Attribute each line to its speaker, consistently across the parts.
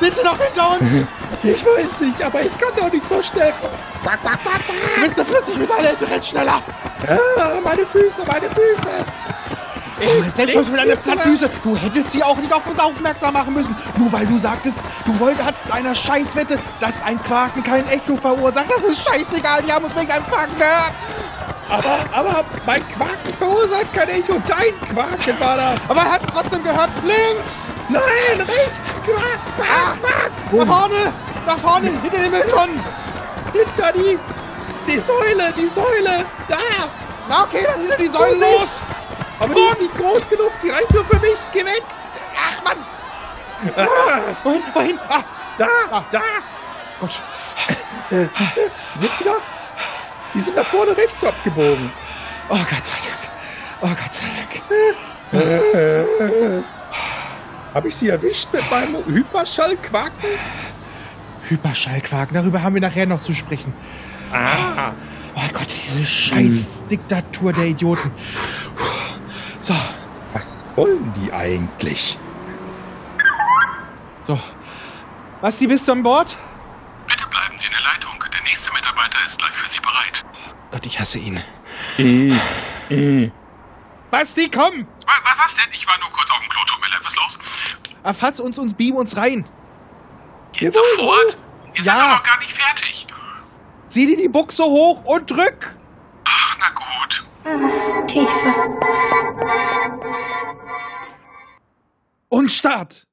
Speaker 1: Sind sie noch hinter uns? Ich weiß nicht, aber ich kann doch nicht so schnell. Quack, quack, quack,
Speaker 2: Ah,
Speaker 1: quack. Mr. Flüssigmetallhälter, rennt schneller. Ah, meine Füße, meine Füße.
Speaker 2: Ey, Äh, selbst schon für deine Plattfüße, du hättest sie auch nicht auf uns aufmerksam machen müssen. Nur weil du sagtest, du wolltest deiner Scheißwette, dass ein Quaken kein Echo verursacht. Das ist scheißegal, die haben uns wegen einem Quaken gehört.
Speaker 1: Aber, aber mein Quaken verursacht kein Echo. Dein Quaken war das.
Speaker 2: Aber er hat's trotzdem gehört. Links!
Speaker 1: Nein, rechts. Quack,
Speaker 2: Ah,
Speaker 1: quack, quack.
Speaker 2: nach vorne! Nach vorne! Hinter den Mülltonnen!
Speaker 1: Hinter die, die Säule, die Säule. Da.
Speaker 2: Na okay, dann hinter die Säule
Speaker 1: Vorsicht!
Speaker 2: los!
Speaker 1: Aber die ist nicht groß genug. Die reicht nur für mich. Geh weg.
Speaker 2: Ach Mann!
Speaker 1: Ah,
Speaker 2: Wohin? Wohin? Ah,
Speaker 1: da, da.
Speaker 2: Gott.
Speaker 1: Sind sie da? Die sind nach vorne rechts abgebogen.
Speaker 2: Oh Gott sei Dank. Oh Gott sei Dank.
Speaker 1: Habe ich sie erwischt mit meinem Hyperschallquaken?
Speaker 2: Hyperschallquaken, darüber haben wir nachher noch zu sprechen.
Speaker 1: Ah.
Speaker 2: Oh Gott, diese scheiß Diktatur der Idioten. So,
Speaker 1: Was wollen die eigentlich?
Speaker 2: so. Basti, bist du an Bord?
Speaker 3: Bitte bleiben Sie in der Leitung. Der nächste Mitarbeiter ist gleich für Sie bereit.
Speaker 2: Gott, ich hasse ihn.
Speaker 4: Äh,
Speaker 2: Basti, komm!
Speaker 3: Was, was denn? Ich war nur kurz auf dem Klo, tut mir leid. Was ist los?
Speaker 2: Erfass uns und beam uns rein.
Speaker 3: Jetzt sofort? Ihr seid
Speaker 2: Ja.
Speaker 3: doch noch gar nicht fertig.
Speaker 2: Zieh dir die Buchse hoch und drück!
Speaker 3: Ach, na gut.
Speaker 5: Tiefer.
Speaker 2: Und Start!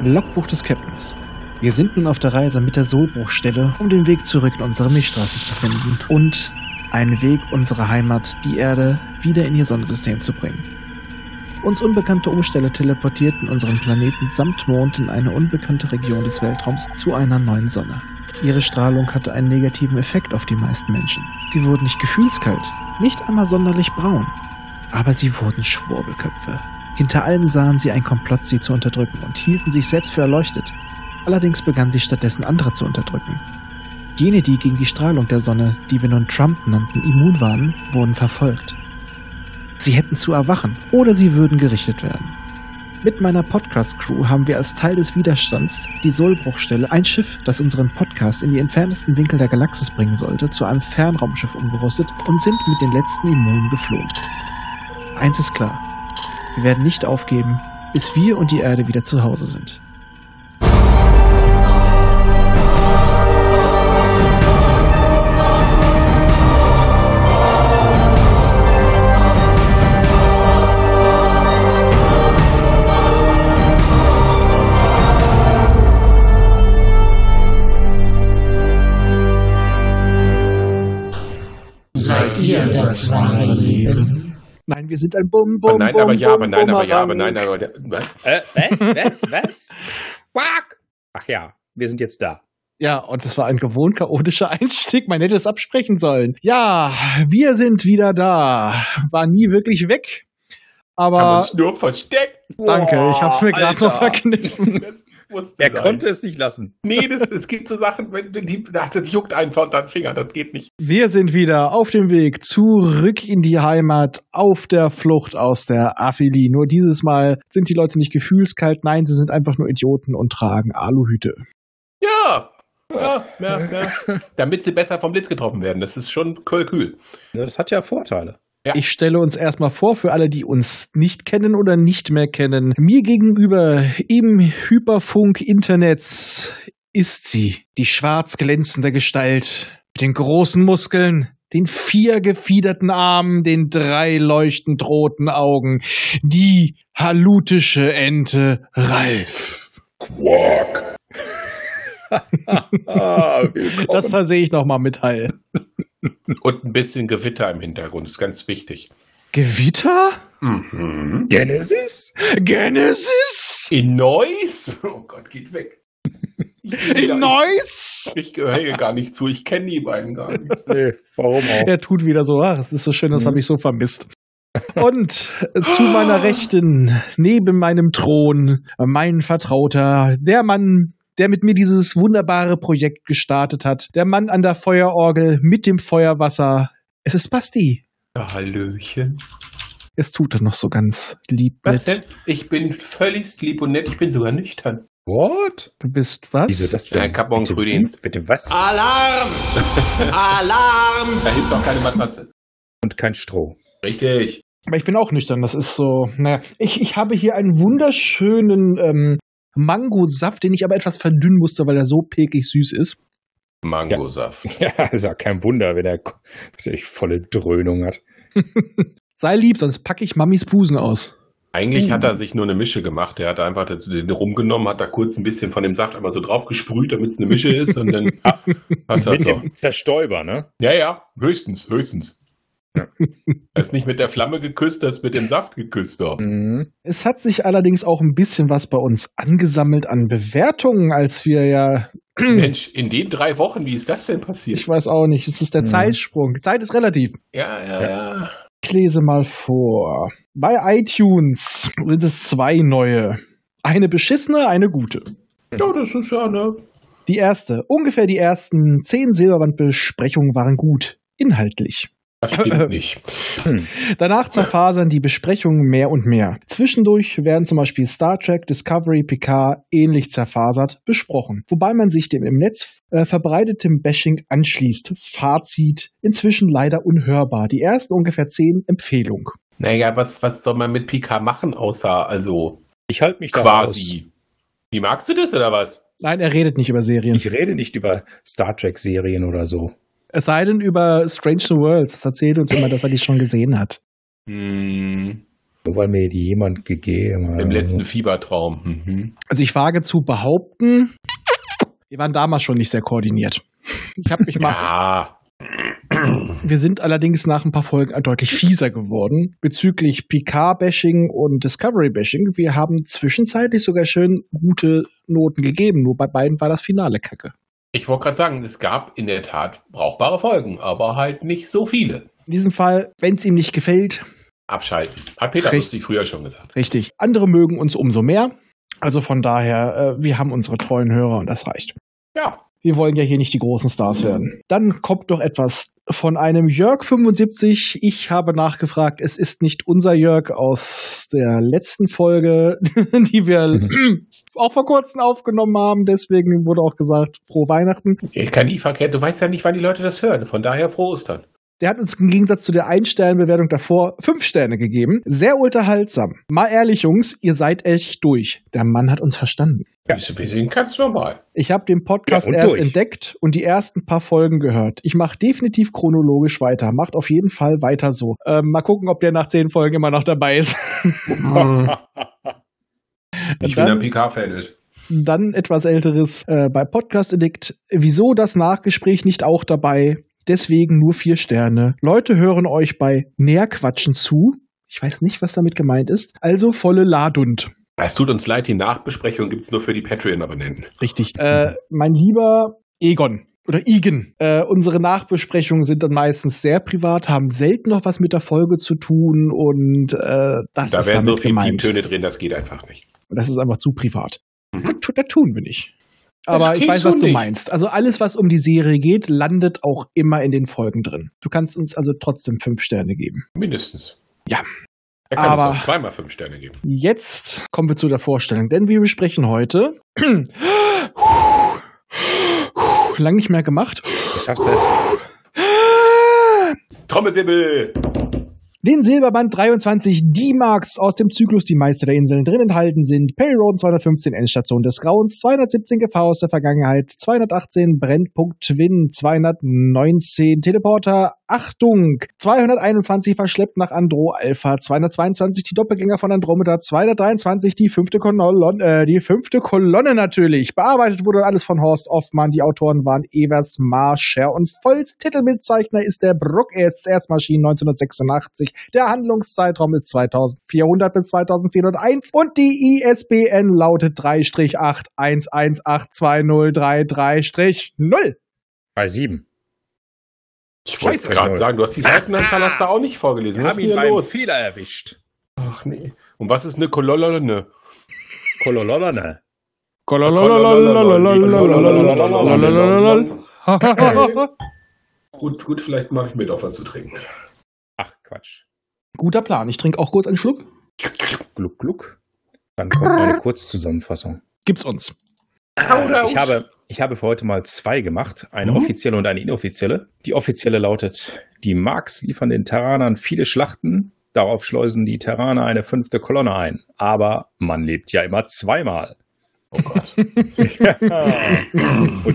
Speaker 2: Logbuch des Captains. Wir sind nun auf der Reise mit der Soulbruchstelle, um den Weg zurück in unsere Milchstraße zu finden und einen Weg unserer Heimat, die Erde, wieder in ihr Sonnensystem zu bringen. Uns unbekannte Umsteller teleportierten unseren Planeten samt Mond in eine unbekannte Region des Weltraums zu einer neuen Sonne. Ihre Strahlung hatte einen negativen Effekt auf die meisten Menschen. Sie wurden nicht gefühlskalt, nicht einmal sonderlich braun, aber sie wurden Schwurbelköpfe. Hinter allem sahen sie einen Komplott, sie zu unterdrücken und hielten sich selbst für erleuchtet. Allerdings begannen sie stattdessen andere zu unterdrücken. Jene, die gegen die Strahlung der Sonne, die wir nun Trump nannten, immun waren, wurden verfolgt. Sie hätten zu erwachen oder sie würden gerichtet werden. Mit meiner Podcast-Crew haben wir als Teil des Widerstands die Soulbruchstelle, ein Schiff, das unseren Podcast in die entferntesten Winkel der Galaxis bringen sollte, zu einem Fernraumschiff umgerüstet und sind mit den letzten Immunen geflohen. Eins ist klar, wir werden nicht aufgeben, bis wir und die Erde wieder zu Hause sind.
Speaker 6: Seid ihr das wahre Leben?
Speaker 2: Nein, wir sind ein Bum, Bum,
Speaker 4: aber nein,
Speaker 2: Bum,
Speaker 4: aber ja,
Speaker 2: Bum,
Speaker 4: aber nein, aber ja, aber
Speaker 2: Bumerang.
Speaker 4: nein, aber der- was?
Speaker 1: Äh, was? Was? Was? Quack! Ach ja, wir sind jetzt da.
Speaker 2: Ja, und das war ein gewohnt chaotischer Einstieg. Man hätte es absprechen sollen. Ja, wir sind wieder da. War nie wirklich weg.
Speaker 4: Haben
Speaker 2: Aber
Speaker 4: uns nur versteckt.
Speaker 2: Äh, danke, ich hab's mir gerade
Speaker 1: Alter.
Speaker 2: noch verkniffen.
Speaker 4: Das musste
Speaker 1: Er
Speaker 4: sein.
Speaker 1: konnte es nicht lassen.
Speaker 4: Nee, das, es gibt so Sachen, wenn wenn die, das das juckt einfach unter den Finger, das geht nicht.
Speaker 2: Wir sind wieder auf dem Weg zurück in die Heimat, auf der Flucht aus der Affilie. Nur dieses Mal sind die Leute nicht gefühlskalt, nein, sie sind einfach nur Idioten und tragen Aluhüte.
Speaker 4: Ja! Ja, ja, ja. Damit sie besser vom Blitz getroffen werden. Das ist schon kühl.
Speaker 1: Das hat ja Vorteile.
Speaker 4: Ja.
Speaker 2: Ich stelle uns erstmal vor, für alle, die uns nicht kennen oder nicht mehr kennen. Mir gegenüber im Hyperfunk-Internets ist sie, die schwarz glänzende Gestalt mit den großen Muskeln, den vier gefiederten Armen, den drei leuchtend roten Augen, die halutische Ente Ralf.
Speaker 7: Quark. ah, willkommen.
Speaker 2: Das versehe ich nochmal mit Hall.
Speaker 4: Und ein bisschen Gewitter im Hintergrund, ist ganz wichtig.
Speaker 2: Gewitter?
Speaker 4: Mhm.
Speaker 7: Genesis?
Speaker 2: Genesis?
Speaker 4: In Neuss? Oh Gott, geht weg.
Speaker 2: In Neuss?
Speaker 4: Ich gehöre hier gar nicht zu, ich kenne die beiden gar nicht.
Speaker 7: Nee, warum auch?
Speaker 2: Er tut wieder so, ach, es ist so schön, das
Speaker 7: Mhm.
Speaker 2: habe ich so vermisst. Und zu meiner Rechten, neben meinem Thron, mein Vertrauter, der Mann, der mit mir dieses wunderbare Projekt gestartet hat, der Mann an der Feuerorgel mit dem Feuerwasser. Es ist Basti.
Speaker 4: Ja, Hallöchen.
Speaker 2: Es tut er noch so ganz lieb
Speaker 4: Was
Speaker 2: mit.
Speaker 4: denn? Ich bin völlig lieb und nett, ich bin sogar nüchtern.
Speaker 7: What?
Speaker 2: Du bist was? Ah.
Speaker 7: Wieso das
Speaker 4: Ja,
Speaker 7: denn?
Speaker 4: ich hab morgen
Speaker 7: bitte,
Speaker 4: Frühdienst.
Speaker 7: bitte was?
Speaker 4: Alarm! Alarm! Da hilft doch keine Matratze.
Speaker 7: Und kein Stroh.
Speaker 4: Richtig.
Speaker 2: Aber ich bin auch nüchtern, das ist so. Naja, ich, ich habe hier einen wunderschönen ähm, Mangosaft, den ich aber etwas verdünnen musste, weil er so pekig süß ist.
Speaker 4: Mangosaft.
Speaker 7: Ja, ist ja kein Wunder, wenn er k- wirklich volle Dröhnung hat.
Speaker 2: Sei lieb, sonst packe ich Mamis Busen aus.
Speaker 4: Eigentlich hat er sich nur eine Mische gemacht. Er hat einfach das- den rumgenommen, hat da kurz ein bisschen von dem Saft einmal so drauf gesprüht, damit es eine Mische ist und dann ah, passt das
Speaker 7: Mit
Speaker 4: so.
Speaker 7: dem Zerstäuber, ne?
Speaker 4: Ja, ja, höchstens, höchstens. Er ist nicht mit der Flamme geküsst, er ist mit dem Saft geküsst. Doch.
Speaker 7: Mhm.
Speaker 2: Es hat sich allerdings auch ein bisschen was bei uns angesammelt an Bewertungen, als wir ja.
Speaker 4: Mensch, in den drei Wochen, wie ist das denn passiert?
Speaker 2: Ich weiß auch nicht, es ist der
Speaker 7: Mhm.
Speaker 2: Zeitsprung. Zeit ist relativ.
Speaker 4: Ja, ja, ja.
Speaker 2: Ich lese mal vor. Bei iTunes sind es zwei neue. Eine beschissene, eine gute.
Speaker 4: Ja, das ist ja, ne?
Speaker 2: Die erste, ungefähr die ersten zehn Silberbandbesprechungen waren gut. Inhaltlich.
Speaker 4: Das stimmt nicht.
Speaker 2: Danach zerfasern die Besprechungen mehr und mehr. Zwischendurch werden zum Beispiel Star Trek, Discovery, Picard ähnlich zerfasert besprochen, wobei man sich dem im Netz äh, verbreitetem Bashing anschließt. Fazit, inzwischen leider unhörbar. Die ersten ungefähr zehn Empfehlung.
Speaker 4: Naja, was, was soll man mit Pika machen, außer, also,
Speaker 7: Ich halte mich da raus.
Speaker 4: quasi. Wie magst du das, oder was?
Speaker 2: Nein, er redet nicht über Serien.
Speaker 7: Ich rede nicht über Star Trek-Serien oder so.
Speaker 2: Es sei denn über Strange New Worlds. Das erzählt uns immer, dass er die schon gesehen hat.
Speaker 4: Hm,
Speaker 7: Nur weil mir die jemand gegeben hat.
Speaker 4: Im letzten Fiebertraum. Mhm.
Speaker 2: Also ich wage zu behaupten, wir waren damals schon nicht sehr koordiniert. Ich habe mich mal
Speaker 4: Ja.
Speaker 2: Wir sind allerdings nach ein paar Folgen deutlich fieser geworden bezüglich Picard-Bashing und Discovery-Bashing. Wir haben zwischenzeitlich sogar schön gute Noten gegeben, nur bei beiden war das Finale kacke.
Speaker 4: Ich wollte gerade sagen, es gab in der Tat brauchbare Folgen, aber halt nicht so viele.
Speaker 2: In diesem Fall, wenn es ihm nicht gefällt,
Speaker 4: Abschalten. Hat Peter
Speaker 2: Richtig.
Speaker 4: Lustig früher schon gesagt.
Speaker 2: richtig. Andere mögen uns umso mehr. Also von daher, äh, wir haben unsere treuen Hörer und das reicht.
Speaker 4: Ja.
Speaker 2: Wir wollen ja hier nicht die großen Stars werden. Dann kommt noch etwas von einem Jörg 75. Ich habe nachgefragt, es ist nicht unser Jörg aus der letzten Folge, die wir auch vor kurzem aufgenommen haben. Deswegen wurde auch gesagt, frohe Weihnachten.
Speaker 4: Ich kann nie verkehren. Du weißt ja nicht, wann die Leute das hören. Von daher frohe Ostern.
Speaker 2: Der hat uns im Gegensatz zu der Ein-Sterne-Bewertung davor fünf Sterne gegeben. Sehr unterhaltsam. Mal ehrlich, Jungs, ihr seid echt durch. Der Mann hat uns verstanden.
Speaker 4: Ja. Wir sind ganz normal.
Speaker 2: Ich habe den Podcast
Speaker 7: Ja, und
Speaker 2: erst
Speaker 7: durch.
Speaker 2: entdeckt und die ersten paar Folgen gehört. Ich mache definitiv chronologisch weiter. Macht auf jeden Fall weiter so. Ähm, mal gucken, ob der nach zehn Folgen immer noch dabei ist.
Speaker 4: Ich bin
Speaker 2: dann-
Speaker 4: ein PK-Fan. ist.
Speaker 2: Dann etwas älteres äh, bei Podcast Addict. Wieso das Nachgespräch nicht auch dabei? Deswegen nur vier Sterne. Leute hören euch bei Näherquatschen zu. Ich weiß nicht, was damit gemeint ist. Also volle Ladund.
Speaker 4: Es tut uns leid, die Nachbesprechung gibt es nur für die Patreon-Abonnenten.
Speaker 2: Richtig. Äh, mein lieber Egon oder Igen, äh, unsere Nachbesprechungen sind dann meistens sehr privat, haben selten noch was mit der Folge zu tun und äh, das
Speaker 4: Da
Speaker 2: ist
Speaker 4: werden
Speaker 2: damit
Speaker 4: so viele
Speaker 2: gemeint.
Speaker 4: Pieptöne drin, das geht einfach nicht.
Speaker 2: Das ist einfach zu privat.
Speaker 4: Mhm.
Speaker 2: Das, tu- das tun wir nicht. Aber ich
Speaker 4: kriegst
Speaker 2: weiß,
Speaker 4: du
Speaker 2: was du
Speaker 4: nicht.
Speaker 2: meinst. Also alles, was um die Serie geht, landet auch immer in den Folgen drin. Du kannst uns also trotzdem fünf Sterne geben.
Speaker 4: Mindestens.
Speaker 2: Ja.
Speaker 4: Er kann
Speaker 2: Aber-
Speaker 4: es uns zweimal fünf Sterne geben.
Speaker 2: Jetzt kommen wir zu der Vorstellung, denn wir besprechen heute. Lang nicht mehr gemacht.
Speaker 7: Ich schaff's das.
Speaker 4: Trommelwirbel!
Speaker 2: Den Silberband 23 D-Marks aus dem Zyklus Die Meister der Inseln drin enthalten sind Payroad 215 Endstation des Grauens, 217 GV aus der Vergangenheit, 218 Brennpunkt Twin, 219 Teleporter, Achtung, 221 verschleppt nach Andro Alpha, 222 die Doppelgänger von Andromeda, 223 die fünfte Kolonne, äh, die fünfte Kolonne natürlich. Bearbeitet wurde alles von Horst Hoffmann, die Autoren waren Evers, Marscher und Volz. Titelmitzeichner ist der Bruck Erstmaschinen 1986. Der Handlungszeitraum ist 2400 bis 2401 und die ISBN lautet 3-8118203-0.
Speaker 1: Bei sieben.
Speaker 4: Ich wollte es gerade sagen, du hast die Seitenanzahl hast du auch nicht vorgelesen. Was
Speaker 1: Hab
Speaker 4: ist denn
Speaker 1: ihn
Speaker 4: hier
Speaker 1: beim
Speaker 4: los?
Speaker 1: Fehler erwischt.
Speaker 4: Ach nee. Und was ist eine Kolonne?
Speaker 1: Kolololone.
Speaker 4: Gut, gut, vielleicht mache ich mir doch was zu trinken.
Speaker 1: Ach, Quatsch.
Speaker 2: Guter Plan. Ich trinke auch kurz einen Schluck.
Speaker 1: Gluck, gluck. Dann kommt meine Kurzzusammenfassung.
Speaker 2: Gibt's uns.
Speaker 1: Ich habe, ich habe für heute mal zwei gemacht, eine
Speaker 4: Mhm.
Speaker 1: offizielle und eine inoffizielle. Die offizielle lautet, die Marks liefern den Terranern viele Schlachten, darauf schleusen die Terraner eine fünfte Kolonne ein. Aber man lebt ja immer zweimal.
Speaker 4: Oh Gott.
Speaker 1: und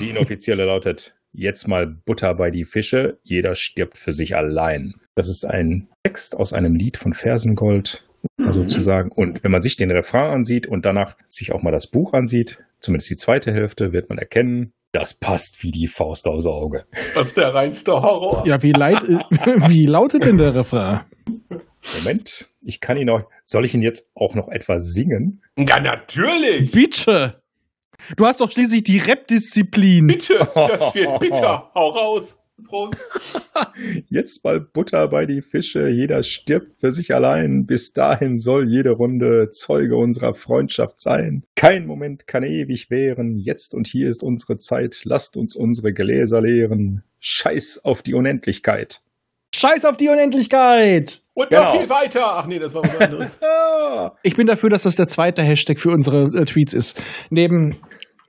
Speaker 1: die inoffizielle lautet, jetzt mal Butter bei die Fische, jeder stirbt für sich allein. Das ist ein Text aus einem Lied von Fersengold sozusagen. Und wenn man sich den Refrain ansieht und danach sich auch mal das Buch ansieht, zumindest die zweite Hälfte, wird man erkennen, das passt wie die Faust aufs Auge.
Speaker 4: Das ist der reinste Horror.
Speaker 2: Ja, wie, leid, wie lautet denn der Refrain?
Speaker 1: Moment, ich kann ihn auch, soll ich ihn jetzt auch noch etwa singen?
Speaker 4: Ja, natürlich.
Speaker 2: Bitte! Du hast doch schließlich die Rap-Disziplin.
Speaker 4: Bitte. Das wird bitter. Hau raus. Prost.
Speaker 1: Jetzt mal Butter bei die Fische, jeder stirbt für sich allein. Bis dahin soll jede Runde Zeuge unserer Freundschaft sein. Kein Moment kann ewig währen, jetzt und hier ist unsere Zeit, lasst uns unsere Gläser leeren. Scheiß auf die Unendlichkeit.
Speaker 2: Scheiß auf die Unendlichkeit!
Speaker 4: Und
Speaker 1: Genau.
Speaker 4: noch viel weiter. Ach nee, das war was anderes.
Speaker 1: Ah,
Speaker 2: Ich bin dafür, dass das der zweite Hashtag für unsere äh, Tweets ist. Neben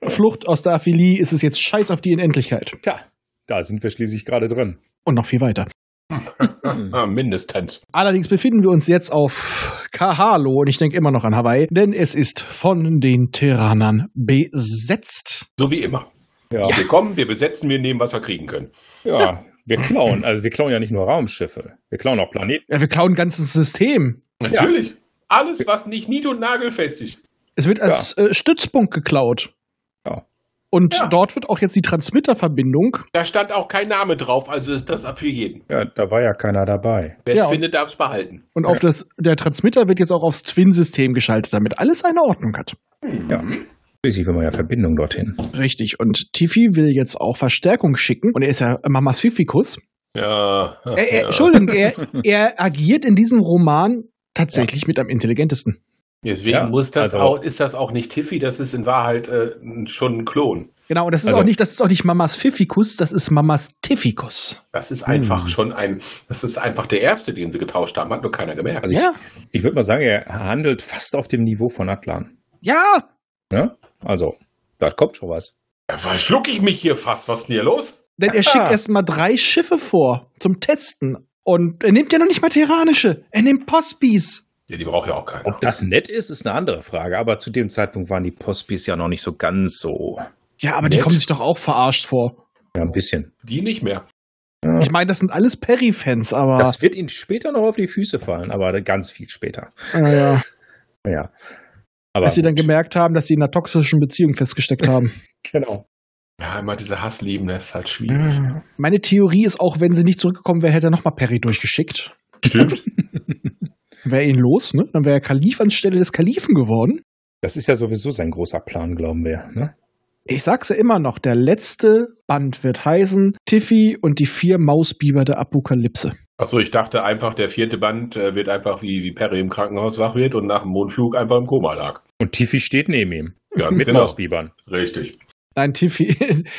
Speaker 2: Flucht aus der Aphilie ist es jetzt Scheiß auf die Unendlichkeit.
Speaker 1: tja, da sind wir schließlich gerade drin.
Speaker 2: Und noch viel weiter.
Speaker 4: ah, mindestens.
Speaker 2: Allerdings befinden wir uns jetzt auf Kahalo und ich denke immer noch an Hawaii, denn es ist von den Terranern besetzt.
Speaker 4: So wie immer.
Speaker 1: Ja,
Speaker 4: Wir kommen, wir besetzen, wir nehmen, was wir kriegen können.
Speaker 1: ja, wir klauen, also wir klauen ja nicht nur Raumschiffe, wir klauen auch Planeten.
Speaker 2: Ja, wir klauen ein ganzes System.
Speaker 4: Natürlich. Alles, was nicht nied- und nagelfest ist.
Speaker 2: Es wird als äh, Stützpunkt geklaut.
Speaker 1: Ja.
Speaker 2: Und
Speaker 4: Ja.
Speaker 2: dort wird auch jetzt die Transmitterverbindung.
Speaker 4: Da stand auch kein Name drauf, also ist das ab für jeden.
Speaker 1: Ja, da war ja keiner dabei.
Speaker 4: Wer
Speaker 2: Ja,
Speaker 4: es
Speaker 2: und-
Speaker 4: findet, darf es behalten.
Speaker 2: Und auf das, der Transmitter wird jetzt auch aufs Twin-System geschaltet, damit alles eine Ordnung hat.
Speaker 1: Ja, schließlich will man ja Verbindung dorthin.
Speaker 2: Richtig. Und Tiffy will jetzt auch Verstärkung schicken. Und er ist ja Mamas Fifikus.
Speaker 4: Ja.
Speaker 2: Er, er, Entschuldigung, er, er agiert in diesem Roman tatsächlich mit am intelligentesten.
Speaker 4: Deswegen
Speaker 1: Ja,
Speaker 4: muss das
Speaker 1: also-
Speaker 4: auch, ist das auch nicht Tiffy, das ist in Wahrheit äh, schon ein Klon.
Speaker 2: Genau, und das ist
Speaker 1: Also-
Speaker 2: auch nicht, das ist auch nicht Mamas Fifikus, das ist Mamas Tiffikus.
Speaker 4: Das ist einfach
Speaker 1: Hm.
Speaker 4: schon ein, das ist einfach der erste, den sie getauscht haben, hat nur keiner gemerkt.
Speaker 1: Also ich-
Speaker 2: Ja,
Speaker 1: Ich würde mal sagen, er handelt fast auf dem Niveau von Atlan.
Speaker 2: ja.
Speaker 1: Also, da kommt schon was.
Speaker 4: Da verschluck ich mich hier fast, was ist denn hier los?
Speaker 2: Denn er schickt erstmal drei Schiffe vor zum Testen. Und er nimmt ja noch nicht mal Terranische. Er nimmt Pospis.
Speaker 4: Ja, die braucht ja auch keiner.
Speaker 1: Ob das nett ist, ist eine andere Frage. Aber zu dem Zeitpunkt waren die Postbis ja noch nicht so ganz so.
Speaker 2: Ja, aber die
Speaker 4: Nett.
Speaker 2: kommen sich doch auch verarscht vor.
Speaker 1: Ja, ein bisschen.
Speaker 4: Die nicht mehr.
Speaker 2: Ich meine, das sind alles Perry-Fans, aber.
Speaker 1: Das wird ihnen später noch auf die Füße fallen, aber ganz viel später.
Speaker 2: ja, ja.
Speaker 1: Ja. Aber
Speaker 2: Bis sie dann gemerkt haben, dass sie in einer toxischen Beziehung festgesteckt haben.
Speaker 1: genau.
Speaker 4: Ja, immer diese Hasslieben, das ist halt schwierig.
Speaker 2: Meine Theorie ist auch, wenn sie nicht zurückgekommen wäre, hätte er nochmal Perry durchgeschickt.
Speaker 4: Stimmt.
Speaker 2: Wäre ihn los, ne? Dann wäre er Kalif anstelle des Kalifen geworden.
Speaker 1: Das ist ja sowieso sein großer Plan, glauben wir. Ne?
Speaker 2: Ich sag's ja immer noch, der letzte Band wird heißen Tiffy und die vier Mausbiber der Apokalypse.
Speaker 4: Achso, ich dachte einfach, der vierte Band äh, wird einfach wie, wie Perry im Krankenhaus wach wird und nach dem Mondflug einfach im Koma lag.
Speaker 1: Und Tiffy steht neben ihm.
Speaker 4: Ganz
Speaker 1: mit
Speaker 4: genau.
Speaker 1: Mausbibern.
Speaker 4: Richtig.
Speaker 2: Nein, Tiffy.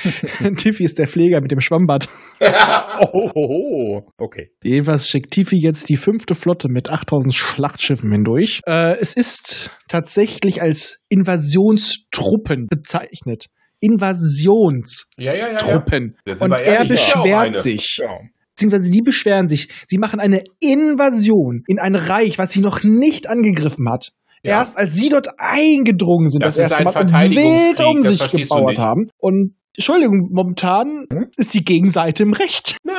Speaker 2: Tiffy ist der Pfleger mit dem Schwammbad.
Speaker 1: Oh, oh, oh, oh. Okay.
Speaker 2: Jedenfalls schickt Tiffy jetzt die fünfte Flotte mit 8000 Schlachtschiffen hindurch. Äh, es ist tatsächlich als Invasionstruppen bezeichnet. Invasionstruppen.
Speaker 4: Ja, ja, ja. ja. Da sind
Speaker 2: Und
Speaker 4: wir
Speaker 2: er
Speaker 4: ehrlich, ja, auch
Speaker 2: beschwert
Speaker 4: eine.
Speaker 2: sich.
Speaker 1: Ja.
Speaker 2: Beziehungsweise sie beschweren sich. Sie machen eine Invasion in ein Reich, was sie noch nicht angegriffen hat.
Speaker 4: Ja.
Speaker 2: Erst als sie dort eingedrungen sind, das,
Speaker 4: Das ist
Speaker 2: erste
Speaker 4: ein
Speaker 2: Mal und wild
Speaker 4: Verteidigungskrieg,
Speaker 2: um
Speaker 4: das
Speaker 2: sich
Speaker 4: verstehst du
Speaker 2: gebauert
Speaker 4: nicht.
Speaker 2: haben. Und Entschuldigung, momentan
Speaker 1: Hm?
Speaker 2: ist die Gegenseite im Recht.
Speaker 4: Na,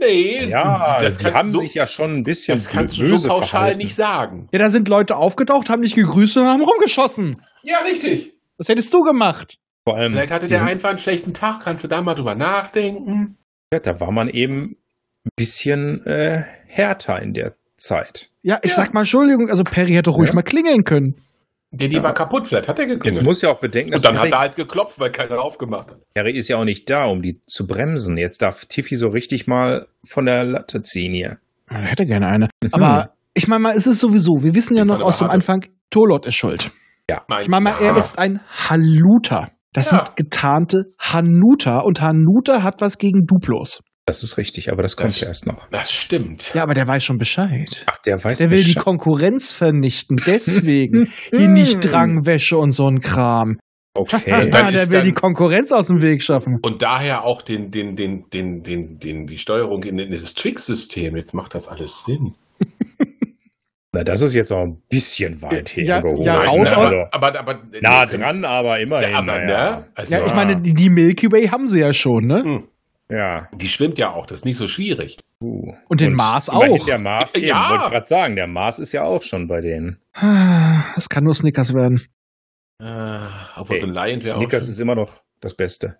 Speaker 4: nee.
Speaker 1: Ja,
Speaker 4: das
Speaker 1: die
Speaker 4: kannst
Speaker 1: haben
Speaker 4: du so,
Speaker 1: sich ja schon ein bisschen
Speaker 4: das kannst du
Speaker 1: böse
Speaker 4: so pauschal
Speaker 1: verhalten.
Speaker 4: nicht sagen.
Speaker 2: Ja, da sind Leute aufgetaucht, haben dich gegrüßt und haben rumgeschossen.
Speaker 4: Ja, richtig.
Speaker 2: Das hättest du gemacht.
Speaker 1: Vor allem,
Speaker 4: Vielleicht hatte der
Speaker 1: diesen-
Speaker 4: einfach einen schlechten Tag, kannst du da mal drüber nachdenken.
Speaker 1: da war man eben ein bisschen äh, härter in der Zeit.
Speaker 2: Ja, ich
Speaker 4: Ja.
Speaker 2: sag mal Entschuldigung, also Perry hätte ruhig
Speaker 1: Ja.
Speaker 2: mal klingeln können.
Speaker 4: Der die
Speaker 1: Ja.
Speaker 4: war kaputt, vielleicht hat er
Speaker 1: Jetzt
Speaker 4: geklingelt.
Speaker 2: Genau.
Speaker 1: muss ja auch bedenken,
Speaker 4: Und dann hat
Speaker 1: Harry,
Speaker 4: er halt geklopft, weil keiner aufgemacht hat.
Speaker 1: Harry ist ja auch nicht da, um die zu bremsen. Jetzt darf Tiffy so richtig mal von der Latte ziehen hier.
Speaker 2: Er hätte gerne eine. Aber ich meine mal, es ist sowieso, wir wissen ja
Speaker 4: Ich
Speaker 2: noch
Speaker 4: meine
Speaker 2: aus dem
Speaker 4: mal,
Speaker 2: Anfang, Tolot ist schuld.
Speaker 4: Meinst
Speaker 2: Ich meine mal,
Speaker 4: du?
Speaker 2: er ist ein Haluta. Das
Speaker 4: Ja.
Speaker 2: sind getarnte Hanuta und Hanuta hat was gegen Duplos.
Speaker 1: Das ist richtig, aber das kommt
Speaker 4: Das-
Speaker 1: ja erst noch.
Speaker 4: Das stimmt.
Speaker 2: Ja, aber der weiß schon Bescheid.
Speaker 1: Ach, der weiß
Speaker 2: Der will die
Speaker 1: Bescheid.
Speaker 2: Konkurrenz vernichten, deswegen. Hier nicht Drangwäsche und so ein Kram.
Speaker 1: Okay.
Speaker 4: Dann
Speaker 2: ja, der
Speaker 4: ist
Speaker 2: will
Speaker 4: dann-
Speaker 2: die Konkurrenz aus dem Weg schaffen.
Speaker 4: Und daher auch den, den, den, den, den, den, die Steuerung in, in das Tricksystem. Jetzt macht das alles Sinn.
Speaker 1: Na, das ist jetzt auch ein bisschen weit
Speaker 2: Ja,
Speaker 1: hergeholt.
Speaker 2: ja,
Speaker 1: ne?
Speaker 2: raus aus-
Speaker 1: also,
Speaker 4: aber, aber, äh,
Speaker 1: nah dran, aber immerhin.
Speaker 4: Ja, aber,
Speaker 1: na
Speaker 4: ne? Also,
Speaker 2: Ja, ich meine, die, die Milky Way haben sie ja schon, ne?
Speaker 1: Ja.
Speaker 4: hm, die schwimmt ja auch, das ist nicht so schwierig.
Speaker 1: Uh.
Speaker 2: Und den Mars
Speaker 1: immerhin
Speaker 2: auch.
Speaker 1: Der Mars, eben,
Speaker 4: Ja.
Speaker 1: wollte ich gerade sagen, der Mars ist ja auch schon bei denen.
Speaker 2: Das kann nur Snickers werden.
Speaker 4: Äh, aber
Speaker 1: Ey,
Speaker 4: so ein Lion wäre auch.
Speaker 1: Snickers ist immer noch das Beste.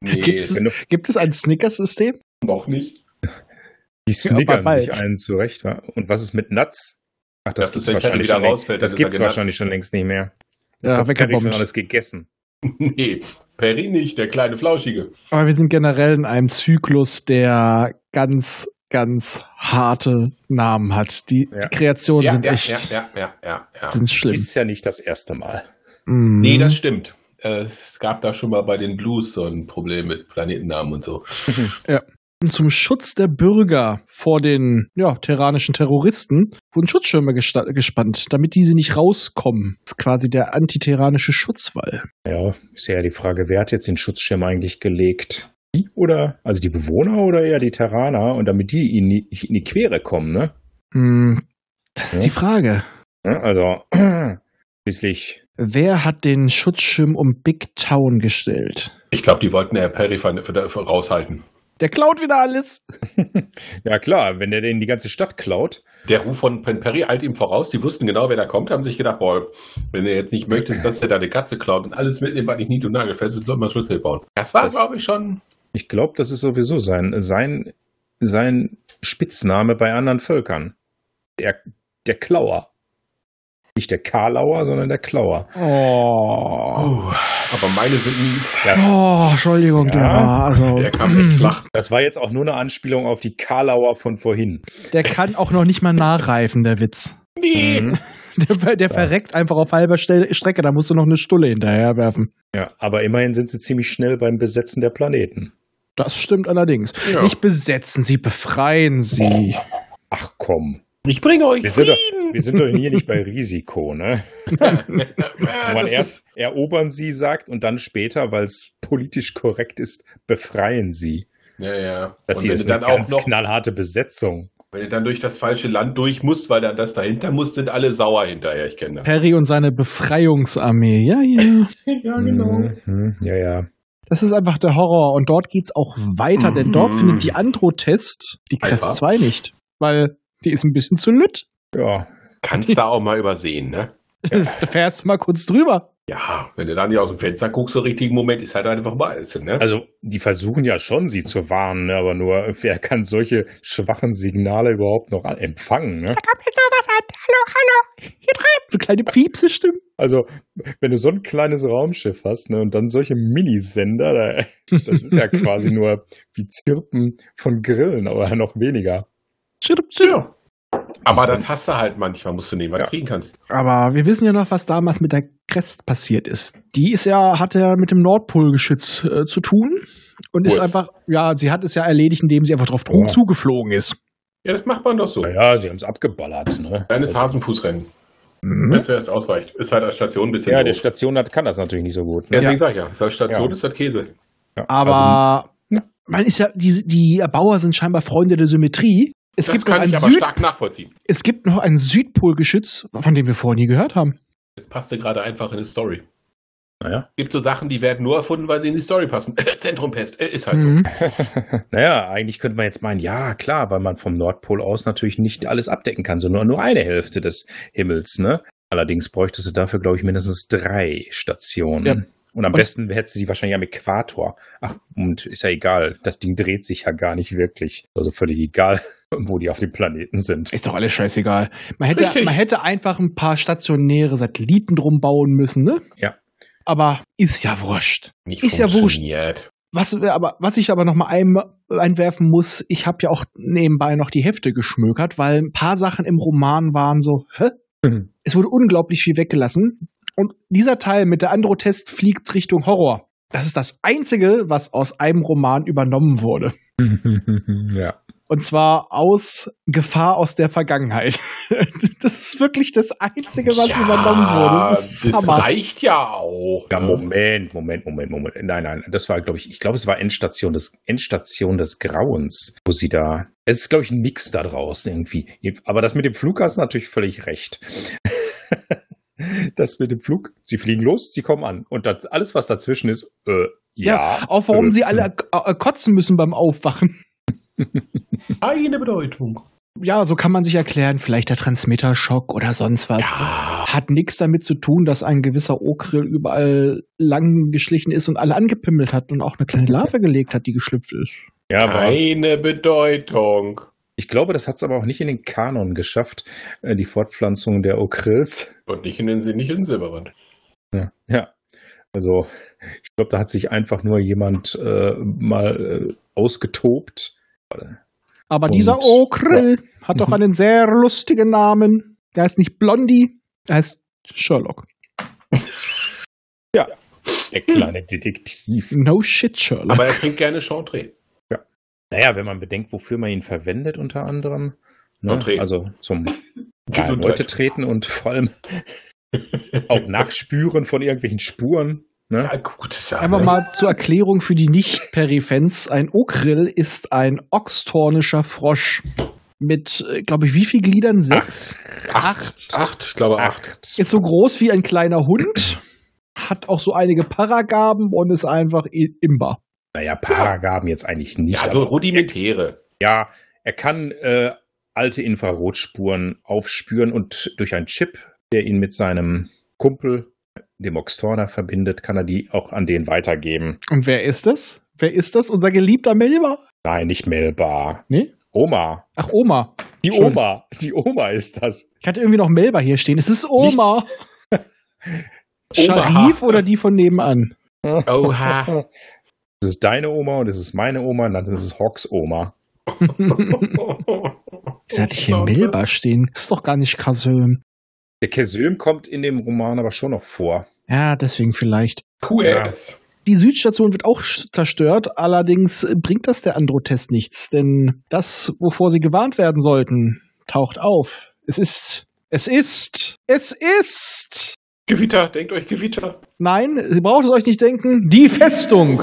Speaker 4: nee, genau.
Speaker 2: Gibt's-
Speaker 1: Wenn du
Speaker 2: Gibt es ein Snickers-System?
Speaker 4: auch nicht.
Speaker 1: die
Speaker 2: aber
Speaker 1: Snickern
Speaker 2: bald.
Speaker 1: sich einen zurecht. wa? Und was ist mit Nuts? Ach, das,
Speaker 4: Das ist,
Speaker 1: gibt's
Speaker 4: wenn Patty
Speaker 1: wahrscheinlich
Speaker 4: wieder halt
Speaker 1: schon längst-
Speaker 4: rausfällt,
Speaker 1: Das
Speaker 4: dann ist er
Speaker 1: gibt's
Speaker 4: genutzt.
Speaker 1: wahrscheinlich schon längst nicht mehr. Das
Speaker 2: Ja,
Speaker 1: hat Perry
Speaker 2: weggebombt.
Speaker 1: schon alles gegessen.
Speaker 4: Nee, Perry nicht, der kleine Flauschige.
Speaker 2: Aber wir sind generell in einem Zyklus, der ganz, ganz harte Namen hat. Die,
Speaker 1: Ja.
Speaker 2: die Kreationen sind
Speaker 4: ja,
Speaker 2: echt
Speaker 4: ja, ja, ja, ja, ja.
Speaker 2: Sind schlimm.
Speaker 1: Ist ja nicht das erste Mal.
Speaker 2: Mhm.
Speaker 4: Nee, das stimmt. Äh, es gab da schon mal bei den Blues so ein Problem mit Planetennamen und so.
Speaker 2: Und zum Schutz der Bürger vor den ja, terranischen Terroristen wurden Schutzschirme gesta- gespannt, damit diese nicht rauskommen. Das ist quasi der antiterranische Schutzwall.
Speaker 1: Ja, ist ja die Frage, wer hat jetzt den Schutzschirm eigentlich gelegt? Die oder, also die Bewohner oder eher die Terraner? Und damit die in die, in die Quere kommen, ne?
Speaker 2: Mhm. Das ist
Speaker 1: Ja.
Speaker 2: die Frage.
Speaker 1: Ja, Also, schließlich,
Speaker 2: Wer hat den Schutzschirm um Big Town gestellt?
Speaker 4: Ich glaube, die wollten Herr Perry von, von, von raushalten.
Speaker 2: Der klaut wieder alles.
Speaker 1: ja klar, wenn der denen die ganze Stadt klaut,
Speaker 4: Der Ruf von Pen Perry eilt ihm voraus. Die wussten genau, wer da kommt, haben sich gedacht, boah, wenn er jetzt nicht möchtest, dass er deine Katze klaut und alles mitnimmt, was nicht nied- und nagelfest ist, soll man Schutzschild bauen. Das war,
Speaker 1: Das-
Speaker 4: glaube ich, schon.
Speaker 1: ich glaube, das ist sowieso sein, sein, sein Spitzname bei anderen Völkern. Der, der Klauer. Nicht der Karlauer, sondern der Klauer.
Speaker 2: Oh.
Speaker 4: Oh, aber meine sind mies.
Speaker 2: Oh, Entschuldigung, der
Speaker 1: Ja.
Speaker 2: war also.
Speaker 4: Der kam echt flach.
Speaker 1: Das war jetzt auch nur eine Anspielung auf die Karlauer von vorhin.
Speaker 2: Der kann auch noch nicht mal nachreifen, der Witz.
Speaker 1: Mhm.
Speaker 2: Der, ver- der
Speaker 1: Ja.
Speaker 2: verreckt einfach auf halber Stelle, Strecke, da musst du noch eine Stulle hinterherwerfen.
Speaker 1: Ja, aber immerhin sind sie ziemlich schnell beim Besetzen der Planeten.
Speaker 2: Das stimmt allerdings.
Speaker 4: Ja.
Speaker 2: Nicht besetzen sie, befreien sie.
Speaker 1: Ach komm.
Speaker 4: Ich bringe euch
Speaker 1: Wir sind, doch, wir sind doch hier nicht bei Risiko, ne? Wo man
Speaker 4: das
Speaker 1: erst erobern sie sagt und dann später, weil es politisch korrekt ist, befreien sie.
Speaker 4: ja, ja.
Speaker 1: Das
Speaker 4: und
Speaker 1: hier
Speaker 4: wenn
Speaker 1: ist
Speaker 4: du
Speaker 1: eine
Speaker 4: dann auch
Speaker 1: ganz
Speaker 4: noch,
Speaker 1: knallharte Besetzung.
Speaker 4: wenn du dann durch das falsche Land durch musst, weil dann das dahinter muss, sind alle sauer hinterher. Ich kenne das.
Speaker 2: Perry und seine Befreiungsarmee. Ja, ja.
Speaker 4: Ja,
Speaker 1: Mhm. Ja, ja.
Speaker 2: Das ist einfach der Horror. Und dort geht's auch weiter, denn dort
Speaker 4: Mhm.
Speaker 2: findet die Andro-Test die Crest
Speaker 4: Alpha.
Speaker 2: 2 nicht. Weil die ist ein bisschen zu lütt.
Speaker 1: Ja.
Speaker 4: Kannst da auch mal übersehen, ne?
Speaker 2: Da fährst du mal kurz drüber.
Speaker 4: Ja, wenn du dann nicht aus dem Fenster guckst, so richtigen Moment ist halt einfach mal alles, ne?
Speaker 1: Also, die versuchen ja schon, sie zu warnen, ne? aber nur, wer kann solche schwachen Signale überhaupt noch an- empfangen? Ne?
Speaker 2: So kleine Piepse-Stimmen.
Speaker 1: Also, wenn du so ein kleines Raumschiff hast ne, und dann solche Minisender, da, das ist ja quasi nur wie Zirpen von Grillen, aber noch weniger.
Speaker 2: Schirp, schirp.
Speaker 4: Aber das hast du halt manchmal, musst du nehmen, was
Speaker 1: Also- Ja.
Speaker 4: du kriegen kannst.
Speaker 2: Aber wir wissen ja noch, was damals mit der Crest passiert ist. Die ist ja, hat ja mit dem Nordpolgeschütz äh, zu tun und ist
Speaker 4: Kurz.
Speaker 2: einfach, ja, sie hat es ja erledigt, indem sie einfach drauf drum
Speaker 1: Ja.
Speaker 2: zugeflogen ist.
Speaker 4: Ja, das macht man doch so.
Speaker 1: Naja, sie haben es abgeballert. Ne?
Speaker 4: Kleines Hasenfußrennen.
Speaker 2: Mhm.
Speaker 4: Wenn zuerst ausreicht. Ist halt als Station ein bisschen.
Speaker 1: Ja, der
Speaker 4: doof.
Speaker 1: Station hat, kann das natürlich nicht so gut. Ne?
Speaker 4: Deswegen sag ich ja, als Station
Speaker 1: Ja.
Speaker 2: Also,
Speaker 4: ist das Käse.
Speaker 1: Ja,
Speaker 2: Aber man ist ja, die, die Erbauer sind scheinbar Freunde der Symmetrie. Es
Speaker 4: das
Speaker 2: gibt, noch
Speaker 4: kann
Speaker 2: ein
Speaker 4: ich aber
Speaker 2: Süd,
Speaker 4: stark nachvollziehen.
Speaker 2: es gibt noch ein Südpolgeschütz, von dem wir vorher nie gehört haben.
Speaker 4: Es passte gerade einfach in eine Story.
Speaker 1: Naja.
Speaker 4: Gibt so Sachen, die werden nur erfunden, weil sie in die Story passen. Zentrumpest, äh, ist halt
Speaker 2: Mhm.
Speaker 1: naja, eigentlich könnte man jetzt meinen, ja, klar, weil man vom Nordpol aus natürlich nicht alles abdecken kann, sondern nur eine Hälfte des Himmels, ne? Allerdings bräuchtest du dafür, glaube ich, mindestens drei Stationen.
Speaker 2: Ja.
Speaker 1: Und am
Speaker 2: Und-
Speaker 1: besten hättest du die wahrscheinlich am Äquator. Ach, und ist ja egal. Das Ding dreht sich ja gar nicht wirklich. Also völlig egal, wo die auf dem Planeten sind.
Speaker 2: Ist doch alles scheißegal. Man hätte,
Speaker 4: Richtig.
Speaker 2: man hätte einfach ein paar stationäre Satelliten drum bauen müssen, ne?
Speaker 1: Ja.
Speaker 2: Aber ist ja wurscht.
Speaker 4: nicht
Speaker 2: Ist ja wurscht.
Speaker 4: funktioniert.
Speaker 2: Was, wir aber, was ich aber noch mal ein, einwerfen muss, ich habe ja auch nebenbei noch die Hefte geschmökert, weil ein paar Sachen im Roman waren so, hä?
Speaker 1: Mhm.
Speaker 2: Es wurde unglaublich viel weggelassen. Und dieser Teil mit der Andro-Test fliegt Richtung Horror. Das ist das Einzige, was aus einem Roman übernommen wurde.
Speaker 1: ja.
Speaker 2: Und zwar aus Gefahr aus der Vergangenheit. Das ist wirklich das Einzige, was
Speaker 4: Ja,
Speaker 2: übernommen wurde. Das ist
Speaker 4: das
Speaker 2: Hammer.
Speaker 4: reicht ja auch.
Speaker 1: ja. Moment, Moment, Moment, Moment. Nein, nein, das war, glaube ich, ich glaube, es war Endstation des, Endstation des Grauens, wo sie da. Es ist, glaube ich, ein Mix da draus irgendwie. Aber das mit dem Flug hast du natürlich völlig recht. Das mit dem Flug, sie fliegen los, sie kommen an. Und das, alles, was dazwischen ist, äh, ja.
Speaker 2: Auch warum
Speaker 4: Hm.
Speaker 1: äh,
Speaker 2: sie alle äh, kotzen müssen beim Aufwachen.
Speaker 4: Keine Bedeutung.
Speaker 2: Ja, so kann man sich erklären, vielleicht der Transmitterschock oder sonst was. Hat nichts damit zu tun, dass ein gewisser Okrill überall lang geschlichen ist und alle angepimmelt hat und auch eine kleine Larve gelegt hat, die geschlüpft ist.
Speaker 1: Ja, aber
Speaker 4: Keine Bedeutung.
Speaker 1: ich glaube, das hat es aber auch nicht in den Kanon geschafft, äh, die Fortpflanzung der Okrills.
Speaker 4: Und nicht in den Sinn, nicht in den Silberrand.
Speaker 1: Ja, ja. Also ich glaube, da hat sich einfach nur jemand äh, mal äh, ausgetobt.
Speaker 2: Aber
Speaker 1: Und-
Speaker 2: dieser Okrill hat doch einen sehr lustigen Namen. Der heißt nicht Blondie, der heißt Sherlock.
Speaker 1: Der kleine Detektiv.
Speaker 2: No shit, Sherlock.
Speaker 4: Aber er trinkt gerne Chantre.
Speaker 1: Naja, wenn man bedenkt, wofür man ihn verwendet, unter anderem. Ne?
Speaker 4: Entree.
Speaker 1: Also zum ja, in
Speaker 4: Gesundheit.
Speaker 1: Leute treten und vor allem auch Nachspüren von irgendwelchen Spuren. Ne?
Speaker 4: Ja, gut, ist ja
Speaker 2: Einfach mal zur Erklärung für die Nicht-Perifans. Ein Okrill ist ein oxtornischer Frosch. Mit, glaube ich, wie viel Gliedern? Sechs? Acht.
Speaker 4: Acht, ich glaube acht.
Speaker 1: Acht.
Speaker 2: Ist so groß wie ein kleiner Hund. Hat auch so einige Paragaben und ist einfach i- imba.
Speaker 1: Naja, Paragaben jetzt eigentlich nicht.
Speaker 4: Ja, also so
Speaker 1: aber-
Speaker 4: rudimentäre.
Speaker 1: Ja, er kann äh, alte Infrarotspuren aufspüren und durch einen Chip, der ihn mit seinem Kumpel, dem Oxtorner, verbindet, kann er die auch an den weitergeben.
Speaker 2: Und wer ist das? Wer ist das? Unser geliebter Melba?
Speaker 1: Nein, nicht Melba.
Speaker 2: Nee?
Speaker 1: Oma.
Speaker 2: Ach, Oma.
Speaker 1: Die
Speaker 2: Schön.
Speaker 1: Oma. Die Oma ist das.
Speaker 2: Ich hatte irgendwie noch Melba hier stehen. Es ist Oma. Sharif oder die von nebenan?
Speaker 4: Oha.
Speaker 1: Das ist deine Oma und es ist meine Oma und dann ist es Hawks Oma.
Speaker 2: Wieso hatte ich hier Melba stehen? Ist doch gar nicht Kasöm.
Speaker 1: Der Kesöm kommt in dem Roman aber schon noch vor.
Speaker 2: Ja, deswegen vielleicht.
Speaker 4: QRS.
Speaker 2: Die Südstation wird auch sch- zerstört, allerdings äh, bringt das der Andro-Test nichts, denn das, wovor sie gewarnt werden sollten, taucht auf. Es ist, es ist, es ist!
Speaker 4: Gewitter, denkt euch Gewitter.
Speaker 2: Nein, ihr braucht es euch nicht denken, die Festung!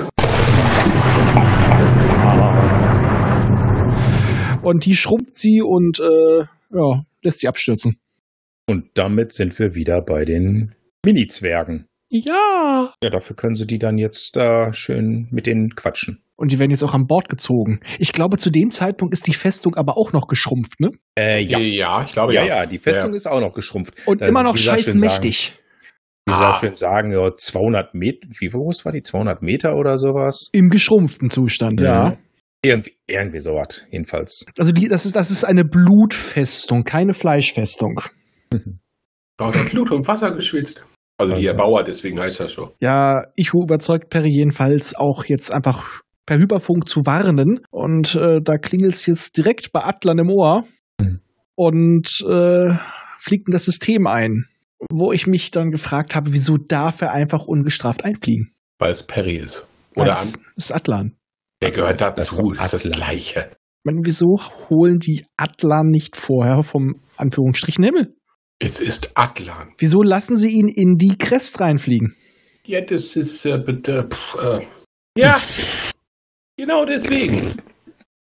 Speaker 2: Und die schrumpft sie und äh, ja, lässt sie abstürzen.
Speaker 1: Und damit sind wir wieder bei den Mini-Zwergen.
Speaker 2: Ja!
Speaker 1: Ja, dafür können sie die dann jetzt da schön mit denen quatschen.
Speaker 2: Und die werden jetzt auch an Bord gezogen. Ich glaube, zu dem Zeitpunkt ist die Festung aber auch noch geschrumpft, ne?
Speaker 1: Äh,
Speaker 4: Ja, ja ich glaube
Speaker 1: Ja,
Speaker 4: ja.
Speaker 1: ja, die Festung
Speaker 4: Ja.
Speaker 1: ist auch noch geschrumpft.
Speaker 2: Und
Speaker 1: Äh,
Speaker 2: immer noch
Speaker 1: wie soll ich
Speaker 2: scheiß
Speaker 1: denn
Speaker 2: mächtig.
Speaker 1: Wie soll ich
Speaker 4: Ah.
Speaker 1: schön sagen, ja, 200 Meter, wie groß war die? 200 Meter oder sowas?
Speaker 2: Im geschrumpften Zustand, ja.
Speaker 1: Mhm. Irgendwie, irgendwie sowas, jedenfalls.
Speaker 2: Also die, das, ist, das ist eine Blutfestung, keine Fleischfestung.
Speaker 4: Baut der Pluto im Wasser geschwitzt. Also die
Speaker 1: Also.
Speaker 4: Erbauer, deswegen heißt das so.
Speaker 2: Ja, ich überzeugt Perry jedenfalls auch jetzt einfach per Hyperfunk zu warnen. Und äh, da klingelt's jetzt direkt bei Atlan im Ohr
Speaker 4: Hm.
Speaker 1: Mhm.
Speaker 2: und äh, fliegt in das System ein. Wo ich mich dann gefragt habe, wieso darf er einfach ungestraft einfliegen?
Speaker 4: Weil es Perry ist. Oder
Speaker 2: Das
Speaker 4: an,
Speaker 2: ist Atlan.
Speaker 4: der gehört
Speaker 1: Das ist
Speaker 4: dazu,
Speaker 1: doch
Speaker 4: das ist das
Speaker 1: Atlas.
Speaker 4: Gleiche.
Speaker 2: Ich meine, wieso holen die Atlan nicht vorher vom Anführungsstrichen Himmel?
Speaker 4: Es ist Atlan.
Speaker 2: Wieso lassen sie ihn in die Crest reinfliegen?
Speaker 4: Ja, das ist äh, bitte. pf, äh, ja, Genau deswegen.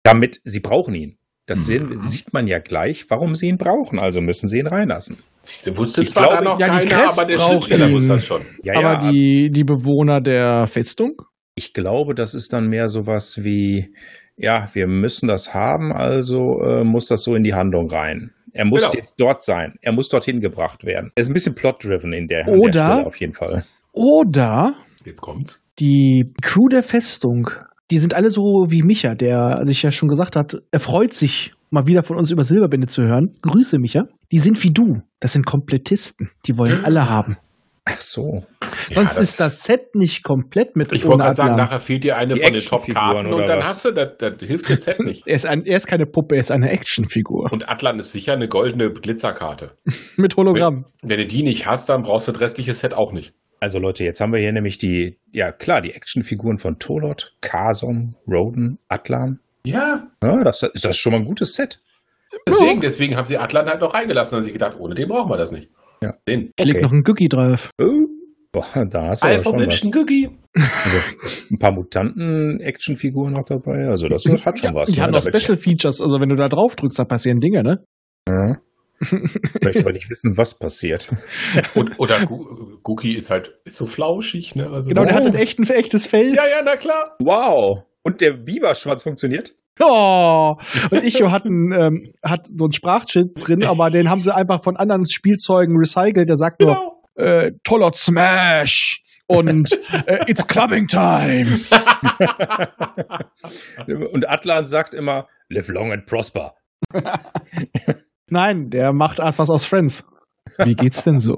Speaker 1: Damit sie brauchen ihn. Das sehen, sieht man ja gleich, warum sie ihn brauchen. Also müssen sie ihn reinlassen.
Speaker 4: Sie wusste
Speaker 1: Ich
Speaker 4: zwar
Speaker 1: glaube,
Speaker 4: da noch
Speaker 2: ja, die
Speaker 4: keiner,
Speaker 2: Kress
Speaker 4: aber der
Speaker 2: braucht
Speaker 4: Schriftsteller
Speaker 2: ihn.
Speaker 4: wusste das schon.
Speaker 1: Ja,
Speaker 2: Aber
Speaker 1: ja,
Speaker 2: die, die Bewohner der Festung?
Speaker 1: ich glaube, das ist dann mehr sowas wie, ja, wir müssen das haben, also äh, muss das so in die Handlung rein. Er muss
Speaker 4: Genau.
Speaker 1: jetzt dort sein. Er muss dorthin gebracht werden. Er ist ein bisschen plot-driven in der, an der
Speaker 2: Oder-
Speaker 1: Stelle auf jeden Fall.
Speaker 2: Oder
Speaker 4: Jetzt kommt's.
Speaker 2: die Crew der Festung, die sind alle so wie Micha, der sich ja schon gesagt hat, er freut sich, mal wieder von uns über Silberbinde zu hören. Grüße, Micha. Die sind wie du. Das sind Komplettisten. Die wollen alle haben.
Speaker 1: Ach so.
Speaker 2: Sonst
Speaker 4: das-
Speaker 2: ist das Set nicht komplett mit
Speaker 4: Ich wollte
Speaker 2: ohne
Speaker 4: gerade sagen,
Speaker 2: Atlan.
Speaker 4: nachher fehlt dir eine
Speaker 1: Die
Speaker 4: von den
Speaker 1: Actionfiguren
Speaker 4: Top-Karten und
Speaker 1: oder
Speaker 4: dann
Speaker 1: was?
Speaker 4: hast du, das, das hilft jetzt halt nicht.
Speaker 2: er, ist ein, er ist keine Puppe, er ist eine Actionfigur.
Speaker 4: Und Atlan ist sicher eine goldene Glitzerkarte.
Speaker 2: Mit Hologramm.
Speaker 4: Wenn du die nicht hast, dann brauchst du das restliche Set auch nicht.
Speaker 1: Also Leute, jetzt haben wir hier nämlich die, ja klar, die Actionfiguren von Tolot, Kason, Roden, Atlan.
Speaker 4: Ja.
Speaker 1: Ja, das ist das ist schon mal ein gutes Set.
Speaker 4: Deswegen, deswegen haben sie Atlan halt noch reingelassen und haben sich gedacht, ohne den brauchen wir das nicht.
Speaker 1: Ja.
Speaker 4: Den.
Speaker 2: Klickt
Speaker 1: okay.
Speaker 2: noch ein Gucci drauf.
Speaker 1: Oh, boah, da hast du aber schon was.
Speaker 4: Cookie.
Speaker 1: Also, ein paar Mutanten-Actionfiguren noch dabei. Also das hat schon was.
Speaker 2: Die haben
Speaker 1: ne?
Speaker 2: noch
Speaker 1: Da möchte
Speaker 2: Special Features. Also wenn du da drauf drückst, da passieren Dinge, ne?
Speaker 1: Ich möchte aber nicht wissen, was passiert.
Speaker 4: Und, oder Gu- Cookie ist halt ist so flauschig, ne? Also
Speaker 2: Genau, der hat
Speaker 4: Oh.
Speaker 2: ein, echt, ein echtes Fell.
Speaker 4: Ja, ja, na klar.
Speaker 1: Wow. Und der Biberschwanz funktioniert?
Speaker 2: Oh, und Icho hat, einen, ähm, hat so einen Sprachchip drin, aber den haben sie einfach von anderen Spielzeugen recycelt. Der sagt nur,
Speaker 4: Genau.
Speaker 2: äh, toller Smash und äh, It's Clubbing Time.
Speaker 1: Genau. Und Atlan sagt immer, live long and prosper.
Speaker 2: Nein, der macht etwas aus Friends. Wie geht's denn so?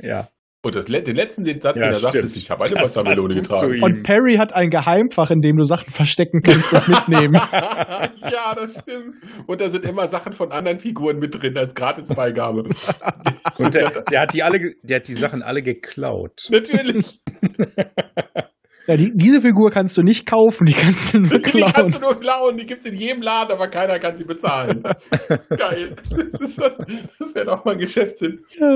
Speaker 1: ja.
Speaker 4: Und das, le- den letzten den Satz,
Speaker 1: Ja,
Speaker 4: den er sagt,
Speaker 1: stimmt.
Speaker 4: ist, ich habe eine
Speaker 1: Das passt
Speaker 4: Wassermelone
Speaker 1: gut zu
Speaker 4: getragen.
Speaker 1: ihm.
Speaker 2: Und Perry hat ein Geheimfach, in dem du Sachen verstecken kannst und mitnehmen.
Speaker 4: ja, das stimmt. Und da sind immer Sachen von anderen Figuren mit drin als Gratisbeigabe.
Speaker 1: Und der, der, hat die alle, ge- der hat die Sachen alle geklaut.
Speaker 4: Natürlich.
Speaker 2: Ja, die, diese Figur kannst du nicht kaufen, die kannst du nur
Speaker 4: Die
Speaker 2: klauen.
Speaker 4: kannst du nur klauen, die gibt es in jedem Laden, aber keiner kann sie bezahlen. Geil. Das, ist so- das wäre doch mal ein Geschäftssinn.
Speaker 2: Ja,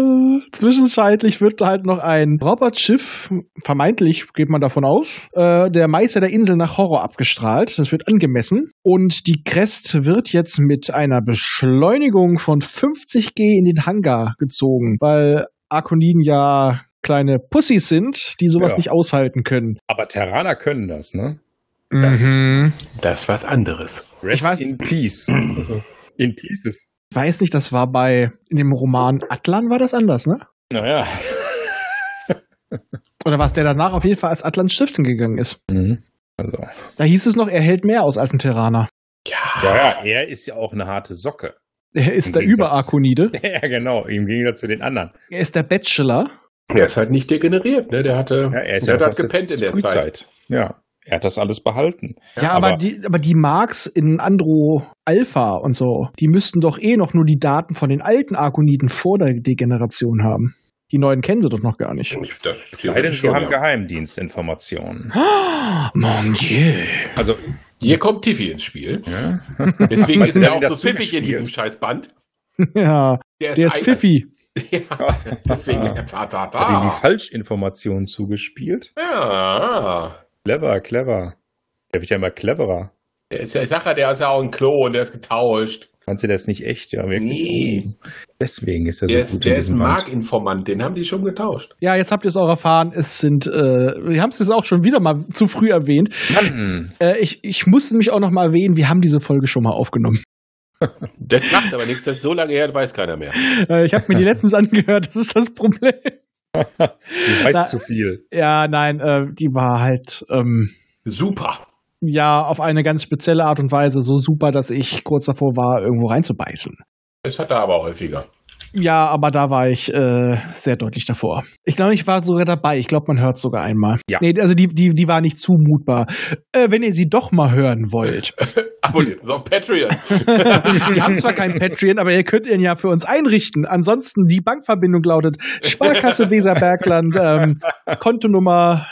Speaker 2: zwischenzeitlich wird halt noch ein Robotschiff, vermeintlich geht man davon aus, äh, der Meister der Insel nach Horror abgestrahlt. Das wird angemessen. Und die Crest wird jetzt mit einer Beschleunigung von 50 G in den Hangar gezogen, weil Arkoniden ja kleine Pussys sind, die sowas
Speaker 1: Ja.
Speaker 2: nicht aushalten können.
Speaker 1: Aber Terraner können das, ne?
Speaker 4: Das ist was anderes.
Speaker 1: Rest
Speaker 2: Ich weiß-
Speaker 1: in peace. In pieces.
Speaker 2: Weiß nicht, das war bei, in dem Roman Atlan war das anders, ne?
Speaker 1: Naja.
Speaker 2: Oder war es der danach auf jeden Fall als Atlan stiften gegangen ist?
Speaker 1: Mhm. Also.
Speaker 2: Da hieß es noch, er hält mehr aus als ein Terraner.
Speaker 1: Ja, ja, er ist ja auch eine harte Socke.
Speaker 2: Er ist
Speaker 1: Im
Speaker 2: der
Speaker 1: Gegensatz-
Speaker 2: Überarkonide.
Speaker 1: Ja, genau. Im Gegensatz zu den anderen.
Speaker 2: Er ist der Bachelor.
Speaker 4: Der ist halt nicht degeneriert, ne? Der hatte.
Speaker 1: Ja, er ist
Speaker 4: der
Speaker 1: ja
Speaker 4: hat halt
Speaker 1: aus der
Speaker 4: gepennt in der Zeit.
Speaker 1: Frühzeit. Ja. Er hat das alles behalten.
Speaker 2: Ja, aber,
Speaker 1: aber-
Speaker 2: die, aber die Marks in Andro Alpha und so, die müssten doch eh noch nur die Daten von den alten Arkoniden vor der Degeneration haben. Die neuen kennen sie doch noch gar nicht.
Speaker 4: Ich- Das ist
Speaker 1: Leider, wir haben
Speaker 4: ja.
Speaker 1: Geheimdienstinformationen.
Speaker 2: Ah, Mon Dieu.
Speaker 1: Also,
Speaker 4: Hier kommt Tiffy ins Spiel.
Speaker 1: ja.
Speaker 4: Deswegen
Speaker 1: Man
Speaker 4: ist
Speaker 1: sieht,
Speaker 4: er
Speaker 1: wie
Speaker 4: auch
Speaker 1: das
Speaker 4: so pfiffig in
Speaker 1: zugespielt.
Speaker 4: diesem scheiß Band.
Speaker 2: Ja, der ist
Speaker 4: ein-
Speaker 2: pfiffi.
Speaker 4: Ja, deswegen. ta, ta,
Speaker 1: hat ihm die
Speaker 4: ta.
Speaker 1: Falschinformationen zugespielt.
Speaker 4: Ja.
Speaker 1: Clever, clever. Der wird ja immer cleverer.
Speaker 4: Der ist ja, ich sag ja, der ist ja auch ein Klon, der ist getauscht.
Speaker 1: Fandst du das nicht echt? Ja, wirklich.
Speaker 4: Nee.
Speaker 1: Oh. Deswegen ist er so
Speaker 4: Der
Speaker 1: gut
Speaker 4: ist, der
Speaker 1: in
Speaker 4: ist ein
Speaker 1: diesem Band.
Speaker 4: Markinformant, den haben die schon getauscht.
Speaker 2: Ja, jetzt habt ihr es auch erfahren. Es sind, äh, wir haben es jetzt auch schon wieder mal zu früh erwähnt.
Speaker 1: Mann,
Speaker 2: Äh, ich, ich muss nämlich auch noch mal erwähnen, wir haben diese Folge schon mal aufgenommen.
Speaker 4: Das macht aber nichts, das ist so lange her, das weiß keiner mehr.
Speaker 2: Äh, ich habe mir die letztens angehört, das ist das Problem.
Speaker 1: du weißt
Speaker 2: Da-
Speaker 1: zu viel.
Speaker 2: Ja, nein, äh, die war halt ähm,
Speaker 4: Super.
Speaker 2: ja auf eine ganz spezielle Art und Weise so super, dass ich kurz davor war, irgendwo reinzubeißen.
Speaker 4: Das hat er aber häufiger.
Speaker 2: Ja, aber da war ich äh, sehr deutlich davor. Ich glaube, ich war sogar dabei. Ich glaube, man hört sogar einmal.
Speaker 1: Ja.
Speaker 2: Nee, also die, die, die war nicht zumutbar. Äh, wenn ihr sie doch mal hören wollt.
Speaker 4: Abonniert uns auf Patreon.
Speaker 2: Wir haben zwar kein Patreon, aber ihr könnt ihn ja für uns einrichten. Ansonsten, die Bankverbindung lautet Sparkasse Weserbergland, ähm, Kontonummer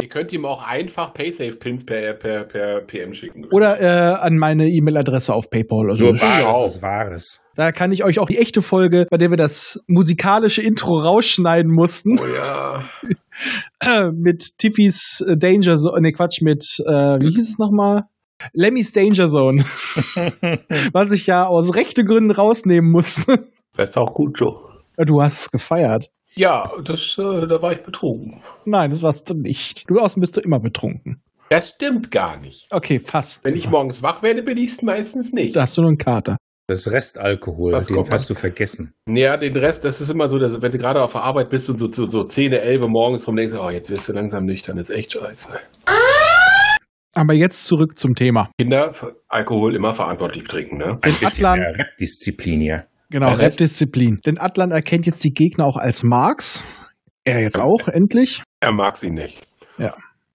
Speaker 4: Ihr könnt ihm auch einfach Paysafe-Pins per, per, per PM schicken.
Speaker 2: Oder äh, an meine E-Mail-Adresse auf PayPal. Also,
Speaker 1: Nur Wahres ist Wahres.
Speaker 2: da kann ich euch auch die echte Folge, bei der wir das musikalische Intro rausschneiden mussten,
Speaker 4: Oh ja.
Speaker 2: mit Tiffys äh, Danger Zone, ne Quatsch, mit, äh, wie hieß es nochmal? Lemmys Danger Zone, was ich ja aus rechten Gründen rausnehmen musste.
Speaker 4: Das ist auch gut so.
Speaker 2: Du hast es gefeiert.
Speaker 4: Ja, das, äh, da war ich betrogen.
Speaker 2: Nein, das warst du nicht. Du außen bist du immer betrunken.
Speaker 4: Das stimmt gar nicht.
Speaker 2: Okay, fast.
Speaker 4: Wenn ich morgens wach werde, bin ich es meistens nicht.
Speaker 2: da hast du nur einen Kater.
Speaker 1: Das Restalkohol,
Speaker 4: Was
Speaker 1: den
Speaker 4: kommt?
Speaker 1: hast du vergessen.
Speaker 4: Ja, den Rest, das ist immer so, dass wenn du gerade auf der Arbeit bist und so, so, so 10, 11 Uhr morgens rum denkst, oh, jetzt wirst du langsam nüchtern, ist echt scheiße.
Speaker 2: Aber jetzt zurück zum Thema.
Speaker 4: Kinder, F- Alkohol immer verantwortlich trinken, ne?
Speaker 1: Ein bisschen
Speaker 2: Atlan-
Speaker 1: mehr Rap-Disziplin hier.
Speaker 2: Genau,
Speaker 4: Der Rest-
Speaker 2: Rap-Disziplin. Denn Atlan erkennt jetzt die Gegner auch als Marx. Er jetzt auch, endlich.
Speaker 4: Er mag sie nicht.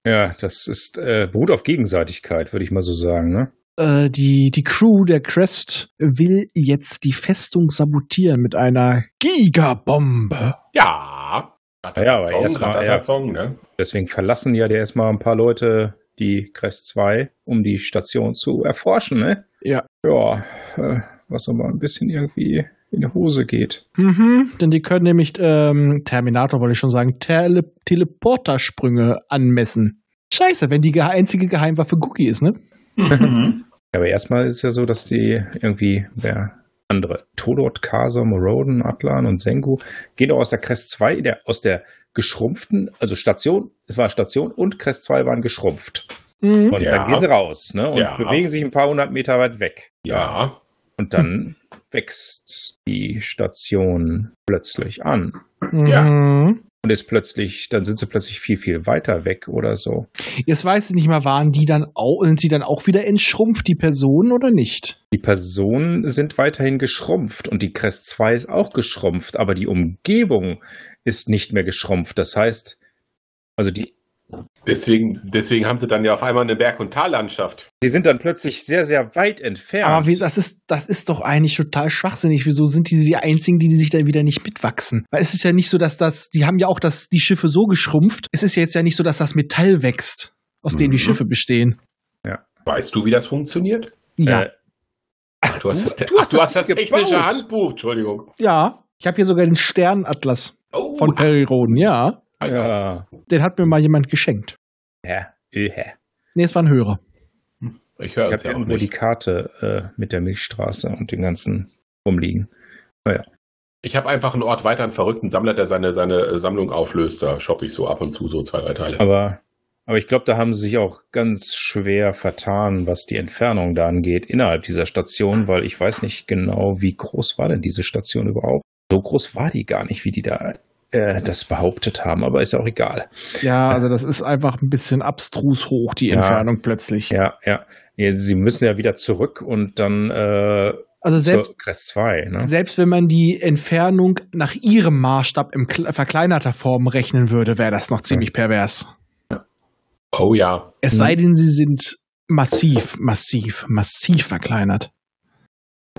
Speaker 1: Ja, das ist, äh, beruht auf Gegenseitigkeit, würde ich mal so sagen, ne?
Speaker 2: Äh, die, die Crew der Crest will jetzt die Festung sabotieren mit einer Gigabombe.
Speaker 4: Ja.
Speaker 1: Ah Ja, aber erst mal,
Speaker 4: Ratata
Speaker 1: ja.
Speaker 2: halt
Speaker 4: Song, ne?
Speaker 1: Deswegen verlassen ja der erstmal ein paar Leute die Crest 2, um die Station zu erforschen, ne?
Speaker 2: Ja.
Speaker 1: Ja, äh, was aber ein bisschen irgendwie in die Hose geht.
Speaker 2: Mhm, denn die können nämlich ähm, Terminator, wollte ich schon sagen, Tele Teleportersprünge anmessen. Scheiße, wenn die ge einzige Geheimwaffe Cookie ist, ne?
Speaker 1: Ja, Aber erstmal ist ja so, dass die irgendwie, wer andere, Todot, Kasa, Moroden, Atlan und Sengu, gehen doch aus der Crest 2, der, aus der geschrumpften, also Station, es war Station und Crest 2 waren geschrumpft.
Speaker 2: Mhm.
Speaker 1: Und
Speaker 4: Ja.
Speaker 1: dann gehen sie raus, ne? Und
Speaker 4: Ja.
Speaker 1: bewegen sich ein paar hundert Meter weit weg.
Speaker 4: Ja.
Speaker 1: Und dann wächst die Station plötzlich an.
Speaker 4: Ja.
Speaker 2: Mhm.
Speaker 1: Und ist plötzlich, dann sind sie plötzlich viel, viel weiter weg oder so.
Speaker 2: Jetzt weiß ich nicht mal, waren die dann auch, sind sie dann auch wieder entschrumpft, die Personen oder nicht?
Speaker 1: Die Personen sind weiterhin geschrumpft und die Crest 2 ist auch geschrumpft, aber die Umgebung ist nicht mehr geschrumpft. Das heißt, also die,
Speaker 4: Deswegen, deswegen haben sie dann ja auf einmal eine Berg- und Tallandschaft.
Speaker 1: die sind dann plötzlich sehr, sehr weit entfernt.
Speaker 2: Aber wie, das, ist, das ist doch eigentlich total schwachsinnig. Wieso sind die die einzigen, die sich da wieder nicht mitwachsen? Weil es ist ja nicht so, dass das, die haben ja auch das, die Schiffe so geschrumpft. Es ist ja jetzt ja nicht so, dass das Metall wächst, aus dem die
Speaker 4: Mhm.
Speaker 2: Schiffe bestehen.
Speaker 4: Weißt du, wie das funktioniert?
Speaker 2: Ja.
Speaker 1: äh,
Speaker 4: Ach, du hast das,
Speaker 2: du hast
Speaker 4: ach, du
Speaker 2: das
Speaker 4: hast das
Speaker 2: Ding
Speaker 4: technische
Speaker 2: gebaut.
Speaker 4: Handbuch, Entschuldigung.
Speaker 2: ja. Ich habe hier sogar den Sternatlas
Speaker 4: Oh,
Speaker 2: von Periroden, ja.
Speaker 1: Äh, ja. Äh,
Speaker 2: Den hat mir mal jemand geschenkt.
Speaker 1: Ja, öhä.
Speaker 2: Nee, es war ein Hörer.
Speaker 4: ich höre
Speaker 1: Ich habe
Speaker 4: es ja auch
Speaker 1: irgendwo die
Speaker 4: nicht.
Speaker 1: Karte äh, mit der Milchstraße und dem ganzen rumliegen.
Speaker 4: Ich habe einfach einen Ort weiter einen verrückten Sammler, der seine, seine äh, Sammlung auflöst. Da shoppe ich so ab und zu so zwei, drei Teile.
Speaker 1: Aber, aber ich glaube, da haben sie sich auch ganz schwer vertan, was die Entfernung da angeht, innerhalb dieser Station, weil ich weiß nicht genau, wie groß war denn diese Station überhaupt. So groß war die gar nicht, wie die da äh, das behauptet haben, aber ist ja auch egal.
Speaker 2: Ja, also das ist einfach ein bisschen abstrus hoch, die
Speaker 1: Ja.
Speaker 2: Entfernung plötzlich.
Speaker 1: Ja, ja. Ja, Sie müssen ja wieder zurück und dann äh,
Speaker 2: Also selbst,
Speaker 1: zur Crest 2. Ne?
Speaker 2: Selbst wenn man die Entfernung nach ihrem Maßstab in kle- verkleinerter Form rechnen würde, wäre das noch ziemlich pervers.
Speaker 4: Oh ja.
Speaker 2: Es sei denn, sie sind massiv, massiv, massiv verkleinert.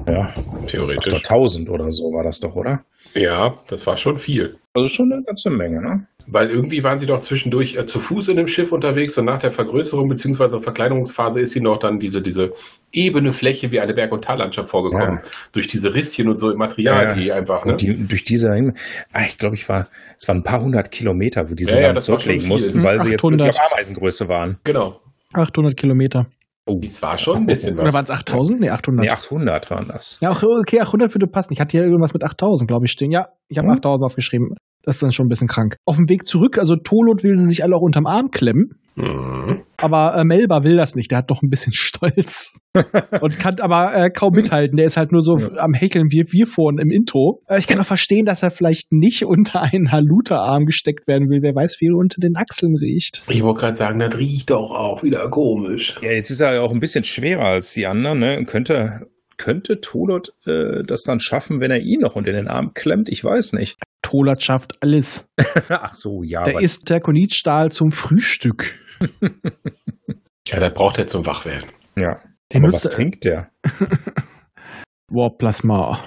Speaker 1: Ja,
Speaker 4: Theoretisch.
Speaker 1: 8000 oder so war das doch, oder?
Speaker 4: Ja, das war schon viel.
Speaker 1: Also schon eine ganze Menge, ne?
Speaker 4: Weil irgendwie waren sie doch zwischendurch äh, zu Fuß in dem Schiff unterwegs und nach der Vergrößerung bzw. Verkleinerungsphase ist ihnen auch dann diese, diese ebene Fläche wie eine Berg- und Tallandschaft vorgekommen. Durch diese Risschen und so im Material,
Speaker 1: Ja.
Speaker 4: die einfach, ne?
Speaker 1: Und die, durch diese, ah, ich glaube, ich war, es waren ein paar hundert Kilometer, wo die sie
Speaker 4: Ja, ja,
Speaker 1: dann
Speaker 4: das war schon
Speaker 1: zurücklegen
Speaker 4: viel.
Speaker 1: mussten, weil sie jetzt
Speaker 2: 800.
Speaker 1: plötzlich auf Ameisengröße waren.
Speaker 4: Genau.
Speaker 2: 800 Kilometer.
Speaker 1: Oh,
Speaker 4: Das war schon ein bisschen
Speaker 2: Oder
Speaker 4: was.
Speaker 2: waren es 8000? Nee, 800.
Speaker 1: nee, 800 waren das.
Speaker 2: Ja, auch- okay, 800 würde passen. Ich hatte hier irgendwas mit 8000, glaube ich, stehen. Ja, ich habe
Speaker 1: Hm.
Speaker 2: 8000 aufgeschrieben. Das ist dann schon ein bisschen krank. Auf dem Weg zurück, also Tolot will sie sich alle auch unterm Arm klemmen.
Speaker 4: Mhm.
Speaker 2: Aber äh, Melba will das nicht, der hat doch ein bisschen Stolz. und kann aber äh, kaum mithalten. Der ist halt nur so
Speaker 1: Ja.
Speaker 2: am Häkeln wie wir vorhin im Intro. Äh, ich kann auch verstehen, dass er vielleicht nicht unter einen Haluta-Arm gesteckt werden will. Wer weiß, wie er unter den Achseln riecht.
Speaker 4: Ich wollte gerade sagen, das riecht doch auch wieder komisch.
Speaker 1: Ja, jetzt ist er ja auch ein bisschen schwerer als die anderen. Ne? Und Könnte, könnte Tolot äh, das dann schaffen, wenn er ihn noch unter den Arm klemmt? Ich weiß nicht.
Speaker 2: Tolat schafft alles.
Speaker 1: Ach so, ja.
Speaker 2: der
Speaker 1: aber-
Speaker 2: isst Terkonitstahl zum Frühstück.
Speaker 4: Ja, das braucht er zum Wachwerden.
Speaker 1: ja.
Speaker 2: Den
Speaker 1: aber was
Speaker 2: nutzt er.
Speaker 1: trinkt der?
Speaker 2: Warplasma.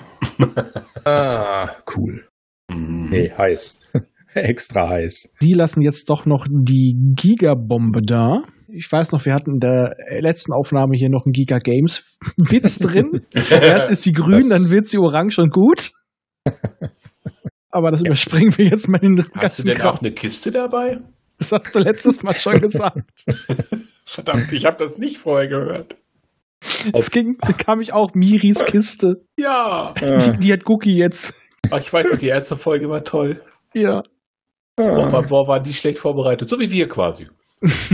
Speaker 1: Ah, cool.
Speaker 4: Mhm.
Speaker 1: Nee, heiß. extra heiß.
Speaker 2: Die lassen jetzt doch noch die Gigabombe da. Ich weiß noch, wir hatten in der letzten Aufnahme hier noch einen Giga Games Witz drin. Erst ist sie grün,
Speaker 1: Das-
Speaker 2: dann wird sie orange und gut. Aber das überspringen wir jetzt mal in den
Speaker 4: Hast du
Speaker 2: ganzen
Speaker 4: denn auch
Speaker 2: Kram.
Speaker 4: eine Kiste dabei?
Speaker 2: Das hast du letztes Mal schon gesagt.
Speaker 4: Verdammt, ich habe das nicht vorher gehört.
Speaker 2: Es ging, kam ich auch Miris Kiste.
Speaker 4: Ja,
Speaker 2: Die, die hat Cookie jetzt.
Speaker 4: Ach, ich weiß nicht, die erste Folge war toll.
Speaker 2: Ja.
Speaker 4: Boah, war, boah, war die schlecht vorbereitet, so wie wir quasi.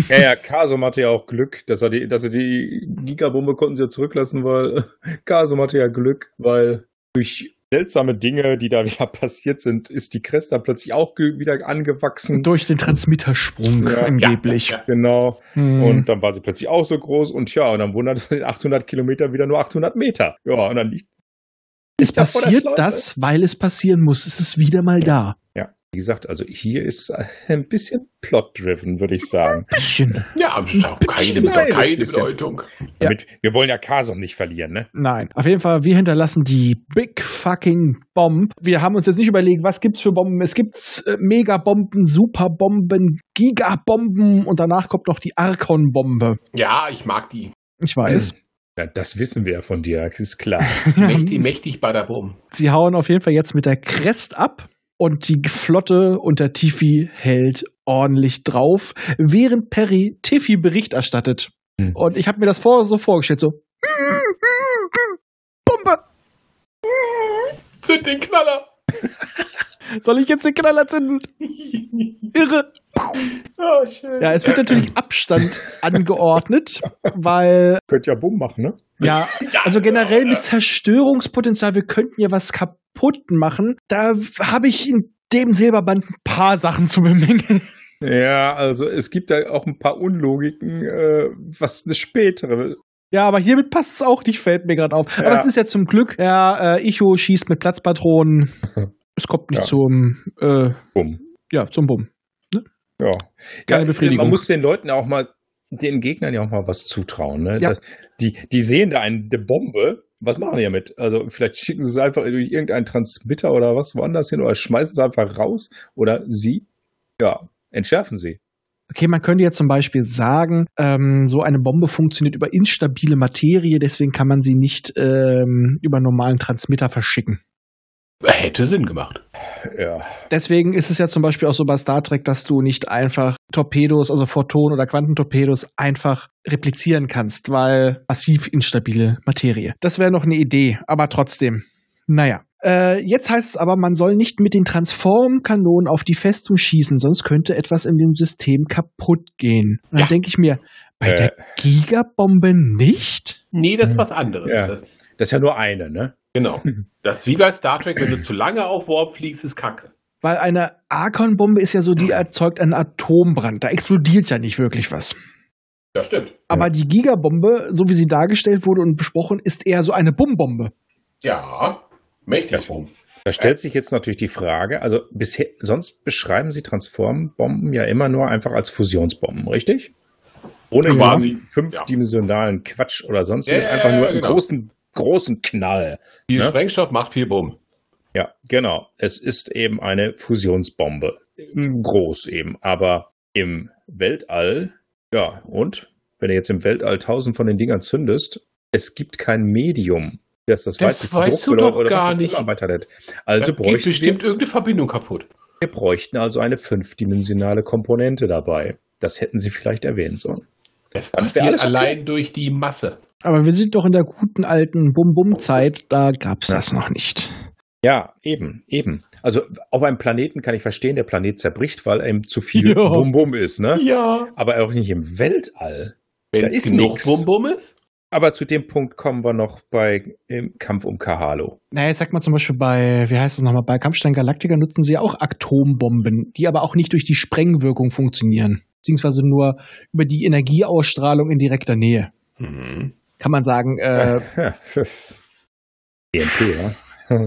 Speaker 1: Ja, ja, Kasum hatte ja auch Glück, dass er die, dass er die Gigabombe konnten sie ja zurücklassen, weil Kasum hatte ja Glück, weil durch seltsame Dinge, die da wieder passiert sind, ist die Cresta plötzlich auch ge- wieder angewachsen.
Speaker 2: Durch den Transmittersprung
Speaker 1: Ja.
Speaker 2: angeblich.
Speaker 4: Ja, ja,
Speaker 1: Genau.
Speaker 2: Hm.
Speaker 1: Und dann war sie plötzlich auch so groß und ja, und dann wundert es sich 800 Kilometer wieder nur 800 Meter. Ja, und dann liegt,
Speaker 2: es
Speaker 1: da vor der
Speaker 2: passiert
Speaker 1: Schleuse.
Speaker 2: das, weil es passieren muss. Es ist wieder mal da.
Speaker 1: wie gesagt, also hier ist ein bisschen plot-driven, würde ich sagen.
Speaker 2: Bisschen.
Speaker 4: Ja, aber das hat auch keine,
Speaker 1: Kleines
Speaker 4: keine
Speaker 1: bisschen.
Speaker 4: Bedeutung.
Speaker 2: Ja.
Speaker 1: Damit, wir wollen ja Kasum nicht verlieren, ne?
Speaker 2: Nein. Auf jeden Fall, wir hinterlassen die Big Fucking Bomb. Wir haben uns jetzt nicht überlegt, was gibt's für Bomben. Es gibt äh, Megabomben, Superbomben, Gigabomben und danach kommt noch die Archon-Bombe.
Speaker 4: Ja, ich mag die.
Speaker 2: Ich weiß.
Speaker 1: Ja, das wissen wir ja von dir, das ist klar.
Speaker 4: Mächtig, mächtig Badabum.
Speaker 2: Sie hauen auf jeden Fall jetzt mit der Crest ab und die Flotte unter Tiffy hält ordentlich drauf, während Perry Tiffy Bericht erstattet.
Speaker 1: Hm.
Speaker 2: Und ich habe mir das vor, so vorgestellt, so. Bombe!
Speaker 4: Zünd den Knaller!
Speaker 2: Soll ich jetzt den Knaller zünden? Irre!
Speaker 4: Oh, schön.
Speaker 2: Ja, es wird natürlich Abstand angeordnet, weil,
Speaker 1: Könnt ja Bumm machen, ne?
Speaker 2: ja, also generell mit Zerstörungspotenzial, wir könnten ja was kaputt machen. Da habe ich in dem Silberband ein paar Sachen zu bemängeln.
Speaker 1: Ja, also es gibt da auch ein paar Unlogiken, äh, was eine spätere.
Speaker 2: Ja, aber hiermit passt es auch nicht, fällt mir gerade auf. Aber
Speaker 1: Ja.
Speaker 2: es ist ja zum Glück, ja, äh, Icho schießt mit Platzpatronen. Es kommt nicht
Speaker 1: Ja.
Speaker 2: zum, äh,
Speaker 1: Bumm.
Speaker 2: ja, zum Bumm.
Speaker 1: um, Ja.
Speaker 2: Keine
Speaker 1: ja,
Speaker 2: Befriedigung.
Speaker 1: Man muss den Leuten auch mal, den Gegnern ja auch mal was zutrauen. Ne?
Speaker 2: Ja.
Speaker 1: Das, die, die sehen da eine Bombe. Was machen die damit? Also vielleicht schicken sie es einfach durch irgendeinen Transmitter oder was woanders hin oder schmeißen es einfach raus oder sie, ja, entschärfen sie.
Speaker 2: Okay, man könnte ja zum Beispiel sagen, ähm, so eine Bombe funktioniert über instabile Materie, deswegen kann man sie nicht ähm, über einen normalen Transmitter verschicken.
Speaker 4: Hätte Sinn gemacht.
Speaker 1: Ja.
Speaker 2: Deswegen ist es ja zum Beispiel auch so bei Star Trek, dass du nicht einfach Torpedos, also Photon- oder Quantentorpedos, einfach replizieren kannst, weil massiv instabile Materie. Das wäre noch eine Idee, aber trotzdem. Naja. Äh, jetzt heißt es aber, man soll nicht mit den Transformkanonen auf die Festung schießen, sonst könnte etwas in dem System kaputt gehen. Und Dann
Speaker 4: Ja.
Speaker 2: denke ich mir, bei
Speaker 1: Äh.
Speaker 2: der Gigabombe nicht?
Speaker 4: Nee, das ist was anderes.
Speaker 1: Ja. Das ist ja nur eine, ne?
Speaker 4: Genau. Das ist wie bei Star Trek, wenn du zu lange auf Warp fliegst, ist Kacke.
Speaker 2: Weil eine Archon-Bombe ist ja so, die erzeugt einen Atombrand. Da explodiert ja nicht wirklich was.
Speaker 4: Ja, stimmt.
Speaker 2: Aber die Gigabombe, so wie sie dargestellt wurde und besprochen, ist eher so eine Bummbombe.
Speaker 4: Ja, mächtig rum.
Speaker 1: Da stellt sich jetzt natürlich die Frage, also bisher, sonst beschreiben sie Transformbomben ja immer nur einfach als Fusionsbomben, richtig? Ohne
Speaker 4: Ja.
Speaker 1: quasi
Speaker 4: Ja.
Speaker 1: fünfdimensionalen Quatsch oder sonstiges,
Speaker 4: Ja, ja,
Speaker 1: einfach
Speaker 4: ja,
Speaker 1: nur
Speaker 4: ja,
Speaker 1: einen
Speaker 4: genau.
Speaker 1: großen, großen Knall.
Speaker 4: Viel
Speaker 1: Ne?
Speaker 4: Sprengstoff macht viel Bumm.
Speaker 1: Ja, genau. Es ist eben eine Fusionsbombe. Groß eben, aber im Weltall, ja, und wenn du jetzt im Weltall tausend von den Dingern zündest, es gibt kein Medium, das das
Speaker 4: Das
Speaker 1: weiteste
Speaker 4: weißt du
Speaker 1: Druckveloy
Speaker 4: doch gar
Speaker 1: was auch
Speaker 4: nicht.
Speaker 1: immer weiterleitet. Also
Speaker 4: da geht
Speaker 1: bräuchten wir
Speaker 4: bestimmt irgendeine Verbindung kaputt.
Speaker 1: Wir bräuchten also eine fünfdimensionale Komponente dabei. Das hätten Sie vielleicht erwähnen sollen.
Speaker 4: Das
Speaker 1: Dann wär
Speaker 4: passiert
Speaker 1: alles okay.
Speaker 4: allein durch die Masse.
Speaker 2: Aber wir sind doch in der guten alten Bum-Bum-Zeit, da gab's das noch nicht.
Speaker 1: Ja, eben, eben. Also auf einem Planeten kann ich verstehen, der Planet zerbricht, weil eben zu viel
Speaker 2: Ja.
Speaker 1: Bum-Bum ist, ne?
Speaker 4: Ja.
Speaker 1: Aber auch nicht im Weltall.
Speaker 4: Wenn
Speaker 1: Da
Speaker 4: es
Speaker 1: ist
Speaker 4: genug
Speaker 1: nix.
Speaker 4: Bum-Bum ist.
Speaker 1: Aber zu dem Punkt kommen wir noch bei im Kampf um Kahalo.
Speaker 2: Naja, ich sag mal zum Beispiel bei, wie heißt es nochmal, bei Kampfstein Galactica nutzen sie ja auch Atombomben, die aber auch nicht durch die Sprengwirkung funktionieren. Beziehungsweise nur über die Energieausstrahlung in direkter Nähe.
Speaker 4: Mhm.
Speaker 2: Kann man sagen, äh,
Speaker 1: Ja, EMP, ja.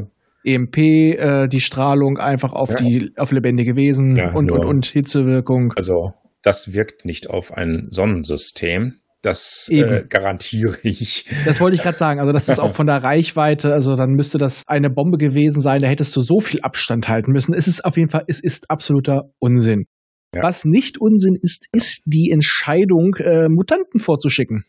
Speaker 2: EMP, E äh, die Strahlung einfach auf
Speaker 1: Ja.
Speaker 2: die, auf lebendige Wesen
Speaker 1: Ja,
Speaker 2: und, und,
Speaker 1: nur-
Speaker 2: und Hitzewirkung.
Speaker 1: Also das wirkt nicht auf ein Sonnensystem. Das
Speaker 2: Eben.
Speaker 1: äh, garantiere ich.
Speaker 2: Das wollte ich gerade sagen. Also, das ist auch von der Reichweite. Also, dann müsste das eine Bombe gewesen sein. Da hättest du so viel Abstand halten müssen. Es ist auf jeden Fall, es ist absoluter Unsinn.
Speaker 1: Ja.
Speaker 2: Was nicht Unsinn ist, ist die Entscheidung, äh, Mutanten vorzuschicken.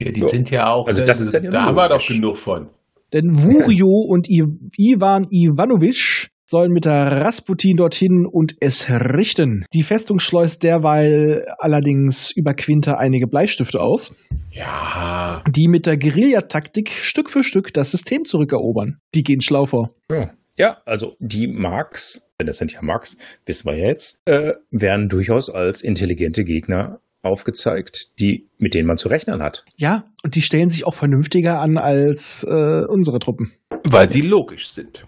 Speaker 7: Ja, die
Speaker 1: Ja.
Speaker 7: sind ja auch.
Speaker 1: Also das ist dann ja
Speaker 4: äh, Da haben wir doch genug von.
Speaker 2: Denn Vurio und I Ivan Ivanovic sollen mit der Rasputin dorthin und es richten. Die Festung schleust derweil allerdings über Quinter einige Bleistifte aus,
Speaker 4: Ja.
Speaker 2: die mit der Guerillataktik Stück für Stück das System zurückerobern. Die gehen schlau vor.
Speaker 1: Ja. ja, also die Marx, denn das sind ja Marx, wissen wir ja jetzt, äh, werden durchaus als intelligente Gegner aufgezeigt, die, mit denen man zu rechnen hat.
Speaker 2: Ja, und die stellen sich auch vernünftiger an als äh, unsere Truppen.
Speaker 4: Weil sie logisch sind.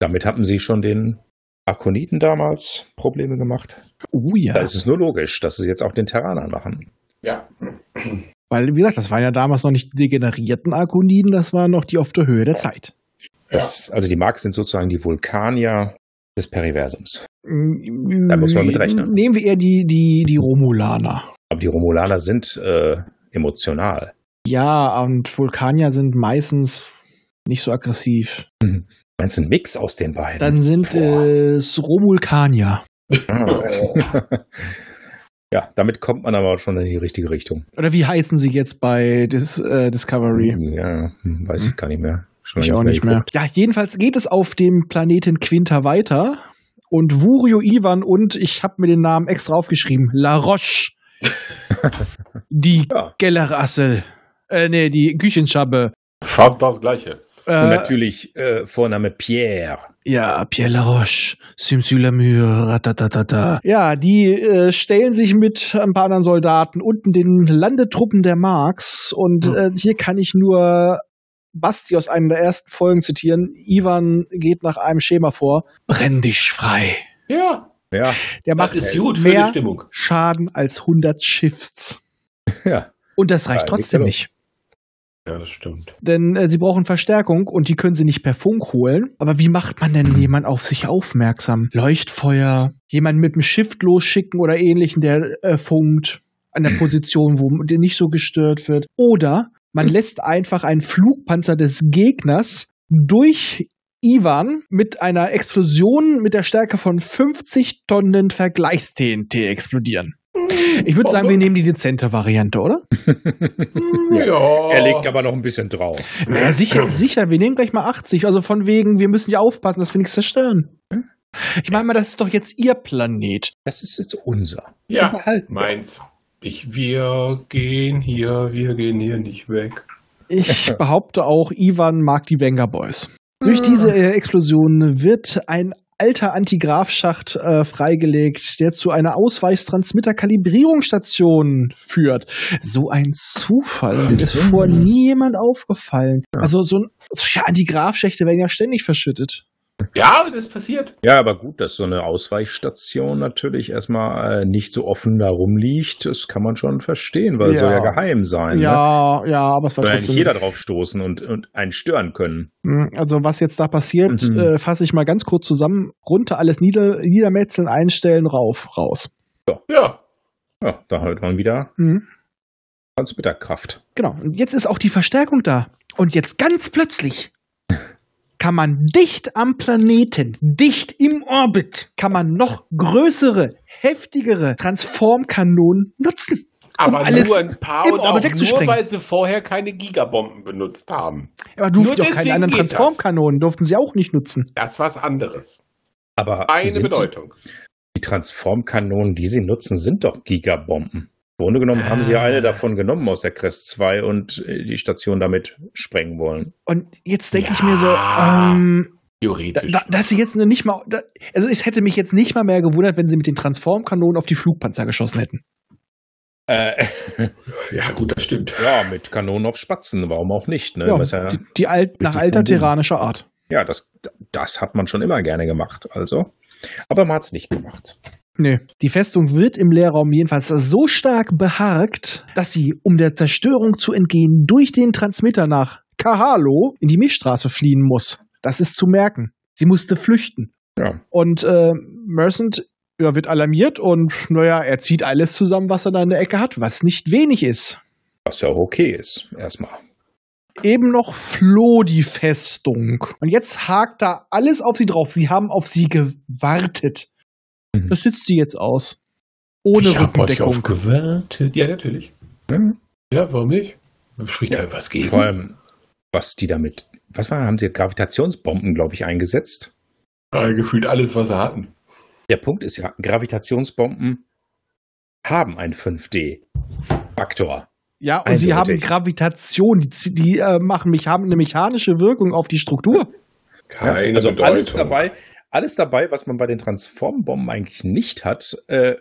Speaker 1: Damit hatten sie schon den Akoniten damals Probleme gemacht.
Speaker 2: Oh ja.
Speaker 1: Da ist es nur logisch, dass sie jetzt auch den Terranern machen.
Speaker 4: Ja.
Speaker 2: Weil, wie gesagt, das waren ja damals noch nicht die degenerierten Arkoniden, das waren noch die auf der Höhe der Zeit.
Speaker 1: Das, also die Marx sind sozusagen die Vulkanier des Periversums.
Speaker 2: Da
Speaker 1: muss man mit rechnen.
Speaker 2: Nehmen wir eher die, die, die Romulaner.
Speaker 1: Aber die Romulaner sind äh, emotional.
Speaker 2: Ja, und Vulkanier sind meistens nicht so aggressiv.
Speaker 1: Meinst du einen Mix aus den beiden?
Speaker 2: Dann sind
Speaker 1: Boah.
Speaker 2: es Romulkanier.
Speaker 1: Ah. ja, damit kommt man aber schon in die richtige Richtung.
Speaker 2: Oder wie heißen sie jetzt bei Dis, äh, Discovery?
Speaker 1: Ja, hm, weiß ich gar nicht mehr. Schon
Speaker 2: Ich
Speaker 1: lange
Speaker 2: auch nicht mehr. Ja, jedenfalls geht es auf dem Planeten Quinta weiter. Und Vurio Ivan und, ich habe mir den Namen extra aufgeschrieben, La Roche. die
Speaker 1: Ja.
Speaker 2: Gellerassel. Äh, nee, die Küchenschabe.
Speaker 4: Fast das Gleiche.
Speaker 1: Und
Speaker 2: Äh,
Speaker 1: natürlich äh, Vorname Pierre.
Speaker 2: Ja, Pierre Laroche, Simsulamur, ratatatata. Ja, die äh, stellen sich mit ein paar anderen Soldaten unten den Landetruppen der Marx und äh, hier kann ich nur Basti aus einem der ersten Folgen zitieren. Ivan geht nach einem Schema vor. Brenn dich frei.
Speaker 4: Ja.
Speaker 1: Ja,
Speaker 2: Der
Speaker 4: Das
Speaker 2: macht
Speaker 4: ist gut für die
Speaker 2: mehr
Speaker 4: Stimmung.
Speaker 2: Schaden als 100 Shifts.
Speaker 1: ja.
Speaker 2: Und das reicht
Speaker 1: Ja,
Speaker 2: trotzdem
Speaker 1: liegt
Speaker 2: nicht.
Speaker 4: Ja, das stimmt.
Speaker 2: Denn äh, sie brauchen Verstärkung und die können sie nicht per Funk holen. Aber wie macht man denn jemand auf sich aufmerksam? Leuchtfeuer, jemanden mit dem Shift losschicken oder ähnlichen, der äh, funkt an der Position, wo der nicht so gestört wird. Oder man lässt einfach einen Flugpanzer des Gegners durch Ivan mit einer Explosion mit der Stärke von 50 Tonnen Vergleichs-TNT explodieren. Ich würde sagen, wir nehmen die dezente Variante, oder?
Speaker 1: Ja.
Speaker 4: Ja.
Speaker 1: Er legt aber noch ein bisschen drauf.
Speaker 2: Naja, sicher, sicher, wir nehmen gleich mal 80. Also von wegen, wir müssen ja aufpassen, dass wir nichts zerstören. Ich meine mal, das ist doch jetzt ihr Planet.
Speaker 1: Das ist jetzt unser.
Speaker 4: Ja.
Speaker 1: Halt.
Speaker 4: Meins. Ich, wir gehen hier, wir gehen hier nicht weg.
Speaker 2: Ich behaupte auch, Ivan mag die Venga Boys. Durch diese äh, Explosion wird ein alter Antigrafschacht äh, freigelegt, der zu einer Ausweichstransmitter-Kalibrierungsstation führt. So ein Zufall. Mir ist vor nie jemand aufgefallen. Also so ein solche Antigrafschächte werden ja ständig verschüttet.
Speaker 4: Ja, das passiert.
Speaker 1: Ja, aber gut, dass so eine Ausweichstation natürlich erstmal äh, nicht so offen da rumliegt, das kann man schon verstehen, weil
Speaker 2: Ja.
Speaker 1: soll ja geheim sein. ne?
Speaker 2: Ja, ja, aber es war
Speaker 1: Soll ja nicht
Speaker 2: trotzdem
Speaker 1: jeder drauf stoßen und, und einen stören können.
Speaker 2: Mm, Also was jetzt da passiert,
Speaker 1: Mhm.
Speaker 2: äh, fasse ich mal ganz kurz zusammen. Runter alles nieder, niedermetzeln, einstellen, rauf, raus.
Speaker 4: Ja.
Speaker 1: Ja, da hört man wieder
Speaker 2: Mhm.
Speaker 1: Transmitterkraft.
Speaker 2: Genau. Und jetzt ist auch die Verstärkung da. Und jetzt ganz plötzlich kann man dicht am Planeten, dicht im Orbit, kann man noch größere, heftigere Transformkanonen nutzen.
Speaker 4: Aber
Speaker 2: alles
Speaker 4: nur ein paar
Speaker 2: im
Speaker 4: und auch
Speaker 2: Orbit
Speaker 4: nur,
Speaker 2: wegzusprengen.
Speaker 4: weil sie vorher keine Gigabomben benutzt haben.
Speaker 2: Aber durften doch
Speaker 4: Nur
Speaker 2: keine
Speaker 4: deswegen
Speaker 2: anderen
Speaker 4: geht das.
Speaker 2: Transformkanonen, durften sie auch nicht nutzen.
Speaker 4: Das ist was anderes.
Speaker 1: Aber
Speaker 4: Eine
Speaker 1: sind
Speaker 4: Bedeutung.
Speaker 1: Die, die Transformkanonen, die sie nutzen, sind doch Gigabomben. Im Grunde genommen haben sie ja eine davon genommen aus der Crest 2 und äh, die Station damit sprengen wollen.
Speaker 2: Und jetzt denke
Speaker 4: Ja.
Speaker 2: ich mir so, ähm, Da,
Speaker 4: Theoretisch.
Speaker 2: da, dass sie jetzt nur nicht mal. Da, also, es hätte mich jetzt nicht mal mehr gewundert, wenn sie mit den Transformkanonen auf die Flugpanzer geschossen hätten.
Speaker 1: Äh,
Speaker 4: ja, gut, das stimmt.
Speaker 1: ja, mit Kanonen auf Spatzen, warum auch nicht? Ne? Was ja,
Speaker 2: die, die alt, nach
Speaker 1: richtig
Speaker 2: alter
Speaker 1: vom Ding.
Speaker 2: terranischer Art.
Speaker 1: ja das, das hat man schon immer gerne gemacht. Also. Aber man hat es nicht gemacht.
Speaker 2: Nee. Die Festung wird im Leerraum jedenfalls so stark beharkt, dass sie, um der Zerstörung zu entgehen, durch den Transmitter nach Kahalo in die Milchstraße fliehen muss. Das ist zu merken. Sie musste flüchten.
Speaker 1: Ja.
Speaker 2: Und äh, Mercent ja, wird alarmiert und naja, er zieht alles zusammen, was er da in der Ecke hat, was nicht wenig ist.
Speaker 1: Was ja auch okay ist, erstmal.
Speaker 2: Eben noch floh die Festung. Und jetzt hakt da alles auf sie drauf. Sie haben auf sie gewartet.
Speaker 1: Mhm.
Speaker 2: Das sitzt sie jetzt aus. Ohne
Speaker 4: Ich hab euch
Speaker 2: Rückendeckung.
Speaker 4: aufgewartet. Ja, natürlich.
Speaker 1: Ja.
Speaker 4: Ja, warum nicht? Spricht
Speaker 1: Ja.
Speaker 4: ja. was gegen.
Speaker 1: Vor allem, was die damit. Was war, haben sie Gravitationsbomben, glaube ich, eingesetzt?
Speaker 4: Äh, gefühlt alles, was sie hatten.
Speaker 1: Der Punkt ist ja, Gravitationsbomben haben einen 5D-Faktor.
Speaker 2: Ja, und sie haben
Speaker 1: Eindeutig.
Speaker 2: Gravitation. Die, zie- die äh, machen mich, haben eine mechanische Wirkung auf die Struktur.
Speaker 4: Keine
Speaker 1: also
Speaker 4: Bedeutung.
Speaker 1: alles dabei, alles dabei, was man bei den Transformbomben eigentlich nicht hat äh,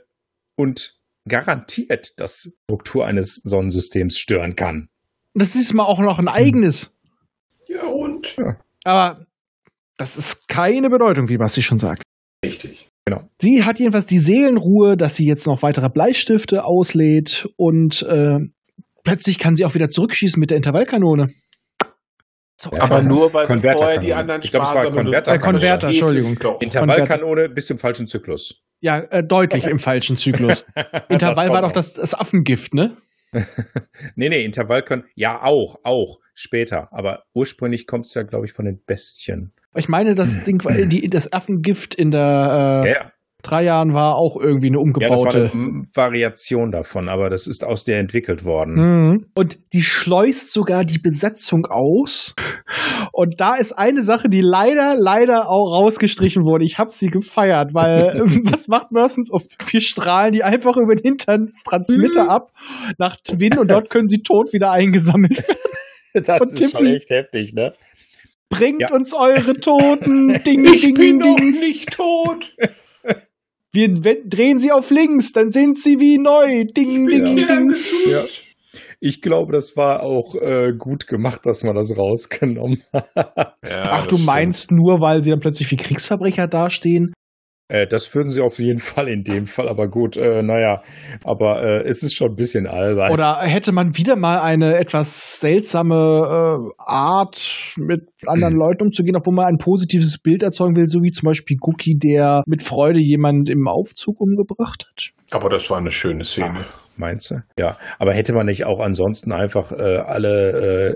Speaker 1: und garantiert, dass Struktur eines Sonnensystems stören kann.
Speaker 2: Das ist mal auch
Speaker 4: Hm.
Speaker 2: noch ein eigenes.
Speaker 4: Ja, und?
Speaker 2: Aber das ist keine Bedeutung, wie Basti schon sagt.
Speaker 4: Richtig.
Speaker 2: Sie hat jedenfalls die Seelenruhe, dass sie jetzt noch weitere Bleistifte auslädt und äh, plötzlich kann sie auch wieder zurückschießen mit der Intervallkanone. So,
Speaker 1: Ja,
Speaker 4: Aber nur, weil
Speaker 1: Konverter
Speaker 4: vorher
Speaker 1: kann
Speaker 4: die
Speaker 1: man-
Speaker 4: anderen
Speaker 1: Ich glaub, es war
Speaker 4: sparsam benutzt
Speaker 1: Konverter
Speaker 4: haben.
Speaker 2: kann man- Konverter,
Speaker 4: Geht es
Speaker 2: Entschuldigung.
Speaker 4: doch.
Speaker 1: Intervallkanone bis zum falschen Zyklus.
Speaker 2: ja äh, deutlich im falschen Zyklus. Intervall
Speaker 1: Das
Speaker 2: war
Speaker 1: kommt
Speaker 2: doch das, das Affengift, ne?
Speaker 1: Nee, nee, Intervallkanone. Ja, auch, auch. Später. Aber ursprünglich kommt es ja, glaube ich, von den Bestien.
Speaker 2: Ich meine,
Speaker 1: Hm.
Speaker 2: das Ding, war- äh, die, das Affengift in der äh,
Speaker 1: ja, ja.
Speaker 2: drei Jahren war auch irgendwie eine
Speaker 1: ja, das war
Speaker 2: umgebaute.
Speaker 1: eine M- Variation davon, aber das ist aus der entwickelt worden.
Speaker 2: Mhm. Und die schleust sogar die Besetzung aus. Und da ist eine Sache, die leider, leider auch rausgestrichen wurde. Ich habe sie gefeiert, weil ähm, was macht Merson? Oh, Wir strahlen die einfach über den Hintern Transmitter
Speaker 4: Mhm.
Speaker 2: ab nach Twin und dort können sie tot wieder eingesammelt werden.
Speaker 1: Das
Speaker 2: Und Tiffy-
Speaker 1: echt heftig, ne?
Speaker 2: Bringt
Speaker 1: Ja.
Speaker 2: uns eure Toten. Ding,
Speaker 4: Ich
Speaker 2: ding,
Speaker 4: bin doch
Speaker 2: ding.
Speaker 4: nicht tot.
Speaker 2: Wir we- drehen sie auf links, dann sind sie wie neu. Ding, ding,
Speaker 4: Bin
Speaker 2: ding.
Speaker 4: gesund.
Speaker 1: Ja. Ich glaube, das war auch äh, gut gemacht, dass man das rausgenommen hat.
Speaker 4: Ja,
Speaker 2: Ach,
Speaker 4: das
Speaker 2: du
Speaker 4: stimmt.
Speaker 2: meinst nur, weil sie dann plötzlich wie Kriegsverbrecher dastehen?
Speaker 1: Äh, das würden sie auf jeden Fall in dem Fall, aber gut, äh, naja, aber äh, es ist schon ein bisschen albern.
Speaker 2: Oder hätte man wieder mal eine etwas seltsame äh, Art, mit anderen
Speaker 1: Mhm.
Speaker 2: Leuten umzugehen, obwohl man ein positives Bild erzeugen will, so wie zum Beispiel Cookie, der mit Freude jemand im Aufzug umgebracht hat?
Speaker 4: Aber das war eine schöne Szene.
Speaker 1: Meinst du? Ja, aber hätte man nicht auch ansonsten einfach äh, alle äh,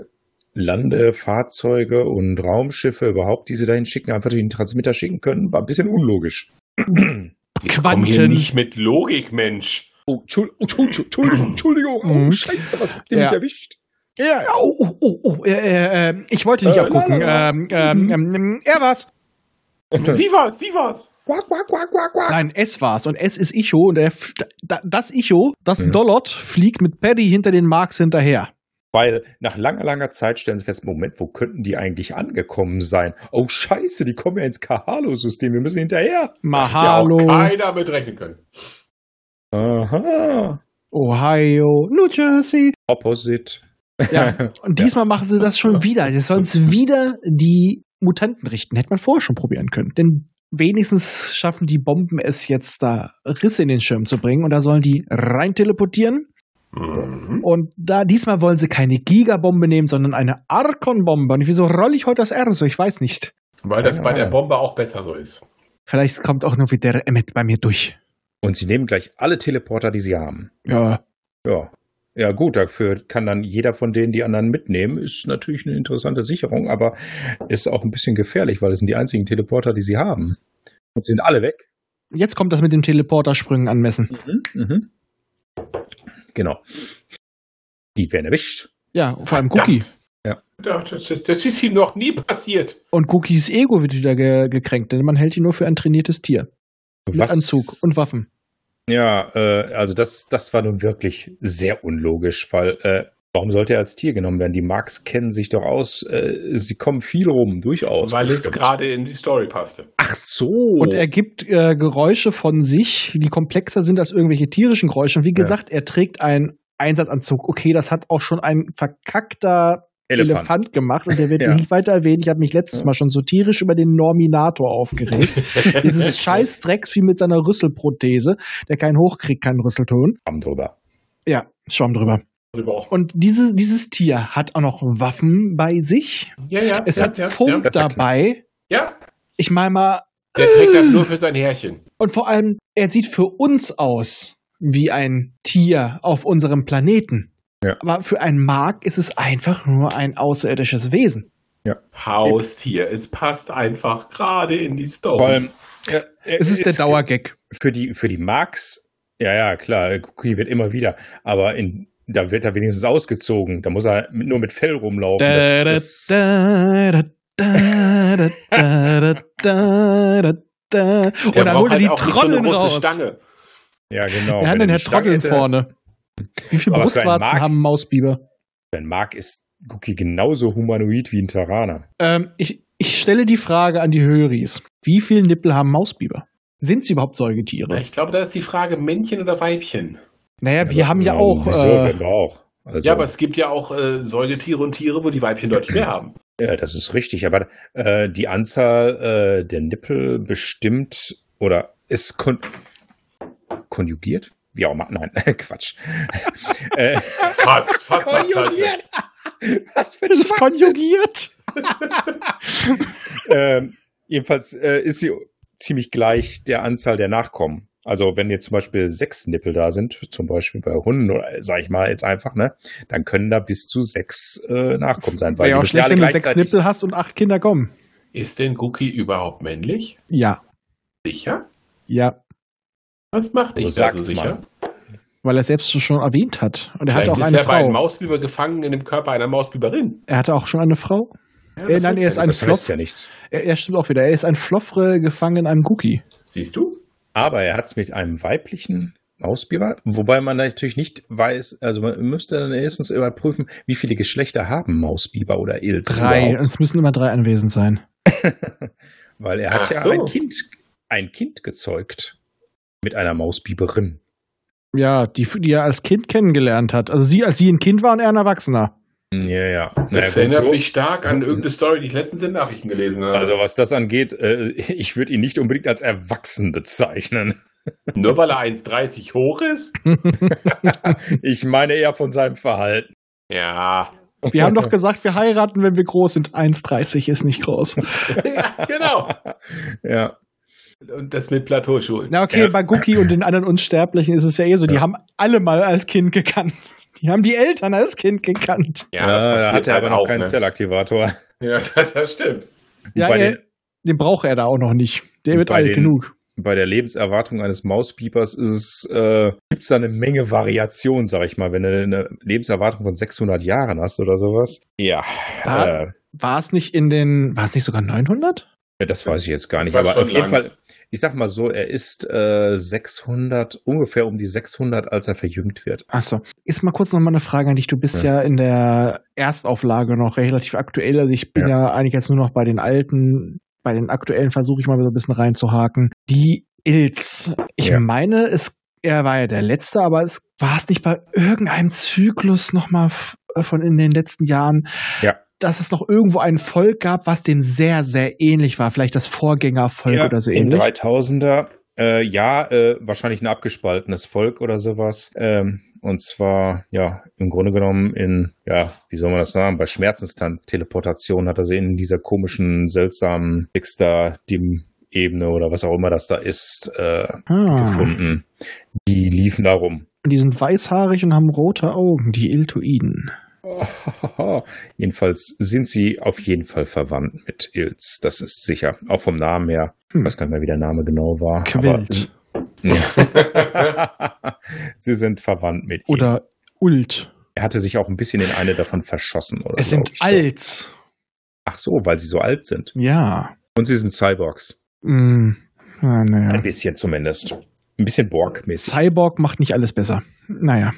Speaker 1: Landefahrzeuge und Raumschiffe überhaupt, die sie dahin schicken, einfach durch den Transmitter schicken können? War ein bisschen unlogisch.
Speaker 4: Komm hier nicht mit Logik, Mensch.
Speaker 1: Oh, Entschuldigung, Entschuldigung, Entschuldigung,
Speaker 2: Mhm.
Speaker 1: oh, scheiße, was habt ihr
Speaker 2: Ja.
Speaker 1: mich erwischt?
Speaker 2: Ja, oh, oh, oh, oh, äh, äh, äh, ich wollte nicht
Speaker 1: Äh,
Speaker 2: abgucken.
Speaker 1: la, Mhm.
Speaker 2: Ähm, ähm, ähm, er war's.
Speaker 4: sie war's, sie war's.
Speaker 1: Quack, quack, quack, quack, quack.
Speaker 2: Nein, es war's. Und es ist Icho. Und er, f- da- das Icho, das
Speaker 1: Mhm.
Speaker 2: Dollot, fliegt mit Paddy hinter den Marks hinterher.
Speaker 1: Weil nach langer, langer Zeit stellen sie fest, Moment, wo könnten die eigentlich angekommen sein? Oh, scheiße, die kommen ja ins Kahalo-System, wir müssen hinterher.
Speaker 2: Mahalo.
Speaker 4: Ja, auch keiner mitrechnen können.
Speaker 1: Aha,
Speaker 2: Ohio, New Jersey.
Speaker 1: Opposite.
Speaker 2: Ja, und
Speaker 1: Ja.
Speaker 2: diesmal machen sie das schon wieder. Jetzt sollen sie wieder die Mutanten richten. Hätte man vorher schon probieren können. Denn wenigstens schaffen die Bomben es jetzt da Risse in den Schirm zu bringen und da sollen die rein teleportieren.
Speaker 4: Mhm.
Speaker 2: Und da diesmal wollen sie keine Gigabombe nehmen, sondern eine Arkon-Bombe. Und wieso rolle ich heute das R so? Ich weiß nicht.
Speaker 4: Weil das
Speaker 1: Ja.
Speaker 4: bei der Bombe auch besser so ist.
Speaker 2: Vielleicht kommt auch nur wieder Emmet bei mir durch.
Speaker 1: Und sie nehmen gleich alle Teleporter, die sie haben.
Speaker 2: Ja.
Speaker 1: Ja. Ja, gut, dafür kann dann jeder von denen die anderen mitnehmen. Ist natürlich eine interessante Sicherung, aber ist auch ein bisschen gefährlich, weil es sind die einzigen Teleporter, die sie haben. Und sie sind alle weg.
Speaker 2: Jetzt kommt das mit dem Teleportersprüngen anmessen.
Speaker 1: Mhm. Genau. Die werden erwischt.
Speaker 2: Ja, vor allem Cookie.
Speaker 4: Das, das, das ist ihm noch nie passiert.
Speaker 2: Und Cookies Ego wird wieder ge gekränkt, denn man hält ihn nur für ein trainiertes Tier. Mit Anzug und Waffen.
Speaker 1: Ja, äh, also das, das war nun wirklich sehr unlogisch, weil äh, warum sollte er als Tier genommen werden? Die Marx kennen sich doch aus. Äh, sie kommen viel rum, durchaus.
Speaker 4: Weil es
Speaker 1: Bestimmt.
Speaker 4: gerade in die Story passte.
Speaker 1: Ach so.
Speaker 2: Und er gibt äh, Geräusche von sich, die komplexer sind als irgendwelche tierischen Geräusche. Und wie
Speaker 1: Ja.
Speaker 2: gesagt, er trägt einen Einsatzanzug. Okay, das hat auch schon ein verkackter Elefant, gemacht und der wird
Speaker 1: Ja.
Speaker 2: nicht weiter erwähnt. Ich habe mich letztes
Speaker 1: Ja.
Speaker 2: Mal schon so tierisch über den Norminator aufgeregt. Dieses scheiß Drecksvieh mit seiner Rüsselprothese, der keinen hochkriegt, keinen Rüsselton.
Speaker 1: Schwamm drüber.
Speaker 2: Ja, Schwamm drüber. Und diese, dieses Tier hat auch noch Waffen bei sich.
Speaker 4: Ja, ja.
Speaker 2: Es
Speaker 4: ja,
Speaker 2: hat
Speaker 4: ja,
Speaker 2: Funk
Speaker 1: das ist ja
Speaker 2: dabei.
Speaker 4: Ja,
Speaker 2: Ich meine mal, äh,
Speaker 4: Der trägt das nur für sein Härchen.
Speaker 2: Und vor allem, er sieht für uns aus wie ein Tier auf unserem Planeten.
Speaker 1: Ja.
Speaker 2: Aber für einen Mark ist es einfach nur ein außerirdisches Wesen.
Speaker 4: Haustier. Es passt einfach gerade in die
Speaker 1: Vor
Speaker 4: Story.
Speaker 1: allem, äh, äh,
Speaker 2: Oh. Es ist der Dauergag.
Speaker 1: Für die, für die Marx, ja, ja, klar, äh, Cookie wird immer wieder, aber in, da wird er wenigstens ausgezogen. Da muss er mit, nur mit Fell rumlaufen.
Speaker 2: Da, da,
Speaker 1: Oh, Das, das,
Speaker 2: da, da, da, da, da, da, da, da. Und
Speaker 4: Der
Speaker 2: dann
Speaker 4: braucht
Speaker 2: holt er die
Speaker 4: halt auch nicht
Speaker 2: Trollen
Speaker 4: so eine große
Speaker 2: raus.
Speaker 4: Stange.
Speaker 1: ja, genau.
Speaker 2: Er
Speaker 1: Wenn
Speaker 2: hat dann
Speaker 1: er
Speaker 2: Herr
Speaker 1: die Stange
Speaker 2: Trotteln
Speaker 1: hätte-
Speaker 2: vorne. Wie viele
Speaker 1: Aber für einen
Speaker 2: Brustwarzen
Speaker 1: Mark-
Speaker 2: haben Mausbiber?
Speaker 1: Wenn Mark ist Cookie genauso humanoid wie ein Terraner.
Speaker 2: Ähm, ich, ich stelle die Frage an die Höris. Wie viel Nippel haben Mausbiber? Sind sie überhaupt
Speaker 4: Ja, Also
Speaker 2: Säugetiere?
Speaker 4: Ich glaube, da ist die Frage Männchen oder Weibchen.
Speaker 2: Naja, wir haben ja
Speaker 1: Ähm,
Speaker 2: auch.
Speaker 1: Wieso?
Speaker 2: Äh,
Speaker 1: Wenn wir auch. Also,
Speaker 4: Ja, aber es gibt ja auch äh, Säugetiere und Tiere, wo die Weibchen deutlich mehr haben.
Speaker 1: Ja, das ist richtig, aber äh, die Anzahl äh, der Nippel bestimmt oder ist kon konjugiert? Wie auch immer, nein, Quatsch. äh,
Speaker 4: Fast, fast, fast.
Speaker 7: Konjugiert.
Speaker 1: was für
Speaker 2: das ist konjugiert.
Speaker 1: ähm, jedenfalls äh, ist sie ziemlich gleich der Anzahl der Nachkommen. Also wenn jetzt zum Beispiel sechs Nippel da sind, zum Beispiel bei Hunden oder äh, sag ich mal jetzt einfach, ne, dann können da bis zu sechs äh, Nachkommen sein.
Speaker 2: Wäre ja
Speaker 1: die
Speaker 2: auch
Speaker 1: müssen ja
Speaker 2: schlecht,
Speaker 1: alle
Speaker 2: wenn du sechs
Speaker 1: gleichzeitig-
Speaker 2: Nippel hast und acht Kinder kommen.
Speaker 4: Ist denn Cookie überhaupt männlich?
Speaker 2: Ja,
Speaker 4: Sicher?
Speaker 2: ja.
Speaker 4: Was macht dich
Speaker 1: So
Speaker 4: da
Speaker 1: sagt
Speaker 4: so sicher?
Speaker 1: man.
Speaker 2: Weil er es selbst schon erwähnt hat. Und er hatte
Speaker 4: Vielleicht
Speaker 2: auch
Speaker 4: ist
Speaker 2: eine
Speaker 4: er bei einem
Speaker 2: Frau.
Speaker 4: Mausbiber gefangen in dem Körper einer Mausbiberin.
Speaker 2: Er hatte auch schon eine Frau.
Speaker 4: Ja,
Speaker 2: Äh,
Speaker 4: was
Speaker 2: nein, er ist
Speaker 4: denn?
Speaker 2: ein
Speaker 1: Das heißt
Speaker 2: Floff.
Speaker 1: ja nichts.
Speaker 2: Er, er stimmt auch wieder. Er ist ein Floffre gefangen in einem Cookie.
Speaker 4: Siehst du?
Speaker 1: Aber er hat es mit einem weiblichen Mausbiber, wobei man natürlich nicht weiß, also man müsste dann erstens überprüfen, wie viele Geschlechter haben Mausbiber oder Ilz.
Speaker 2: Drei.
Speaker 1: überhaupt.
Speaker 2: Es müssen immer drei anwesend sein.
Speaker 1: Weil er hat
Speaker 4: Ach
Speaker 1: ja
Speaker 4: so.
Speaker 1: ein Kind, ein Kind gezeugt mit einer Mausbiberin.
Speaker 2: Ja, die, die er als Kind kennengelernt hat. Also sie, als sie ein Kind war und er ein Erwachsener.
Speaker 1: Ja, ja.
Speaker 4: Hm, Das
Speaker 1: Naja, gut,
Speaker 4: erinnert
Speaker 1: so.
Speaker 4: mich stark an irgendeine Story, die ich letztens in Nachrichten gelesen habe.
Speaker 1: Also was das angeht, äh, ich würde ihn nicht unbedingt als erwachsen bezeichnen.
Speaker 4: Nur weil er 1,30 hoch ist?
Speaker 1: Ich meine eher von seinem Verhalten.
Speaker 4: Ja.
Speaker 2: Wir haben doch gesagt, wir heiraten, wenn wir groß sind. 1,30 ist nicht groß.
Speaker 4: ja genau.
Speaker 1: Ja,
Speaker 4: Und das mit Plateauschuhen.
Speaker 2: Na okay,
Speaker 1: Ja.
Speaker 2: bei Guki und den anderen Unsterblichen ist es ja eh so, die
Speaker 1: Ja.
Speaker 2: haben alle mal als Kind gekannt. Die haben die Eltern als Kind gekannt.
Speaker 1: ja, da hat er
Speaker 4: halt
Speaker 1: aber noch keinen
Speaker 4: ne?
Speaker 1: Zellaktivator.
Speaker 4: Ja, das, das stimmt.
Speaker 2: Ja,
Speaker 1: Wobei
Speaker 2: er,
Speaker 1: der-
Speaker 2: den braucht er da auch noch nicht. Der wird
Speaker 1: Bei
Speaker 2: alt
Speaker 1: den-
Speaker 2: genug.
Speaker 1: bei der Lebenserwartung eines Mauspiepers ist es, äh, gibt es da eine Menge Variation, sag ich mal. Wenn du eine Lebenserwartung von 600 Jahren hast oder sowas. Ja.
Speaker 2: Da-
Speaker 1: äh,
Speaker 2: War es nicht in den, war es nicht sogar 900?
Speaker 1: ja, das weiß ich jetzt gar
Speaker 4: das
Speaker 1: nicht.
Speaker 4: war
Speaker 1: Aber
Speaker 4: schon
Speaker 1: auf jeden
Speaker 4: lang.
Speaker 1: Fall, ich sag mal so, er ist äh, 600, ungefähr um die 600, als er verjüngt wird.
Speaker 2: Achso. Ist mal kurz noch mal eine Frage an dich. Du bist ja, in der Erstauflage noch relativ aktuell. Also ich bin ja, eigentlich jetzt nur noch bei den alten, bei den aktuellen versuche ich mal so ein bisschen reinzuhaken. Die Ilz. Ich
Speaker 1: Ja.
Speaker 2: meine, es, er war ja der letzte, aber es war es nicht bei irgendeinem Zyklus noch mal f- äh, von in den letzten Jahren.
Speaker 1: Ja.
Speaker 2: Dass es noch irgendwo ein Volk gab, was dem sehr, sehr ähnlich war. Vielleicht das Vorgängervolk oder so also
Speaker 1: in
Speaker 2: ähnlich.
Speaker 1: 3000er. Äh, ja, äh, wahrscheinlich ein abgespaltenes Volk oder sowas. Ähm, und zwar, ja, im Grunde genommen in, ja, wie soll man das sagen, bei Schmerzensteleportation hat er sie in dieser komischen, seltsamen Dexter-Dim-Ebene oder was auch immer das da ist, äh,
Speaker 2: Ah.
Speaker 1: gefunden. Die liefen da rum.
Speaker 2: Und Die sind weißhaarig und haben rote Augen, die Iltoiden.
Speaker 1: Jedenfalls sind sie auf jeden Fall verwandt mit Ilz, das ist sicher. Auch vom Namen her.
Speaker 2: Hm.
Speaker 1: Ich weiß gar nicht mehr, wie der Name genau war.
Speaker 2: Quillt.
Speaker 1: aber- Ja. Sie sind verwandt mit ihm.
Speaker 2: Oder Ult.
Speaker 1: Er hatte sich auch ein bisschen in eine davon verschossen. Oder
Speaker 2: Es
Speaker 1: glaub
Speaker 2: sind
Speaker 1: ich So.
Speaker 2: Alts.
Speaker 1: Ach so, weil sie so alt sind.
Speaker 2: Ja.
Speaker 1: Und sie sind Cyborgs.
Speaker 2: Mm. Ja,
Speaker 1: Ein
Speaker 2: naja.
Speaker 1: bisschen zumindest. Ein bisschen Borg-mäßig.
Speaker 2: Cyborg macht nicht alles besser. Naja.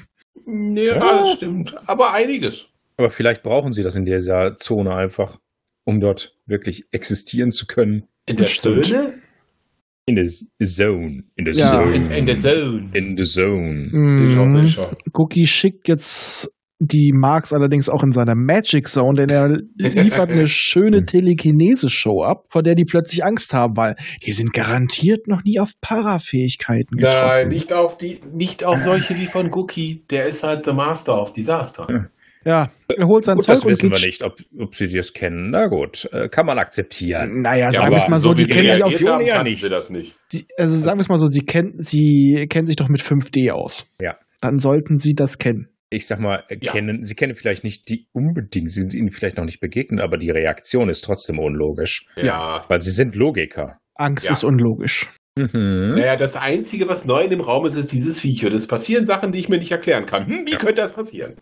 Speaker 4: Nee,
Speaker 1: Ja.
Speaker 4: ja, das stimmt. Aber einiges.
Speaker 1: Aber vielleicht brauchen sie das in dieser Zone einfach, um dort wirklich existieren zu können.
Speaker 4: In der
Speaker 2: Das stimmt.
Speaker 4: Zone?
Speaker 1: In der Z- Zone. In der
Speaker 2: Ja.
Speaker 1: Zone.
Speaker 4: In, in der Zone.
Speaker 1: In the Zone.
Speaker 4: Sehe ich auch, sehe
Speaker 2: Mm.
Speaker 4: ich auch.
Speaker 2: Cookie schickt jetzt die Marks allerdings auch in seiner Magic Zone, denn er liefert eine schöne Telekinese-Show ab, vor der die plötzlich Angst haben, weil die sind garantiert noch nie auf Parafähigkeiten getroffen.
Speaker 4: Nein, nicht auf, die, nicht auf solche wie von Gookie. Der ist halt the master of disaster.
Speaker 2: Ja, er holt sein
Speaker 1: Gut,
Speaker 2: Zeug
Speaker 1: das
Speaker 2: und
Speaker 1: wissen
Speaker 2: geht
Speaker 1: wir nicht, ob, ob sie das kennen. Na gut, äh, kann man akzeptieren.
Speaker 2: Naja,
Speaker 4: Ja,
Speaker 2: sagen wir es
Speaker 4: aber
Speaker 2: mal so, die
Speaker 4: wie sie
Speaker 2: kennen sich auf,
Speaker 4: reagiert haben,
Speaker 1: eher
Speaker 4: kannten
Speaker 1: nicht.
Speaker 4: Sie das nicht.
Speaker 2: die, also sagen wir es mal so, sie kennen, sie kennen sich doch mit 5D aus.
Speaker 1: Ja.
Speaker 2: Dann sollten sie das kennen.
Speaker 1: Ich sag mal, äh,
Speaker 4: Ja.
Speaker 1: kennen, sie kennen vielleicht nicht die unbedingt, sie sind ihnen vielleicht noch nicht begegnet, aber die Reaktion ist trotzdem unlogisch,
Speaker 4: Ja.
Speaker 1: weil sie sind Logiker.
Speaker 2: Angst
Speaker 4: Ja.
Speaker 2: ist unlogisch.
Speaker 1: Mhm.
Speaker 4: Naja, das Einzige, was neu in dem Raum ist, ist dieses Viech. Und es passieren Sachen, die ich mir nicht erklären kann. Hm, wie
Speaker 1: Ja.
Speaker 4: könnte das passieren?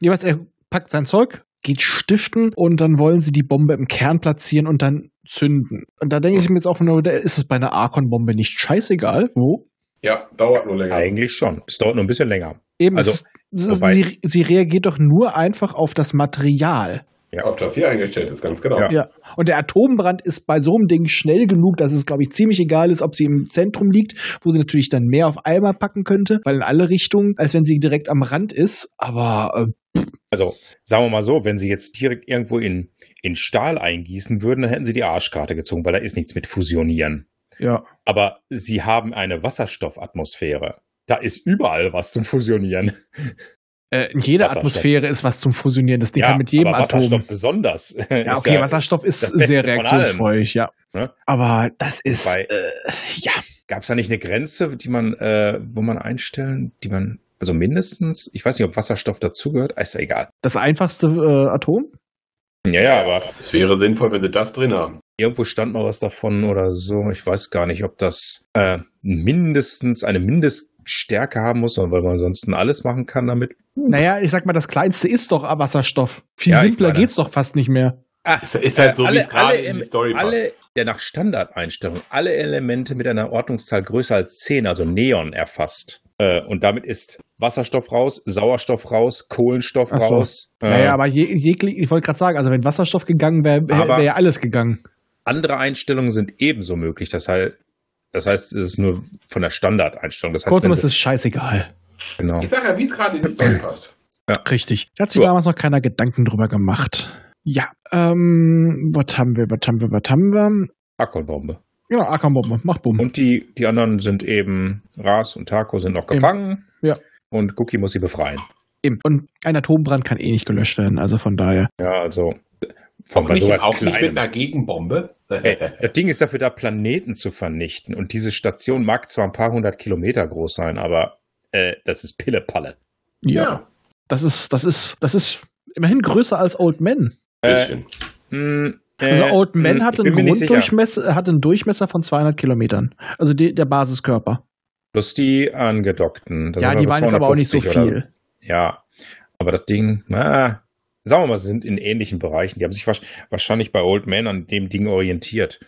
Speaker 2: Jeweils, er packt sein Zeug, geht stiften und dann wollen sie die Bombe im Kern platzieren und dann zünden. Und da denke ich mir jetzt auch nur, da ist es bei einer Archon-Bombe nicht scheißegal, wo?
Speaker 4: Ja, dauert nur länger.
Speaker 1: Eigentlich schon. Es dauert nur ein bisschen länger.
Speaker 2: Eben,
Speaker 1: Also,
Speaker 2: es ist, es ist,
Speaker 1: wobei-
Speaker 2: sie, sie reagiert doch nur einfach auf das Material.
Speaker 4: Auf das hier eingestellt ist, ganz genau.
Speaker 1: Ja.
Speaker 2: Ja. Und der Atombrand ist bei so einem Ding schnell genug, dass es, glaube ich, ziemlich egal ist, ob sie im Zentrum liegt, wo sie natürlich dann mehr auf einmal packen könnte, weil in alle Richtungen, als wenn sie direkt am Rand ist. Aber äh,
Speaker 1: Also, sagen wir mal so, wenn sie jetzt direkt irgendwo in, in Stahl eingießen würden, dann hätten sie die Arschkarte gezogen, weil da ist nichts mit Fusionieren.
Speaker 2: ja.
Speaker 1: Aber sie haben eine Wasserstoffatmosphäre. Da ist überall was zum Fusionieren.
Speaker 2: Äh, in jeder
Speaker 1: Wasserstoff.
Speaker 2: Atmosphäre ist was zum Fusionieren. Das Ding kann mit jedem
Speaker 1: aber
Speaker 2: Atom.
Speaker 1: Wasserstoff besonders.
Speaker 2: Ja,
Speaker 1: Ist
Speaker 2: okay, Wasserstoff ist
Speaker 1: das Beste
Speaker 2: sehr
Speaker 1: von allem.
Speaker 2: reaktionsfreudig, ja.
Speaker 1: Ne?
Speaker 2: Aber das ist,
Speaker 1: Wobei-
Speaker 2: äh, ja,
Speaker 1: Gab es da nicht eine Grenze, die man, äh, wo man einstellen, die man, also mindestens, ich weiß nicht, ob Wasserstoff dazugehört, ist ja egal.
Speaker 2: das einfachste äh, Atom.
Speaker 1: Ja, ja, aber
Speaker 4: Es wäre sinnvoll, wenn sie das drin haben.
Speaker 1: irgendwo stand mal was davon oder so. Ich weiß gar nicht, ob das äh, mindestens eine Mindeststärke haben muss, sondern weil man ansonsten alles machen kann damit.
Speaker 2: Naja, ich sag mal, das kleinste ist doch Wasserstoff. Viel
Speaker 1: Ja, ich
Speaker 2: simpler
Speaker 1: meine-
Speaker 2: geht's doch fast nicht mehr.
Speaker 4: Ist, ist halt so,
Speaker 1: Äh,
Speaker 4: wie es gerade
Speaker 1: alle
Speaker 4: in
Speaker 1: Ele-
Speaker 4: die Story passt.
Speaker 1: alle, der nach Standardeinstellung alle Elemente mit einer Ordnungszahl größer als 10, also Neon, erfasst. Äh, und damit ist Wasserstoff raus, Sauerstoff raus, Kohlenstoff
Speaker 2: Ach so.
Speaker 1: raus. Äh,
Speaker 2: Naja, aber je, jeglich, ich wollte gerade sagen, also wenn Wasserstoff gegangen wäre, wäre
Speaker 1: Aber-
Speaker 2: wär ja alles gegangen.
Speaker 1: andere Einstellungen sind ebenso möglich. Das heißt, das heißt, es ist nur von der Standardeinstellung. Das heißt,
Speaker 2: Kurzum,
Speaker 1: wenn
Speaker 2: es
Speaker 1: sie-
Speaker 2: ist scheißegal.
Speaker 1: genau.
Speaker 4: Ich sage ja, wie es gerade in die Story passt.
Speaker 2: Richtig. Da hat sich
Speaker 1: Ja.
Speaker 2: damals noch keiner Gedanken drüber gemacht. Ja, ähm, was haben wir, was haben wir, was haben wir?
Speaker 1: Akkordbombe.
Speaker 2: Genau, Akambombe, macht Bumm.
Speaker 1: Und die, die anderen sind eben, Ras und Taco sind noch
Speaker 2: Eben.
Speaker 1: gefangen.
Speaker 2: Ja.
Speaker 1: Und Cookie muss sie befreien.
Speaker 2: Eben. Und ein Atombrand kann eh nicht gelöscht werden, also von daher.
Speaker 1: Ja, also
Speaker 4: Auch
Speaker 1: bei
Speaker 4: nicht,
Speaker 1: sowas
Speaker 4: auch nicht mit
Speaker 1: Kleinem.
Speaker 4: einer Gegenbombe.
Speaker 1: Ey, das Ding ist dafür da, Planeten zu vernichten. Und diese Station mag zwar ein paar hundert Kilometer groß sein, aber äh, das ist Pille-Palle.
Speaker 2: Das ist, das ist, das ist immerhin größer als Old Man.
Speaker 1: Äh, Hm, äh,
Speaker 2: Also Old Man
Speaker 1: hm,
Speaker 2: hatte
Speaker 1: ich bin
Speaker 2: einen,
Speaker 1: mir nicht sicher.
Speaker 2: Grunddurchmesser, hatte einen Durchmesser von 200 Kilometern. Also die, der Basiskörper.
Speaker 1: Plus die äh, angedockten. Da
Speaker 2: ja,
Speaker 1: sind wir
Speaker 2: die
Speaker 1: bei
Speaker 2: waren jetzt aber auch nicht so
Speaker 1: 250 oder-
Speaker 2: viel.
Speaker 1: Ja, aber das Ding, na, sagen wir mal, sie sind in ähnlichen Bereichen. Die haben sich wahrsch- wahrscheinlich bei Old Man an dem Ding orientiert.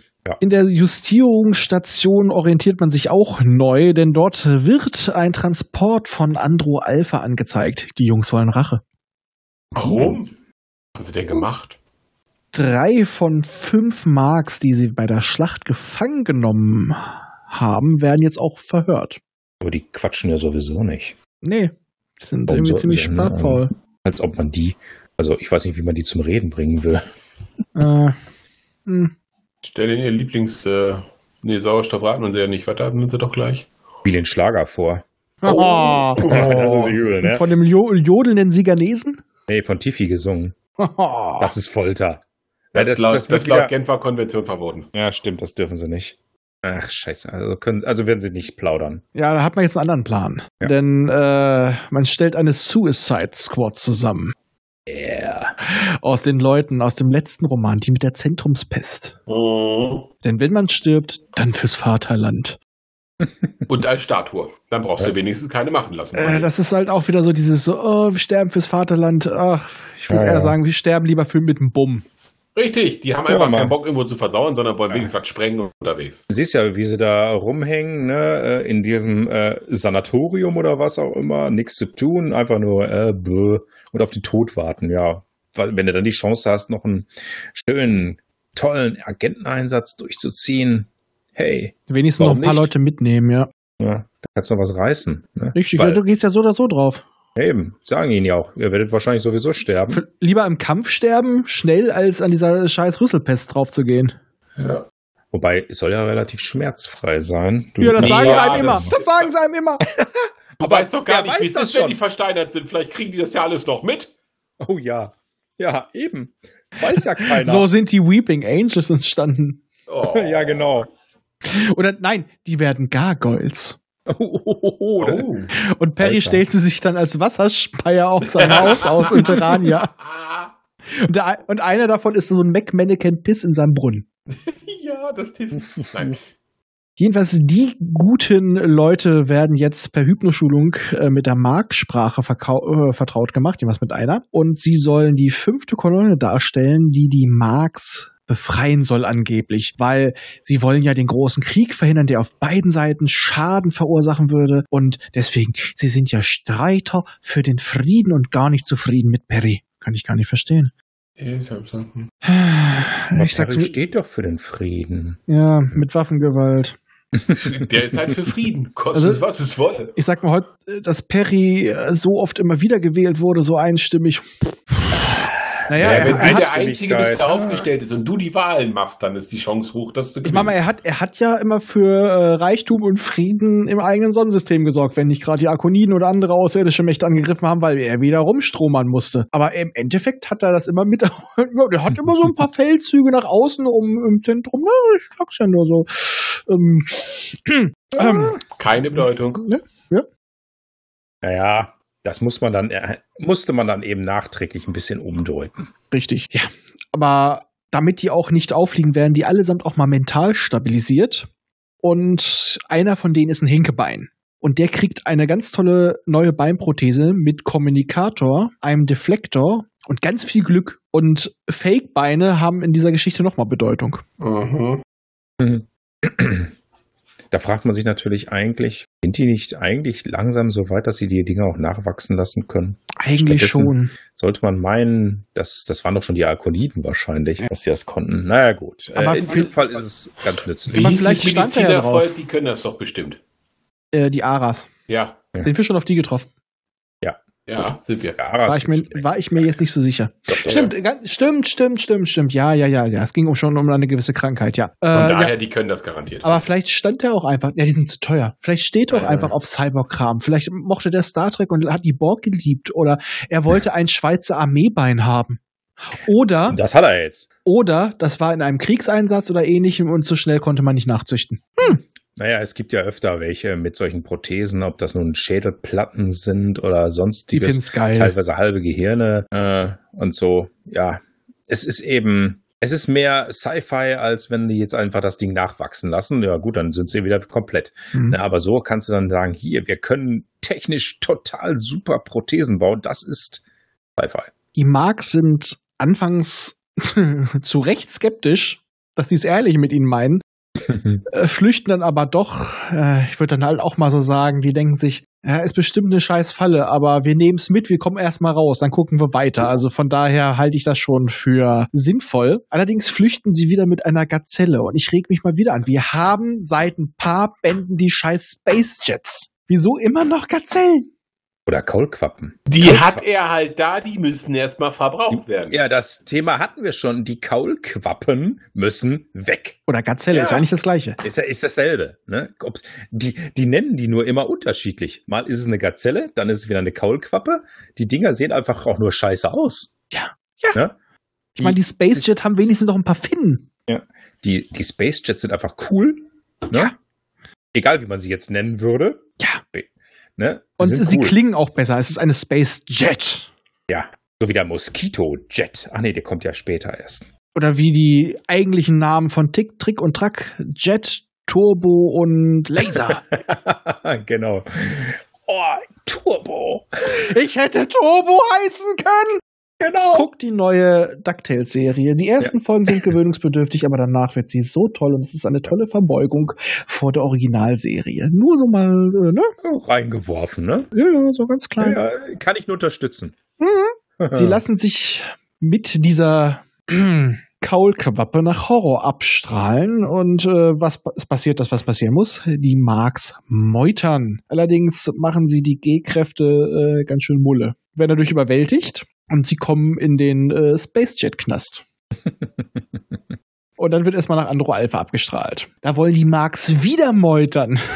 Speaker 2: In der Justierungsstation orientiert man sich auch neu, denn dort wird ein Transport von Andro Alpha angezeigt. Die Jungs wollen Rache.
Speaker 4: Warum?
Speaker 1: hm.
Speaker 4: Haben sie denn gemacht?
Speaker 2: drei von fünf Marks, die sie bei der Schlacht gefangen genommen haben, werden jetzt auch verhört.
Speaker 1: Aber die quatschen ja sowieso nicht.
Speaker 2: Nee, die sind
Speaker 1: Warum
Speaker 2: irgendwie
Speaker 1: sollten
Speaker 2: ziemlich
Speaker 1: die denn,
Speaker 2: sprachfaul.
Speaker 1: Als ob man die, also ich weiß nicht, wie man die zum Reden bringen will.
Speaker 2: Äh, hm.
Speaker 4: Stell ihnen ihr Lieblings... Äh, nee, Sauerstoff raten wir sie ja nicht. Was raten sie doch gleich?
Speaker 1: Spiel den Schlager vor.
Speaker 2: oh,
Speaker 1: das ist übel, ne?
Speaker 2: Von dem jo jodelnden Siganesen?
Speaker 1: Nee, von Tiffy gesungen.
Speaker 2: Oh.
Speaker 1: Das ist Folter. Ja,
Speaker 4: Das, ist laut, das
Speaker 1: wird
Speaker 4: ist laut
Speaker 1: wieder-
Speaker 4: Genfer Konvention verboten.
Speaker 1: ja, stimmt, das dürfen sie nicht. Ach, scheiße. Also, können, also werden sie nicht plaudern.
Speaker 2: Ja, da hat man jetzt einen anderen Plan.
Speaker 1: Ja.
Speaker 2: Denn äh, man stellt eine Suicide Squad zusammen.
Speaker 1: Yeah.
Speaker 2: Aus den Leuten aus dem letzten Roman, die mit der Zentrumspest.
Speaker 1: Mhm.
Speaker 2: Denn wenn man stirbt, dann fürs Vaterland.
Speaker 4: Und als Statue. Dann brauchst du
Speaker 1: Ja.
Speaker 4: wenigstens keine machen lassen.
Speaker 2: Äh, das ist halt auch wieder so dieses, so, oh, wir sterben fürs Vaterland. Ach, ich würde
Speaker 1: Ja,
Speaker 2: eher
Speaker 1: ja.
Speaker 2: sagen, wir sterben lieber für mit dem Bumm.
Speaker 4: Richtig, die haben
Speaker 1: Ja,
Speaker 4: einfach
Speaker 1: Mann.
Speaker 4: keinen Bock, irgendwo zu versauern, sondern wollen
Speaker 1: Ja.
Speaker 4: wenigstens was sprengen unterwegs.
Speaker 1: Du siehst ja, wie sie da rumhängen, ne? äh, in diesem äh, Sanatorium oder was auch immer, nichts zu tun, einfach nur äh, bäh, und auf den Tod warten, ja. Weil, Wenn du dann die Chance hast, noch einen schönen, tollen Agenteneinsatz durchzuziehen, hey,
Speaker 2: Wenigstens
Speaker 1: Warum
Speaker 2: noch ein paar
Speaker 1: nicht?
Speaker 2: Leute mitnehmen, ja.
Speaker 1: ja, da kannst du noch was reißen. Ne?
Speaker 2: Richtig,
Speaker 1: Weil,
Speaker 2: du gehst ja so oder so drauf.
Speaker 1: eben, sagen ihnen ja auch, ihr werdet wahrscheinlich sowieso sterben.
Speaker 2: F- Lieber im Kampf sterben, schnell, als an dieser scheiß Rüsselpest drauf zu gehen.
Speaker 4: Ja.
Speaker 1: Wobei, es soll ja relativ schmerzfrei sein. Du-
Speaker 2: Ja, das
Speaker 4: Ja,
Speaker 2: sagen sie einem immer.
Speaker 4: das-
Speaker 2: Das sagen sie einem immer.
Speaker 4: Du weißt doch gar
Speaker 1: wer
Speaker 4: nicht, wie
Speaker 1: weiß
Speaker 4: es
Speaker 1: das
Speaker 4: ist, wenn
Speaker 1: schon?
Speaker 4: die versteinert sind. Vielleicht kriegen die das ja alles noch mit.
Speaker 1: Oh ja. Ja, eben. Weiß ja keiner.
Speaker 2: So sind die Weeping Angels entstanden.
Speaker 4: Oh.
Speaker 1: ja, genau.
Speaker 2: Oder nein, die werden Gargoyles.
Speaker 1: Oh, oh, oh, oh, oder?
Speaker 4: Oh.
Speaker 2: Und Perry
Speaker 1: Alter.
Speaker 2: stellte sich dann als Wasserspeier auf sein Haus aus in Terrania.
Speaker 4: Ah,
Speaker 2: Und, der, ein- und einer davon ist so ein Mac-Mannequin-Piss in seinem Brunnen.
Speaker 4: ja, das hilft. Nein.
Speaker 2: Jedenfalls die guten Leute werden jetzt per Hypnoschulung äh, mit der Marksprache verkau- äh, vertraut gemacht, jeweils mit einer. Und sie sollen die fünfte Kolonne darstellen, die die Marks befreien soll angeblich, weil sie wollen ja den großen Krieg verhindern, der auf beiden Seiten Schaden verursachen würde und deswegen, sie sind ja Streiter für den Frieden und gar nicht zufrieden mit Perry. Kann ich gar nicht verstehen.
Speaker 1: Aber
Speaker 2: Ich sag's
Speaker 1: Perry
Speaker 2: mit,
Speaker 1: steht doch für den Frieden.
Speaker 2: ja, mit Waffengewalt.
Speaker 4: Der ist halt für Frieden. Kostet
Speaker 2: Also-
Speaker 4: was es wolle.
Speaker 2: ich sag mal heute, äh, dass Perry äh, so oft immer wieder gewählt wurde, so einstimmig. Naja,
Speaker 1: Ja,
Speaker 2: er,
Speaker 4: wenn
Speaker 2: er
Speaker 4: du
Speaker 2: hat,
Speaker 4: der Einzige bist, der
Speaker 1: Ah.
Speaker 4: aufgestellt ist und du die Wahlen machst, dann ist die Chance hoch, dass du
Speaker 2: ich meine mal,
Speaker 4: gewinnst.
Speaker 2: er hat, er hat ja immer für äh, Reichtum und Frieden im eigenen Sonnensystem gesorgt, wenn nicht gerade die Arkoniden oder andere außerirdische Mächte angegriffen haben, weil er wiederum stromern musste. Aber im Endeffekt hat er das immer mit, Ja, der hat immer so ein paar Feldzüge nach außen um im Zentrum. Na, ich sag's ja nur so. Ähm, ähm,
Speaker 4: Keine Bedeutung.
Speaker 1: Naja, das muss man dann, äh, musste man dann eben nachträglich ein bisschen umdeuten.
Speaker 2: Richtig, ja. Aber damit die auch nicht auffliegen, werden die allesamt auch mal mental stabilisiert. Und einer von denen ist ein Hinkebein. Und der kriegt eine ganz tolle neue Beinprothese mit Kommunikator, einem Deflektor und ganz viel Glück. Und Fake-Beine haben in dieser Geschichte nochmal Bedeutung.
Speaker 4: Mhm.
Speaker 1: Da fragt man sich natürlich eigentlich, sind die nicht eigentlich langsam so weit, dass sie die Dinger auch nachwachsen lassen können?
Speaker 2: Eigentlich schon.
Speaker 1: Stattdessen- Sollte man meinen, das, das waren doch schon die Arkoniden wahrscheinlich, dass sie das konnten. Naja, gut.
Speaker 2: Aber
Speaker 1: äh, in jedem Fall ist es ganz nützlich.
Speaker 4: Wie
Speaker 2: Aber
Speaker 4: hieß
Speaker 2: vielleicht
Speaker 4: vielleicht
Speaker 2: stand er ja drauf.
Speaker 4: die können das doch bestimmt.
Speaker 2: Äh, die Aras.
Speaker 4: Ja,
Speaker 1: Ja.
Speaker 2: Sind wir schon auf die getroffen?
Speaker 4: ja, sind wir.
Speaker 1: Ja, das
Speaker 2: War ich, mir,
Speaker 1: gibt's nicht.
Speaker 2: war ich mir jetzt nicht so sicher.
Speaker 1: Doch, doch.
Speaker 2: Stimmt, ganz, stimmt, stimmt, stimmt, stimmt. Ja, ja, ja, ja. Es ging um schon um eine gewisse Krankheit, ja. Äh,
Speaker 4: Von
Speaker 2: ja.
Speaker 4: daher, die können das garantiert.
Speaker 2: Aber vielleicht stand der auch einfach, ja, die sind zu teuer. Vielleicht steht er auch
Speaker 1: Ja.
Speaker 2: einfach auf Cyborg-Kram. Vielleicht mochte der Star Trek und hat die Borg geliebt. Oder er wollte ein Schweizer Armeebein haben. Oder,
Speaker 1: Das hat er jetzt.
Speaker 2: oder das war in einem Kriegseinsatz oder ähnlichem und so schnell konnte man nicht nachzüchten.
Speaker 1: Naja, es gibt ja öfter welche mit solchen Prothesen, ob das nun Schädelplatten sind oder
Speaker 2: Die
Speaker 1: sonstiges.
Speaker 2: finden's geil.
Speaker 1: teilweise halbe Gehirne äh, und so. Ja, es ist eben, es ist mehr Sci-Fi, als wenn die jetzt einfach das Ding nachwachsen lassen. Ja gut, dann sind sie wieder komplett.
Speaker 2: Hm.
Speaker 1: Ne, aber so kannst du dann sagen, hier, wir können technisch total super Prothesen bauen. Das ist Sci-Fi.
Speaker 2: Die Marks sind anfangs zu Recht skeptisch, dass die es ehrlich mit ihnen meinen. äh, flüchten dann aber doch, äh, ich würde dann halt auch mal so sagen, die denken sich, ja, ist bestimmt eine scheiß Falle, aber wir nehmen es mit, wir kommen erstmal raus, dann gucken wir weiter. Also von daher halte ich das schon für sinnvoll. Allerdings flüchten sie wieder mit einer Gazelle und ich reg mich mal wieder an. Wir haben seit ein paar Bänden die scheiß Space Jets. Wieso immer noch Gazellen?
Speaker 1: Oder Kaulquappen.
Speaker 4: Die hat er halt da, die müssen erstmal verbraucht werden.
Speaker 1: Ja, das Thema hatten wir schon. Die Kaulquappen müssen weg.
Speaker 2: Oder Gazelle
Speaker 4: Ja.
Speaker 2: ist ja eigentlich das gleiche.
Speaker 1: Ist, ja- ist dasselbe. Ne? Ob's- Die, die nennen die nur immer unterschiedlich. Mal ist es eine Gazelle, dann ist es wieder eine Kaulquappe. Die Dinger sehen einfach auch nur scheiße aus.
Speaker 2: Ja,
Speaker 1: ja. Ne?
Speaker 2: Ich meine, die Space Jet haben wenigstens noch ein paar Finnen.
Speaker 1: Die, die Space Jets sind einfach cool. Ne?
Speaker 2: Ja.
Speaker 1: Egal, wie man sie jetzt nennen würde.
Speaker 2: Ja.
Speaker 1: Ne?
Speaker 2: Und
Speaker 1: sind
Speaker 2: sie
Speaker 1: cool.
Speaker 2: klingen auch besser. Es ist eine Space Jet.
Speaker 1: Ja. So wie der Mosquito Jet. Ach nee, der kommt ja später erst.
Speaker 2: Oder wie die eigentlichen Namen von Tick, Trick und Track. Jet, Turbo und Laser.
Speaker 1: genau. Oh, Turbo.
Speaker 2: ich hätte Turbo heißen können.
Speaker 1: Genau.
Speaker 2: Guckt die neue DuckTales-Serie. Die ersten Folgen sind gewöhnungsbedürftig, aber danach wird sie so toll und es ist eine tolle Verbeugung vor der Originalserie. Nur so mal, äh, ne?
Speaker 1: Reingeworfen, ne?
Speaker 2: Ja, ja, so ganz klein.
Speaker 1: Ja, kann ich nur unterstützen.
Speaker 2: Mhm. Sie lassen sich mit dieser Kaulquappe nach Horror abstrahlen und äh, was pa- es passiert das, was passieren muss? Die Marx meutern. Allerdings machen sie die G-Kräfte äh, ganz schön Mulle. Werden dadurch überwältigt und sie kommen in den äh, Spacejet-Knast. und dann wird erstmal nach Andro Alpha abgestrahlt. Da wollen die Marx wieder meutern.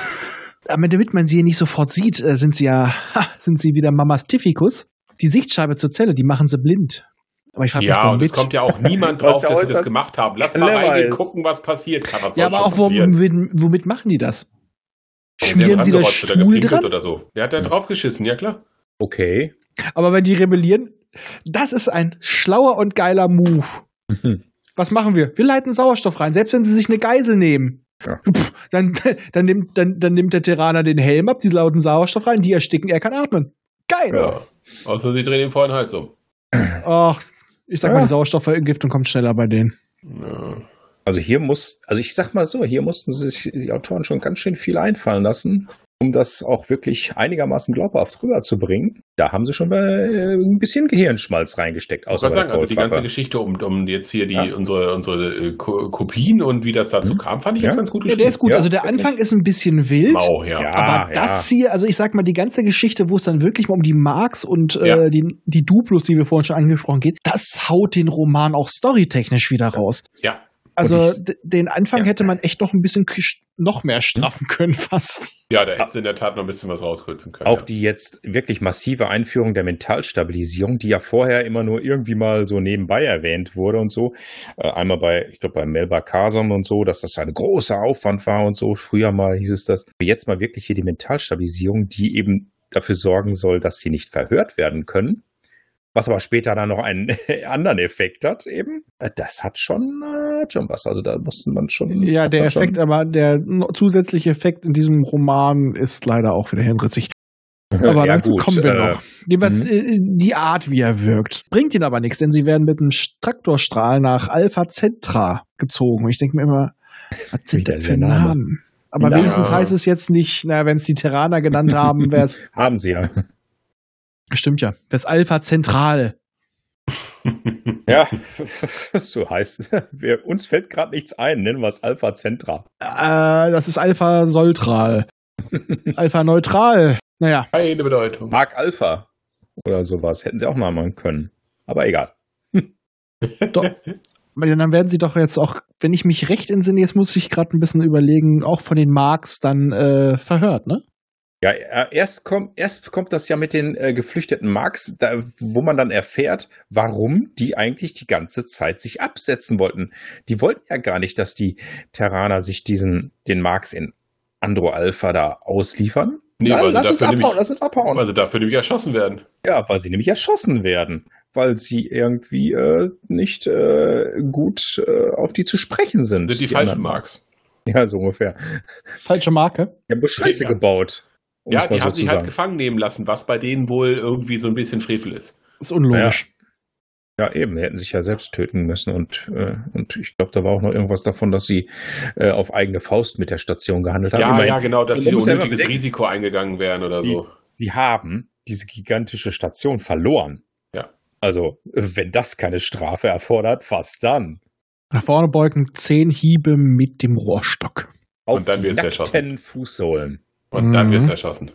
Speaker 2: Aber damit man sie nicht sofort sieht, äh, sind sie ja, ha, sind sie wieder Mamas Tiffikus. Die Sichtscheibe zur Zelle, die machen sie blind. Aber ich frage mich,
Speaker 4: Ja, und es
Speaker 2: womit.
Speaker 4: kommt ja auch niemand
Speaker 1: Was
Speaker 4: drauf,
Speaker 1: ja
Speaker 4: dass sie das
Speaker 1: äußerst
Speaker 4: gemacht haben. Lass mal
Speaker 1: clever
Speaker 4: reingehen,
Speaker 1: ist.
Speaker 4: gucken, was passiert. Kann was
Speaker 2: ja,
Speaker 4: soll
Speaker 2: aber
Speaker 4: schon
Speaker 2: auch womit,
Speaker 4: passieren?
Speaker 2: womit machen die das?
Speaker 4: Ja, sie
Speaker 2: Schmieren
Speaker 4: haben
Speaker 2: sie das
Speaker 4: rangerotzt oder
Speaker 2: Stuhl
Speaker 4: gepinkelt
Speaker 2: dran?
Speaker 4: Oder so. Der hat da
Speaker 1: Ja.
Speaker 4: draufgeschissen, ja klar.
Speaker 1: Okay.
Speaker 2: Aber wenn die rebellieren, das ist ein schlauer und geiler Move.
Speaker 1: Mhm.
Speaker 2: Was machen wir? Wir leiten Sauerstoff rein, selbst wenn sie sich eine Geisel nehmen.
Speaker 1: Ja.
Speaker 2: Pff, dann, dann, nimmt, dann, dann nimmt der Terraner den Helm ab, die lauten Sauerstoff rein, die ersticken, er kann atmen. Geil!
Speaker 4: Ja. Außer sie drehen den vorne halt so.
Speaker 2: Ach, ich sag mal,
Speaker 1: Ja.
Speaker 2: die Sauerstoffvergiftung kommt schneller bei denen.
Speaker 4: Ja.
Speaker 1: Also hier muss, also ich sag mal so, hier mussten sich die Autoren schon ganz schön viel einfallen lassen, um das auch wirklich einigermaßen glaubhaft rüberzubringen. Da haben sie schon mal äh, ein bisschen Gehirnschmalz reingesteckt.
Speaker 4: Ich wollte
Speaker 1: bei der
Speaker 4: sagen, also die ganze
Speaker 1: Goldwache.
Speaker 4: Geschichte um, um jetzt hier die,
Speaker 1: Ja.
Speaker 4: unsere, unsere äh, Ko- Kopien und wie das dazu
Speaker 1: Mhm.
Speaker 4: kam, fand ich
Speaker 1: Ja.
Speaker 4: jetzt ganz gut
Speaker 2: Ja, der ist gut.
Speaker 1: Ja,
Speaker 2: also der Anfang ist ein bisschen wild.
Speaker 4: Mau, ja.
Speaker 1: Ja.
Speaker 2: Aber
Speaker 1: Ah,
Speaker 2: das hier, also ich sag mal, die ganze Geschichte, wo es dann wirklich mal um die Marx und
Speaker 4: Ja.
Speaker 2: äh, die, die Duplos, die wir vorhin schon angesprochen haben, das haut den Roman auch storytechnisch wieder raus.
Speaker 4: Ja.
Speaker 2: Also
Speaker 1: Und ich-
Speaker 2: d- den Anfang
Speaker 1: Ja.
Speaker 2: hätte man echt noch ein bisschen kisch- noch mehr straffen können fast.
Speaker 4: Ja, da hättest du in der Tat noch ein bisschen was rauskürzen können.
Speaker 1: Auch
Speaker 4: ja.
Speaker 1: die jetzt wirklich massive Einführung der Mentalstabilisierung, die ja vorher immer nur irgendwie mal so nebenbei erwähnt wurde und so. Äh, Einmal bei, ich glaube, bei Melba Carson und so, dass das ein großer Aufwand war und so. Früher mal hieß es das. Jetzt mal wirklich hier die Mentalstabilisierung, die eben dafür sorgen soll, dass sie nicht verhört werden können. Was aber später dann noch einen anderen Effekt hat, eben. Äh, Das hat schon, äh, hat schon was. Also da musste man schon.
Speaker 2: Ja, der
Speaker 1: hat man
Speaker 2: Effekt, aber der no- zusätzliche Effekt in diesem Roman ist leider auch wieder hirnrissig.
Speaker 1: schon,
Speaker 2: Aber
Speaker 1: Ja,
Speaker 2: dazu
Speaker 1: gut,
Speaker 2: kommen wir
Speaker 1: äh,
Speaker 2: noch. Jedenfalls äh, die Art, wie er wirkt. Bringt ihn aber nichts, denn sie werden mit einem Traktorstrahl nach Alpha Centra gezogen. Und Ich denke mir immer, was sind
Speaker 1: Wieder
Speaker 2: das für
Speaker 1: der Name.
Speaker 2: Namen? Aber
Speaker 1: Ja.
Speaker 2: wenigstens heißt es jetzt nicht, na, wenn es die Terraner genannt haben, wäre es.
Speaker 1: Haben sie ja.
Speaker 2: Stimmt ja. Wäre es Alpha Central.
Speaker 1: Ja, so heißt wir, Uns fällt gerade nichts ein, nennen wir es Alpha Centra.
Speaker 2: Äh, das ist Alpha Soltral. Alpha Neutral. Naja.
Speaker 4: Keine Bedeutung.
Speaker 1: Mark Alpha oder sowas. Hätten sie auch mal machen können. Aber egal.
Speaker 2: Weil dann werden sie doch jetzt auch, wenn ich mich recht entsinne, jetzt muss ich gerade ein bisschen überlegen, auch von den Marks dann äh, verhört, ne?
Speaker 1: Ja, äh, erst kommt, erst kommt das ja mit den äh, geflüchteten Marx, da, wo man dann erfährt, warum die eigentlich die ganze Zeit sich absetzen wollten. Die wollten ja gar nicht, dass die Terraner sich diesen, den Marx in Andro Alpha da ausliefern.
Speaker 4: Nee,
Speaker 1: Nein,
Speaker 4: weil sie
Speaker 1: lass uns
Speaker 4: dafür
Speaker 1: abhauen,
Speaker 4: nämlich-
Speaker 1: lass uns abhauen.
Speaker 4: Weil sie dafür nämlich erschossen werden.
Speaker 1: Ja, weil sie nämlich erschossen werden, weil sie irgendwie äh, nicht äh, gut äh, auf die zu sprechen sind.
Speaker 4: Sind die, falschen
Speaker 1: anderen.
Speaker 4: Marks.
Speaker 1: Ja, so ungefähr.
Speaker 2: Falsche Marke.
Speaker 1: Die haben Scheiße
Speaker 4: Ja.
Speaker 1: gebaut. um
Speaker 4: Ja,
Speaker 1: es mal
Speaker 4: die haben
Speaker 1: zu
Speaker 4: sich halt
Speaker 1: sagen.
Speaker 4: gefangen nehmen lassen, was bei denen wohl irgendwie so ein bisschen Frevel ist.
Speaker 2: Ist unlogisch.
Speaker 1: Ja, eben, hätten sich ja selbst töten müssen. Und, äh, und ich glaube, da war auch noch irgendwas davon, dass sie äh, auf eigene Faust mit der Station gehandelt haben.
Speaker 4: ja,
Speaker 1: Immerhin,
Speaker 4: ja, genau, dass
Speaker 1: Man
Speaker 4: sie
Speaker 1: muss ja
Speaker 4: unnötiges
Speaker 1: immer bedenken-
Speaker 4: Risiko eingegangen wären oder
Speaker 1: Die-
Speaker 4: so.
Speaker 1: Sie haben diese gigantische Station verloren.
Speaker 4: Ja.
Speaker 1: Also, äh, wenn das keine Strafe erfordert, was dann?
Speaker 2: Nach vorne beugen, zehn Hiebe mit dem Rohrstock.
Speaker 1: Auf
Speaker 4: Und dann
Speaker 1: die
Speaker 4: wird's
Speaker 1: nackten
Speaker 4: erschossen.
Speaker 1: Fußsohlen.
Speaker 4: Und dann
Speaker 2: Mhm.
Speaker 4: wird es erschossen.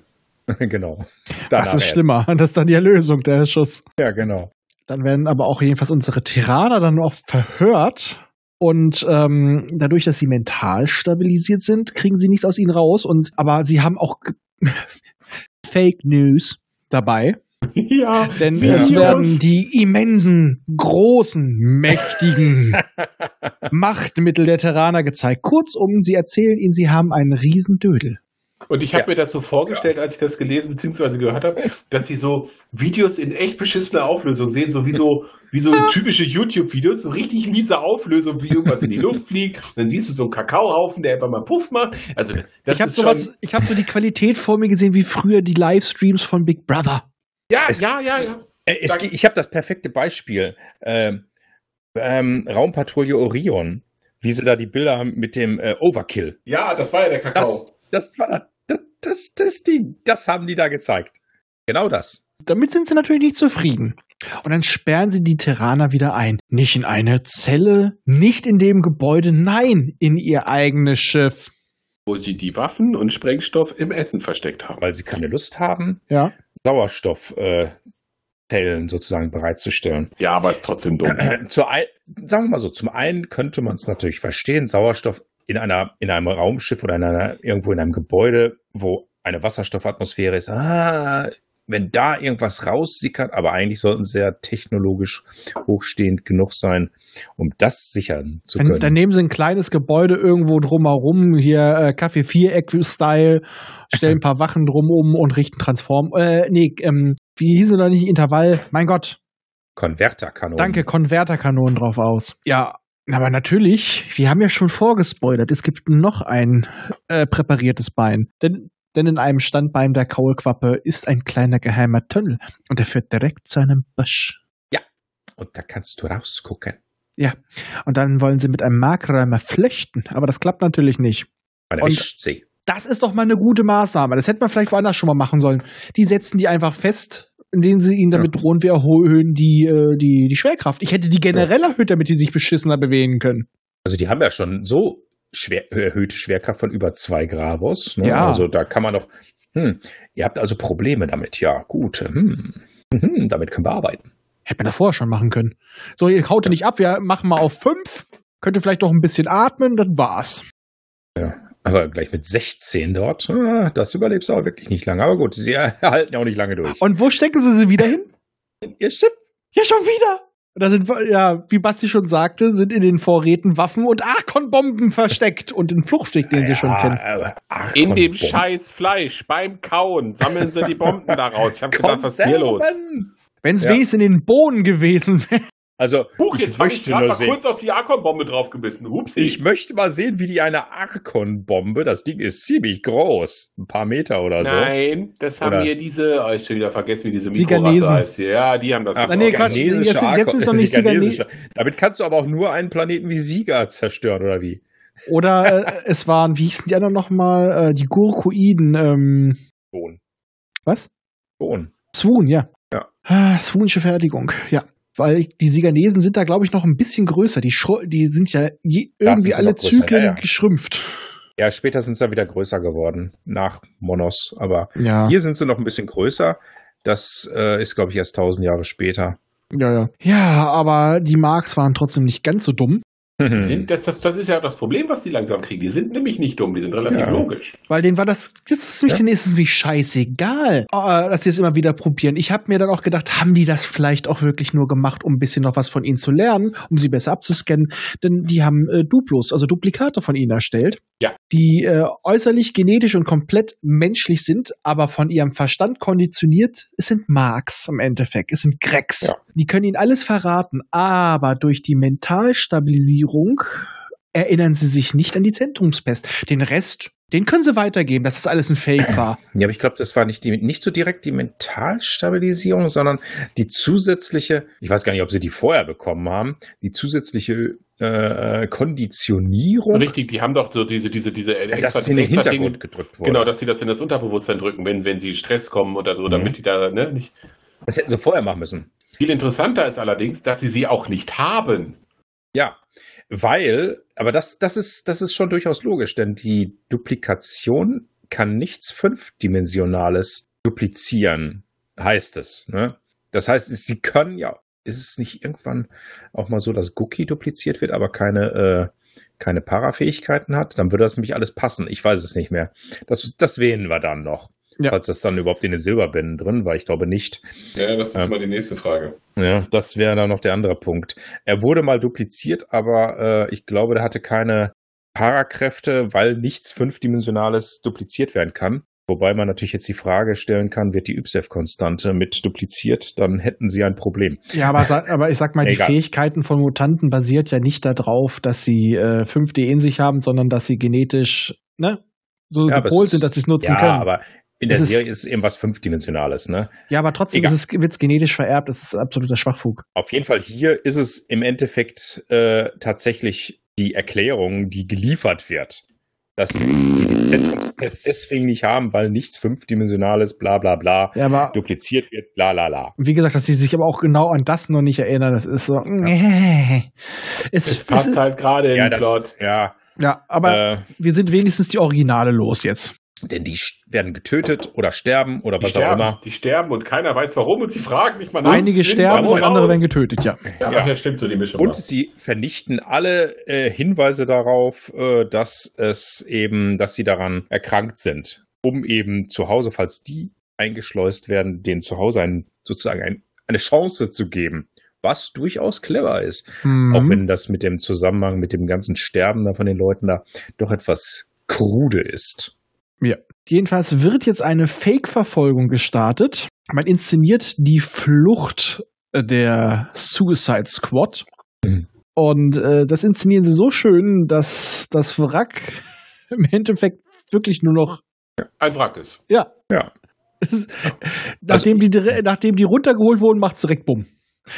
Speaker 1: genau.
Speaker 2: Das
Speaker 1: Danach
Speaker 2: ist
Speaker 1: erst.
Speaker 2: schlimmer. Das ist dann die Erlösung, der Schuss.
Speaker 1: Ja, genau.
Speaker 2: Dann werden aber auch jedenfalls unsere Terraner dann auch verhört. Und ähm, dadurch, dass sie mental stabilisiert sind, kriegen sie nichts aus ihnen raus. Und aber sie haben auch ge- Fake News dabei.
Speaker 4: Ja,
Speaker 2: Denn
Speaker 4: Ja.
Speaker 2: es
Speaker 4: Videos.
Speaker 2: werden die immensen, großen, mächtigen Machtmittel der Terraner gezeigt. Kurzum, sie erzählen ihnen, sie haben einen Riesendödel.
Speaker 4: Und ich habe
Speaker 1: Ja.
Speaker 4: mir das so vorgestellt, als ich das gelesen bzw. gehört habe, dass sie so Videos in echt beschissener Auflösung sehen, so wie so, wie so typische YouTube-Videos, so richtig miese Auflösung, wie irgendwas in die Luft fliegt. Dann siehst du so einen Kakaohaufen, der einfach mal Puff macht. Also das
Speaker 2: ich habe
Speaker 4: ist
Speaker 2: sowas, ich habe so die Qualität vor mir gesehen wie früher die Livestreams von Big Brother.
Speaker 4: Schon, ja,
Speaker 1: Es-
Speaker 4: ja, ja, ja.
Speaker 1: Äh, Es,
Speaker 4: Sag-
Speaker 1: ge- ich habe das perfekte Beispiel. Ähm, ähm, Raumpatrouille Orion. Wie sie da die Bilder haben mit dem äh, Overkill.
Speaker 4: Ja, das war ja der
Speaker 1: Das,
Speaker 4: Kakao.
Speaker 1: das war das, das, das Ding. Das haben die da gezeigt. Genau das.
Speaker 2: Damit sind sie natürlich nicht zufrieden. Und dann sperren sie die Terraner wieder ein. Nicht in eine Zelle, nicht in dem Gebäude, nein, in ihr eigenes Schiff.
Speaker 4: Wo sie die Waffen und Sprengstoff im Essen versteckt haben.
Speaker 1: Weil sie keine Lust haben,
Speaker 2: Ja.
Speaker 1: Sauerstoffzellen äh, Zellen sozusagen bereitzustellen.
Speaker 4: Ja, aber ist trotzdem dumm.
Speaker 1: Zur ein, sagen wir mal so, zum einen könnte man es natürlich verstehen, Sauerstoff in, einer, in einem Raumschiff oder in einer, irgendwo in einem Gebäude, wo eine Wasserstoffatmosphäre ist, ah, wenn da irgendwas raussickert, aber eigentlich sollten sie ja technologisch hochstehend genug sein, um das sichern zu
Speaker 2: Dann,
Speaker 1: können.
Speaker 2: dann nehmen sie ein kleines Gebäude irgendwo drumherum, hier äh, Kaffee Viereck-Style, stellen ein paar Wachen drum um und richten Transform. Äh, nee, ähm, wie hieß er noch nicht? Intervall. Mein Gott,
Speaker 1: Konverterkanonen.
Speaker 2: danke, Konverterkanonen drauf aus. Ja, aber natürlich, wir haben ja schon vorgespoilert, es gibt noch ein äh, präpariertes Bein. Denn, denn in einem Standbein der Kaulquappe ist ein kleiner geheimer Tunnel und der führt direkt zu einem Busch.
Speaker 1: Und da kannst du rausgucken.
Speaker 2: Und dann wollen sie mit einem Markräumer flüchten, aber das klappt natürlich nicht.
Speaker 1: Man
Speaker 2: Und-
Speaker 1: erwischt sie.
Speaker 2: das ist doch mal eine gute Maßnahme. Das hätte man vielleicht woanders schon mal machen sollen. Die setzen die einfach fest, indem sie ihnen damit drohen, wir erhöhen die, äh, die, die Schwerkraft. Ich hätte die generell erhöht, damit die sich beschissener bewegen können.
Speaker 1: Also die haben ja schon so schwer, erhöhte Schwerkraft von über zwei Gravos. Ne?
Speaker 2: Ja.
Speaker 1: Also da kann man doch. Hm, ihr habt also Probleme damit. Ja, gut. Hm. Mhm, damit können wir arbeiten.
Speaker 2: Hätte man das vorher schon machen können. So, ihr haut nicht ab, wir machen mal auf fünf. Könnt ihr vielleicht noch ein bisschen atmen, dann war's.
Speaker 1: Aber gleich mit 16 dort, ah, das überlebst du auch wirklich nicht lange. Aber gut, sie halten ja auch nicht lange durch.
Speaker 2: Und wo stecken sie sie wieder hin?
Speaker 1: ihr Schiff?
Speaker 2: Ja, schon wieder. Und da sind, ja, wie Basti schon sagte, sind in den Vorräten Waffen und Archon-Bomben versteckt und den Fluchtweg, den sie schon
Speaker 1: Ja,
Speaker 2: kennen.
Speaker 1: aber- ach,
Speaker 4: In
Speaker 1: komm,
Speaker 4: dem
Speaker 1: Bomben.
Speaker 4: scheiß Fleisch, beim Kauen, sammeln sie die Bomben daraus. Ich habe gedacht, was ist hier los?
Speaker 1: Konserven!
Speaker 2: Wenn es
Speaker 1: Ja.
Speaker 2: wenigstens in den Bohnen gewesen wäre.
Speaker 1: Also,
Speaker 4: Huch,
Speaker 1: ich,
Speaker 4: jetzt habe ich
Speaker 1: möchte
Speaker 4: gerade
Speaker 1: nur
Speaker 4: mal
Speaker 1: sehen,
Speaker 4: kurz auf die Arkon-Bombe draufgebissen. Hupsi.
Speaker 1: ich möchte mal sehen, wie die eine Arkon-Bombe, das Ding ist ziemlich groß, ein paar Meter oder so.
Speaker 4: Nein, das haben
Speaker 1: Also, Oder-
Speaker 4: hier diese, oh, ich schon wieder vergessen, wie diese
Speaker 2: Die
Speaker 4: Mikrorasse
Speaker 2: Ghanesen.
Speaker 4: heißt hier. Ja, die haben das
Speaker 1: Ach,
Speaker 2: Nein, nee,
Speaker 4: gemacht.
Speaker 2: Quatsch,
Speaker 1: Siganesische
Speaker 2: jetzt- jetzt ist doch
Speaker 1: Arko-
Speaker 2: nicht
Speaker 1: Siganesische. Damit kannst du aber auch nur einen Planeten wie Sieger zerstören, oder wie?
Speaker 2: Oder äh, es waren, wie hießen die anderen nochmal? Äh, die Gurkoiden. Ähm,
Speaker 1: Sohn.
Speaker 2: was?
Speaker 1: Sohn.
Speaker 2: Swoon, ja.
Speaker 1: Ja.
Speaker 2: Ah, Swoonische Fertigung, ja. Weil die Siganesen sind da, glaube ich, noch ein bisschen größer. Die, Schru die sind ja je,
Speaker 1: Das
Speaker 2: irgendwie
Speaker 1: ist
Speaker 2: alle
Speaker 1: aber größer,
Speaker 2: Zyklen
Speaker 1: ja, ja.
Speaker 2: geschrumpft.
Speaker 1: Ja, später sind sie dann wieder größer geworden, nach Monos. Aber
Speaker 2: Ja.
Speaker 1: hier sind sie noch ein bisschen größer. Das äh, ist, glaube ich, erst tausend Jahre später.
Speaker 2: ja, ja. Ja, aber die Marks waren trotzdem nicht ganz so dumm,
Speaker 4: Sind, das, das, das ist ja das Problem, was die langsam kriegen. Die sind nämlich nicht dumm, die sind relativ
Speaker 1: Ja.
Speaker 4: logisch.
Speaker 2: weil denen war das, das ist mich,
Speaker 1: Ja.
Speaker 2: denen ist es mich scheißegal, äh, dass sie es immer wieder probieren. Ich habe mir dann auch gedacht, haben die das vielleicht auch wirklich nur gemacht, um ein bisschen noch was von ihnen zu lernen, um sie besser abzuscannen, denn die haben äh, Duplos, also Duplikate von ihnen erstellt,
Speaker 4: Ja.
Speaker 2: die äh, äußerlich genetisch und komplett menschlich sind, aber von ihrem Verstand konditioniert. Es sind Marks im Endeffekt, es sind Gregs.
Speaker 1: Ja.
Speaker 2: Die können ihnen alles verraten, aber durch die Mentalstabilisierung erinnern sie sich nicht an die Zentrumspest. Den Rest, den können sie weitergeben, dass das alles ein Fake war.
Speaker 1: Ja, aber ich glaube, das war nicht, die, nicht so direkt die Mentalstabilisierung, sondern die zusätzliche, ich weiß gar nicht, ob sie die vorher bekommen haben, die zusätzliche äh, Konditionierung,
Speaker 4: Richtig, die haben doch so diese, diese, diese extra,
Speaker 1: dass sie in den
Speaker 4: extra Ding-
Speaker 1: Hintergrund gedrückt wurde.
Speaker 4: Genau, dass sie das in das Unterbewusstsein drücken, wenn, wenn sie Stress kommen oder so,
Speaker 1: Mhm.
Speaker 4: damit die da ne, nicht.
Speaker 1: das hätten sie vorher machen müssen.
Speaker 4: Viel interessanter ist allerdings, dass sie sie auch nicht haben.
Speaker 1: Ja, weil, aber das, das, ist, das ist schon durchaus logisch, denn die Duplikation kann nichts Fünfdimensionales duplizieren, heißt es. Ne? Das heißt, sie können ja, ist es nicht irgendwann auch mal so, dass Gookie dupliziert wird, aber keine, äh, keine Parafähigkeiten hat? Dann würde das nämlich alles passen. Ich weiß es nicht mehr. Das, das wählen wir dann noch.
Speaker 2: Ja.
Speaker 1: Falls das dann überhaupt in den Silberbänden drin war, ich glaube nicht.
Speaker 4: Ja, das ist
Speaker 1: Ja.
Speaker 4: mal die nächste Frage.
Speaker 1: Ja, das wäre dann noch der andere Punkt. Er wurde mal dupliziert, aber äh, ich glaube, der hatte keine Parakräfte, weil nichts Fünfdimensionales dupliziert werden kann. Wobei man natürlich jetzt die Frage stellen kann, wird die Ypsef-Konstante mit dupliziert, dann hätten sie ein Problem.
Speaker 2: Ja, aber, sa- aber ich sag mal,
Speaker 1: Egal.
Speaker 2: die Fähigkeiten von Mutanten basiert ja nicht darauf, dass sie äh, 5D in sich haben, sondern dass sie genetisch ne, so
Speaker 1: Ja, aber
Speaker 2: gepolt
Speaker 1: es
Speaker 2: sind,
Speaker 1: ist-
Speaker 2: dass sie es nutzen
Speaker 1: Ja,
Speaker 2: können.
Speaker 1: aber in der
Speaker 2: Es ist-
Speaker 1: Serie ist eben was Fünfdimensionales, ne?
Speaker 2: ja, aber trotzdem
Speaker 1: Egal.
Speaker 2: wird es genetisch vererbt. Das ist absoluter Schwachfug.
Speaker 1: Auf jeden Fall hier ist es im Endeffekt äh, tatsächlich die Erklärung, die geliefert wird, dass sie die Zentrumspest deswegen nicht haben, weil nichts Fünfdimensionales, bla bla bla.
Speaker 2: Ja, aber
Speaker 1: dupliziert wird, la la la.
Speaker 2: wie gesagt, dass sie sich aber auch genau an das noch nicht erinnern, das ist so. Es,
Speaker 4: Es
Speaker 2: ist
Speaker 4: passt halt gerade im
Speaker 1: Ja,
Speaker 4: Plot.
Speaker 1: das, ja
Speaker 2: ja, aber
Speaker 1: äh,
Speaker 2: wir sind wenigstens die Originale los jetzt.
Speaker 1: Denn die sch- werden getötet oder sterben oder
Speaker 4: Die
Speaker 1: was auch
Speaker 4: sterben,
Speaker 1: immer.
Speaker 4: die sterben und keiner weiß warum und sie fragen nicht mal nach.
Speaker 2: Einige
Speaker 4: Sie
Speaker 2: sterben
Speaker 4: sind
Speaker 2: und andere
Speaker 4: raus.
Speaker 2: werden getötet, ja.
Speaker 4: Ja,
Speaker 1: Ja.
Speaker 4: ja. stimmt so die Mischung.
Speaker 1: Und
Speaker 4: war.
Speaker 1: sie vernichten alle äh, Hinweise darauf, äh, dass es eben, dass sie daran erkrankt sind, um eben zu Hause, falls die eingeschleust werden, denen zu Hause ein, sozusagen ein, eine Chance zu geben. Was durchaus clever ist.
Speaker 2: Mhm.
Speaker 1: Auch wenn das mit dem Zusammenhang, mit dem ganzen Sterben da von den Leuten da doch etwas krude ist.
Speaker 2: Jedenfalls wird jetzt eine Fake-Verfolgung gestartet. Man inszeniert die Flucht äh, der Suicide Squad.
Speaker 1: Mhm.
Speaker 2: Und äh, das inszenieren sie so schön, dass das Wrack im Endeffekt wirklich nur noch.
Speaker 4: Ein Wrack ist.
Speaker 2: nachdem, die, dire- nachdem die runtergeholt wurden, macht es direkt bumm.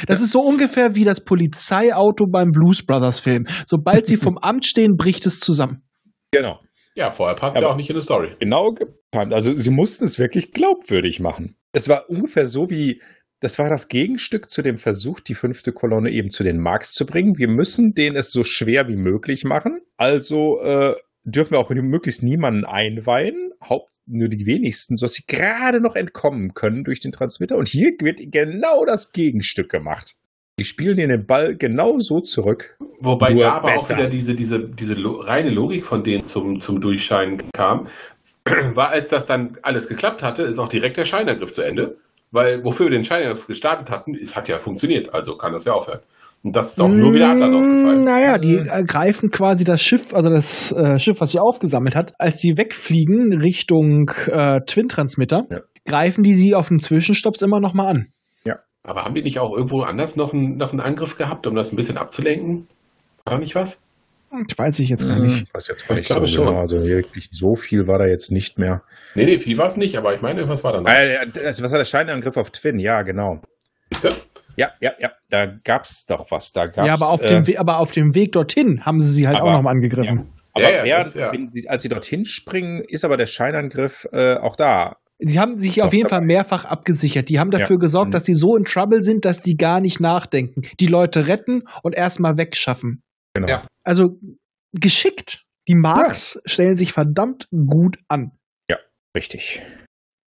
Speaker 2: Das ist so ungefähr wie das Polizeiauto beim Blues Brothers Film. Sobald sie vom Amt stehen, bricht es zusammen.
Speaker 1: Genau.
Speaker 4: Ja, vorher passt
Speaker 1: Aber-
Speaker 4: ja auch nicht in die Story.
Speaker 1: genau geplant. Also sie mussten es wirklich glaubwürdig machen. Es war ungefähr so wie, das war das Gegenstück zu dem Versuch, die fünfte Kolonne eben zu den Marx zu bringen. Wir müssen denen es so schwer wie möglich machen. Also äh, dürfen wir auch möglichst niemanden einweihen. Haupt nur die wenigsten, sodass sie gerade noch entkommen können durch den Transmitter. Und hier wird genau das Gegenstück gemacht. Die spielen ihnen den Ball genau so zurück.
Speaker 4: Wobei
Speaker 1: Nur
Speaker 4: da aber
Speaker 1: besser.
Speaker 4: auch wieder diese, diese, diese lo reine Logik von denen zum, zum Durchscheinen kam, war, als das dann alles geklappt hatte, ist auch direkt der Scheinangriff zu Ende. Weil wofür wir den Scheinangriff gestartet hatten, es hat ja funktioniert, also kann das ja aufhören. Und das ist auch nur wieder anders
Speaker 2: Mm,
Speaker 4: aufgefallen.
Speaker 2: Naja, die äh, greifen quasi das Schiff, also das äh, Schiff, was sie aufgesammelt hat, als sie wegfliegen Richtung äh, Twin-Transmitter,
Speaker 1: Ja.
Speaker 2: greifen die sie auf dem Zwischenstopps immer nochmal an.
Speaker 4: Aber haben die nicht auch irgendwo anders noch einen, noch einen Angriff gehabt, um das ein bisschen abzulenken? War nicht was?
Speaker 2: Ich weiß ich jetzt gar nicht.
Speaker 1: Ich weiß jetzt gar
Speaker 4: Ich
Speaker 1: nicht so
Speaker 4: glaube schon.
Speaker 1: genau. Also wirklich so viel war da jetzt nicht mehr.
Speaker 4: Nee, nee, viel war es nicht, aber ich meine, was war da noch?
Speaker 1: Ah, ja, das- was war der Scheinangriff auf Twin? Ja, genau.
Speaker 4: Siehst du?
Speaker 1: Ja, ja, ja. Da gab's doch was. Da gab's,
Speaker 2: Ja, aber auf,
Speaker 1: äh,
Speaker 2: dem, We- aber auf dem Weg dorthin haben sie sie halt
Speaker 1: aber-
Speaker 2: auch nochmal angegriffen.
Speaker 1: Aber
Speaker 4: Ja, ja,
Speaker 1: während-
Speaker 4: das- ja.
Speaker 1: wenn sie, als sie dorthin springen, ist aber der Scheinangriff äh, auch da.
Speaker 2: Sie haben sich auf
Speaker 1: Doch,
Speaker 2: jeden Fall mehrfach abgesichert. Die haben dafür
Speaker 1: Ja.
Speaker 2: gesorgt,
Speaker 1: Mhm.
Speaker 2: dass die so in Trouble sind, dass die gar nicht nachdenken. Die Leute retten und erstmal wegschaffen.
Speaker 1: Genau.
Speaker 4: Ja.
Speaker 2: Also geschickt. Die Marks stellen sich verdammt gut an.
Speaker 1: Richtig.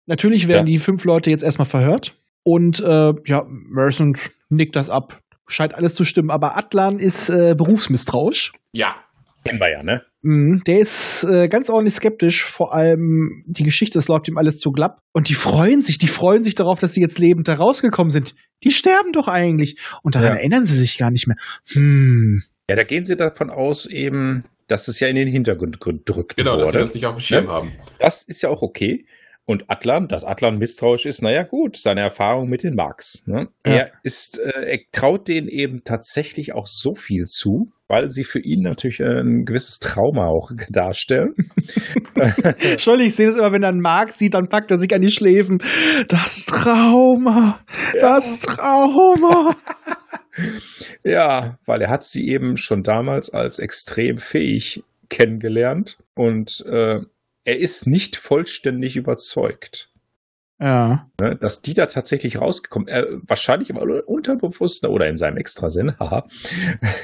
Speaker 2: Natürlich werden
Speaker 1: Ja.
Speaker 2: die fünf Leute jetzt erstmal verhört. Und äh, ja, Merchant nickt das ab. Scheint alles zu stimmen. Aber Atlan ist äh, berufsmisstrauisch.
Speaker 4: Ja.
Speaker 1: Kennen wir ja, ne?
Speaker 2: Mhm, Der ist äh, ganz ordentlich skeptisch. Vor allem die Geschichte, es läuft ihm alles zu glatt. Und die freuen sich, die freuen sich darauf, dass sie jetzt lebend da rausgekommen sind. Die sterben doch eigentlich. Und daran
Speaker 1: Ja.
Speaker 2: erinnern sie sich gar nicht mehr. Hm.
Speaker 1: Ja, da gehen sie davon aus, eben, dass es ja in den Hintergrund gedrückt
Speaker 4: Genau, dass wir
Speaker 1: wurde. Ne?
Speaker 4: das nicht auf dem Schirm
Speaker 1: Ja.
Speaker 4: haben.
Speaker 1: Das ist ja auch okay. Und Atlan, dass Atlan misstrauisch ist, naja gut, seine Erfahrung mit den Marx. Ne?
Speaker 2: Ja.
Speaker 1: Er ist, äh, er traut denen eben tatsächlich auch so viel zu, weil sie für ihn natürlich ein gewisses Trauma auch darstellen.
Speaker 2: Entschuldigung, ich sehe das immer, wenn er einen Mark sieht, dann packt er sich an die Schläfen. Das Trauma. Das Trauma.
Speaker 1: Ja, weil er hat sie eben schon damals als extrem fähig kennengelernt und äh, er ist nicht vollständig überzeugt,
Speaker 2: ja.
Speaker 1: ne, dass die da tatsächlich rausgekommen, äh, wahrscheinlich im Unterbewussten oder in seinem Extrasinn, haha,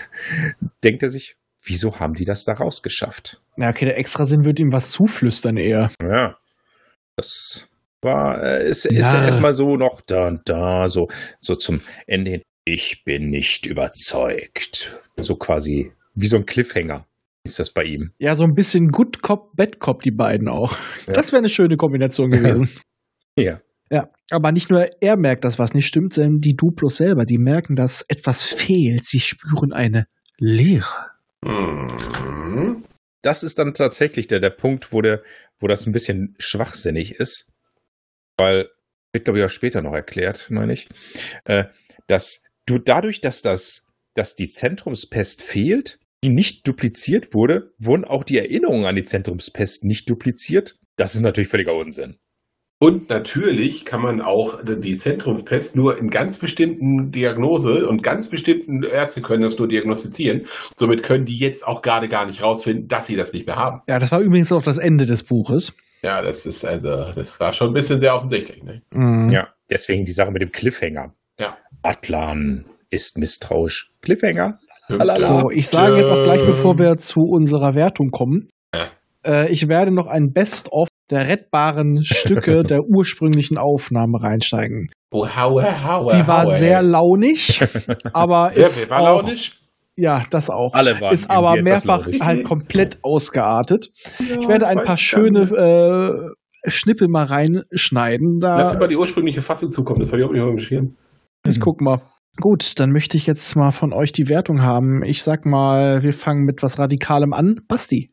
Speaker 1: denkt er sich, wieso haben die das da rausgeschafft?
Speaker 2: Na, okay, der Extrasinn wird ihm was zuflüstern eher.
Speaker 1: Ja, das war, äh, ist, ist
Speaker 2: Ja.
Speaker 1: erstmal so noch da und da, so, so zum Ende hin. Ich bin nicht überzeugt. So quasi wie so ein Cliffhanger ist das bei ihm.
Speaker 2: Ja, so ein bisschen Good Cop, Bad Cop, die beiden auch.
Speaker 1: Ja.
Speaker 2: Das wäre eine schöne Kombination gewesen.
Speaker 1: Ja.
Speaker 2: Ja, aber nicht nur er merkt, dass was nicht stimmt, sondern die Duplos selber, die merken, dass etwas fehlt. Sie spüren eine Leere.
Speaker 4: Mhm.
Speaker 1: Das ist dann tatsächlich der, der Punkt, wo, der, wo das ein bisschen schwachsinnig ist. Weil, wird glaube ich auch später noch erklärt, meine ich, äh, dass du dadurch, dass das, dass die Zentrumspest fehlt, die nicht dupliziert wurde, wurden auch die Erinnerungen an die Zentrumspest nicht dupliziert. Das ist natürlich völliger Unsinn.
Speaker 4: Und natürlich kann man auch die Zentrumspest nur in ganz bestimmten Diagnose und ganz bestimmten Ärzte können das nur diagnostizieren. Somit können die jetzt auch gerade gar nicht rausfinden, dass sie das nicht mehr haben.
Speaker 2: Ja, das war übrigens auch das Ende des Buches.
Speaker 4: Ja, das ist also, das war schon ein bisschen sehr offensichtlich. Ne?
Speaker 2: Mhm.
Speaker 1: Ja, deswegen die Sache mit dem Cliffhanger.
Speaker 4: Ja.
Speaker 1: Atlan ist misstrauisch. Cliffhanger?
Speaker 2: So, Also, ich
Speaker 1: ähm,
Speaker 2: sage jetzt auch gleich, bevor wir zu unserer Wertung kommen.
Speaker 4: Ja.
Speaker 2: Äh, ich werde noch ein Best-of der rettbaren Stücke der ursprünglichen Aufnahme reinsteigen.
Speaker 4: Oh, haue, haue,
Speaker 2: Die war
Speaker 4: haue.
Speaker 2: sehr launig, aber
Speaker 4: Sehr
Speaker 2: ist
Speaker 4: viel. war
Speaker 2: auch,
Speaker 4: launisch.
Speaker 2: ja, das auch.
Speaker 1: Alle waren
Speaker 2: ist aber
Speaker 1: irgendwie etwas
Speaker 2: mehrfach
Speaker 1: launig.
Speaker 2: halt komplett ausgeartet. Ich werde ein
Speaker 4: weiß
Speaker 2: paar
Speaker 4: ich
Speaker 2: schöne
Speaker 4: gar nicht.
Speaker 2: äh, Schnippel mal reinschneiden.
Speaker 4: Lass uns
Speaker 2: Da,
Speaker 4: mal die ursprüngliche Fassung zukommen, das habe ich auch nicht auf dem Schirm.
Speaker 2: ich guck mal. Gut, dann möchte ich jetzt mal von euch die Wertung haben. Ich sag mal, wir fangen mit was Radikalem an. Basti.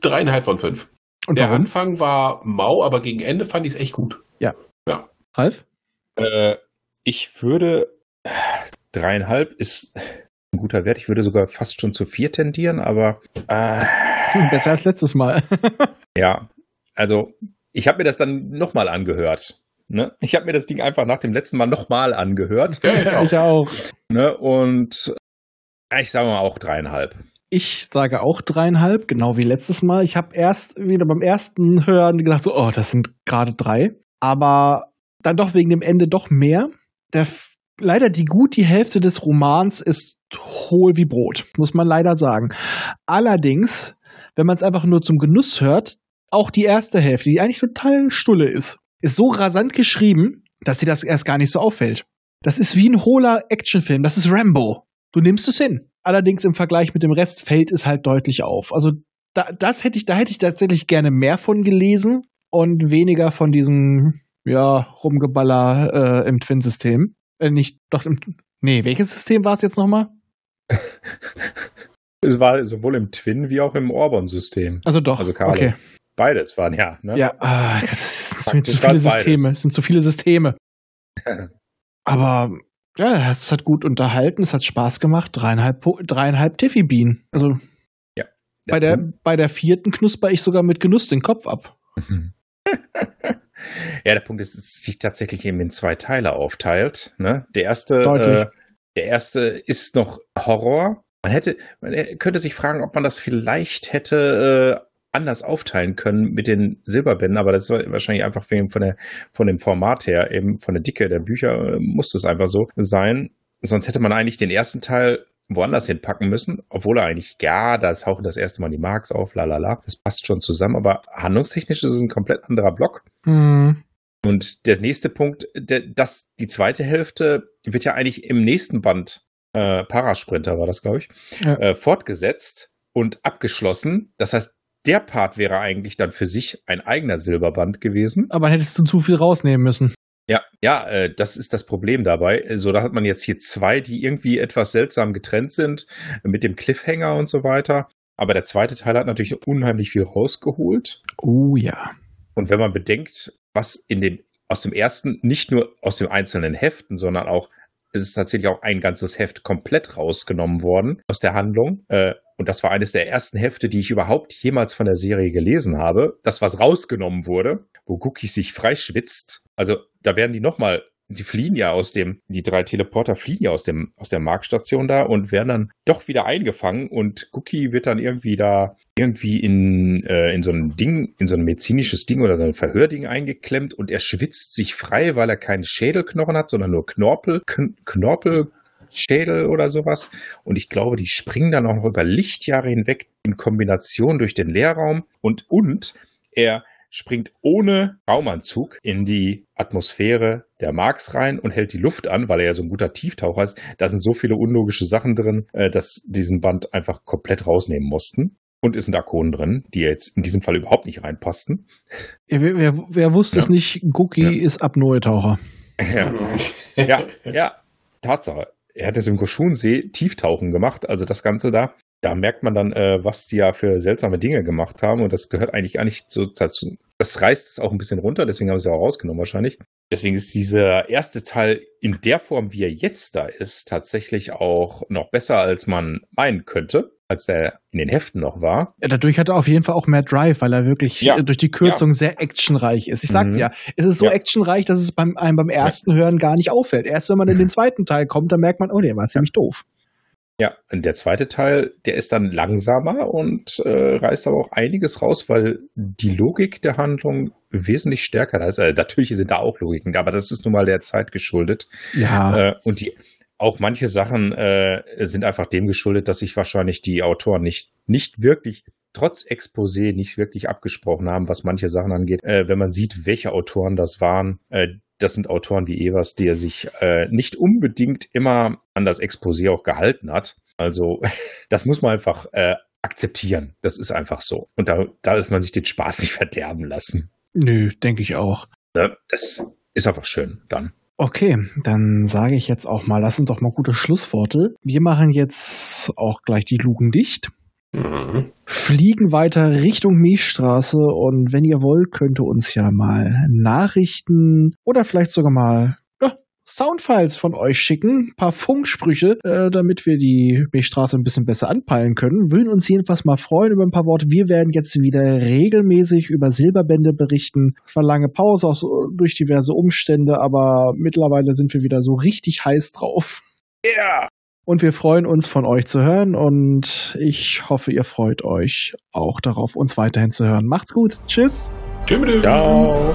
Speaker 4: Dreieinhalb von fünf.
Speaker 2: Und
Speaker 4: Der
Speaker 2: warum?
Speaker 4: Anfang war mau, aber gegen Ende fand ich es echt gut.
Speaker 2: Ralf?
Speaker 1: Äh, ich würde dreieinhalb ist ein guter Wert. Ich würde sogar fast schon zu vier tendieren, aber äh,
Speaker 2: Hm, besser als letztes Mal.
Speaker 1: ja, also ich habe mir das dann nochmal angehört. Ne? Ich habe mir das Ding einfach nach dem letzten Mal nochmal angehört.
Speaker 2: ich auch.
Speaker 1: Ne? Und äh, ich sage mal auch dreieinhalb.
Speaker 2: Ich sage auch dreieinhalb, genau wie letztes Mal. Ich habe erst wieder beim ersten Hören gedacht, so, oh, das sind gerade drei. Aber dann doch wegen dem Ende doch mehr. Der, F- leider die gut die Hälfte des Romans ist hohl wie Brot, muss man leider sagen. Allerdings, wenn man es einfach nur zum Genuss hört, auch die erste Hälfte, die eigentlich total stulle ist, ist so rasant geschrieben, dass dir das erst gar nicht so auffällt. Das ist wie ein hohler Actionfilm. Das ist Rambo. Du nimmst es hin. Allerdings im Vergleich mit dem Rest fällt es halt deutlich auf. Also da, das hätte ich, da hätte ich tatsächlich gerne mehr von gelesen und weniger von diesem ja Rumgeballer äh, im Twin-System. Äh, nicht doch im nee welches System war es jetzt nochmal?
Speaker 1: Es war sowohl im Twin wie auch im Orban-System.
Speaker 2: Also doch.
Speaker 1: Also Carlo.
Speaker 2: Okay.
Speaker 1: Beides waren ja. Ne?
Speaker 2: Ja, ah, das ist- das sind
Speaker 1: Praktisch
Speaker 2: zu viele
Speaker 1: war's beides.
Speaker 2: Systeme. Es sind zu viele Systeme. Aber ja, es hat gut unterhalten, es hat Spaß gemacht. Dreieinhalb, Po- dreieinhalb Tiffy-Bienen. Also Bei der, bei der vierten knusper ich sogar mit Genuss den Kopf ab.
Speaker 1: Mhm. Ja, der Punkt ist, dass es sich tatsächlich eben in zwei Teile aufteilt. Ne? Der erste,
Speaker 2: Deutlich.
Speaker 1: äh, der erste ist noch Horror. Man hätte, man äh, könnte sich fragen, ob man das vielleicht hätte äh, anders aufteilen können mit den Silberbänden, aber das war wahrscheinlich einfach wegen von der, von dem Format her, eben von der Dicke der Bücher äh, musste es einfach so sein. Sonst hätte man eigentlich den ersten Teil woanders hinpacken müssen, obwohl er eigentlich, ja, da tauchen das erste Mal die Marks auf, lalala, das passt schon zusammen, aber handlungstechnisch ist es ein komplett anderer Block. Mhm. Und der nächste Punkt, der, das, die zweite Hälfte wird ja eigentlich im nächsten Band, äh, Parasprinter war das, glaube ich,
Speaker 2: Ja.
Speaker 1: äh, fortgesetzt und abgeschlossen. Das heißt, der Part wäre eigentlich dann für sich ein eigener Silberband gewesen.
Speaker 2: Aber dann hättest du zu viel rausnehmen müssen.
Speaker 1: Ja, ja, äh, das ist das Problem dabei. So, da hat man jetzt hier zwei, die irgendwie etwas seltsam getrennt sind, mit dem Cliffhanger und so weiter. Aber der zweite Teil hat natürlich unheimlich viel rausgeholt.
Speaker 2: Oh ja.
Speaker 1: Und wenn man bedenkt, was in den, aus dem ersten, nicht nur aus den einzelnen Heften, sondern auch, es ist tatsächlich auch ein ganzes Heft komplett rausgenommen worden aus der Handlung. Äh, und das war eines der ersten Hefte, die ich überhaupt jemals von der Serie gelesen habe. Das, was rausgenommen wurde, wo Cookie sich freischwitzt. Also da werden die nochmal, sie fliehen ja aus dem, die drei Teleporter fliehen ja aus dem, aus der Marktstation da und werden dann doch wieder eingefangen und Cookie wird dann irgendwie da irgendwie in, äh, in so ein Ding, in so ein medizinisches Ding oder so ein Verhörding eingeklemmt und er schwitzt sich frei, weil er keinen Schädelknochen hat, sondern nur Knorpel, Kn Knorpelschädel oder sowas. Und ich glaube, die springen dann auch noch über Lichtjahre hinweg in Kombination durch den Leerraum und, und er springt ohne Raumanzug in die Atmosphäre der Marx rein und hält die Luft an, weil er ja so ein guter Tieftaucher ist. Da sind so viele unlogische Sachen drin, äh, dass diesen Band einfach komplett rausnehmen mussten und ist ein Darkon drin, die jetzt in diesem Fall überhaupt nicht reinpassten.
Speaker 2: Ja, Wer, wer, wer wusste es
Speaker 1: Ja.
Speaker 2: nicht, Gucki
Speaker 1: Ja.
Speaker 2: ist Apnoe-Taucher.
Speaker 1: Ja,
Speaker 4: Mhm.
Speaker 1: ja, ja Tatsache. Er hat es im Goshun-See Tieftauchen gemacht, also das Ganze da. Da merkt man dann, äh, was die ja für seltsame Dinge gemacht haben und das gehört eigentlich gar nicht so dazu. Das reißt es auch ein bisschen runter, deswegen haben sie auch rausgenommen wahrscheinlich. Deswegen ist dieser erste Teil in der Form, wie er jetzt da ist, tatsächlich auch noch besser, als man meinen könnte, als er in den Heften noch war.
Speaker 2: Ja, dadurch hat er auf jeden Fall auch mehr Drive, weil er wirklich
Speaker 1: Ja.
Speaker 2: äh, durch die Kürzung sehr actionreich ist. Ich sag
Speaker 1: Mhm.
Speaker 2: dir, es ist so
Speaker 1: Ja.
Speaker 2: actionreich, dass es beim, einem beim ersten Hören gar nicht auffällt. Erst wenn man in den zweiten Teil kommt, dann merkt man, oh, der war ziemlich doof.
Speaker 1: Ja, und der zweite Teil, der ist dann langsamer und äh, reißt aber auch einiges raus, weil die Logik der Handlung wesentlich stärker da ist. Also natürlich sind da auch Logiken, aber das ist nun mal der Zeit geschuldet.
Speaker 2: Ja.
Speaker 1: Äh, und die, auch manche Sachen äh, sind einfach dem geschuldet, dass sich wahrscheinlich die Autoren nicht, nicht wirklich trotz Exposé nicht wirklich abgesprochen haben, was manche Sachen angeht. Äh, wenn man sieht, welche Autoren das waren, äh, das sind Autoren wie Evers, der sich äh, nicht unbedingt immer an das Exposé auch gehalten hat. Also das muss man einfach äh, akzeptieren. Das ist einfach so. Und da da darf man sich den Spaß nicht verderben lassen.
Speaker 2: Nö, denke ich auch.
Speaker 1: Ne? Das ist einfach schön dann.
Speaker 2: Okay, dann sage ich jetzt auch mal, lass uns doch mal gute Schlussworte. Wir machen jetzt auch gleich die Lugen dicht.
Speaker 4: Mhm.
Speaker 2: fliegen weiter Richtung Milchstraße und wenn ihr wollt, könnt ihr uns ja mal Nachrichten oder vielleicht sogar mal ja, Soundfiles von euch schicken, ein paar Funksprüche, äh, damit wir die Milchstraße ein bisschen besser anpeilen können. Würden uns jedenfalls mal freuen über ein paar Worte. Wir werden jetzt wieder regelmäßig über Silberbände berichten. War lange Pause auch so durch diverse Umstände, aber mittlerweile sind wir wieder so richtig heiß drauf.
Speaker 1: Ja,
Speaker 2: Und wir freuen uns, von euch zu hören. Und ich hoffe, ihr freut euch auch darauf, uns weiterhin zu hören. Macht's gut. Tschüss.
Speaker 4: Tschüss.
Speaker 1: ciao.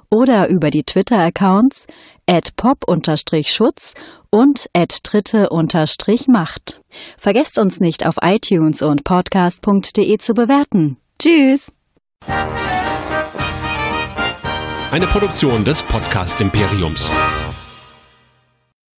Speaker 8: oder über die Twitter-Accounts at pop-schutz und at dritte-macht. Vergesst uns nicht auf iTunes und podcast.de zu bewerten. Tschüss!
Speaker 9: Eine Produktion des Podcast Imperiums.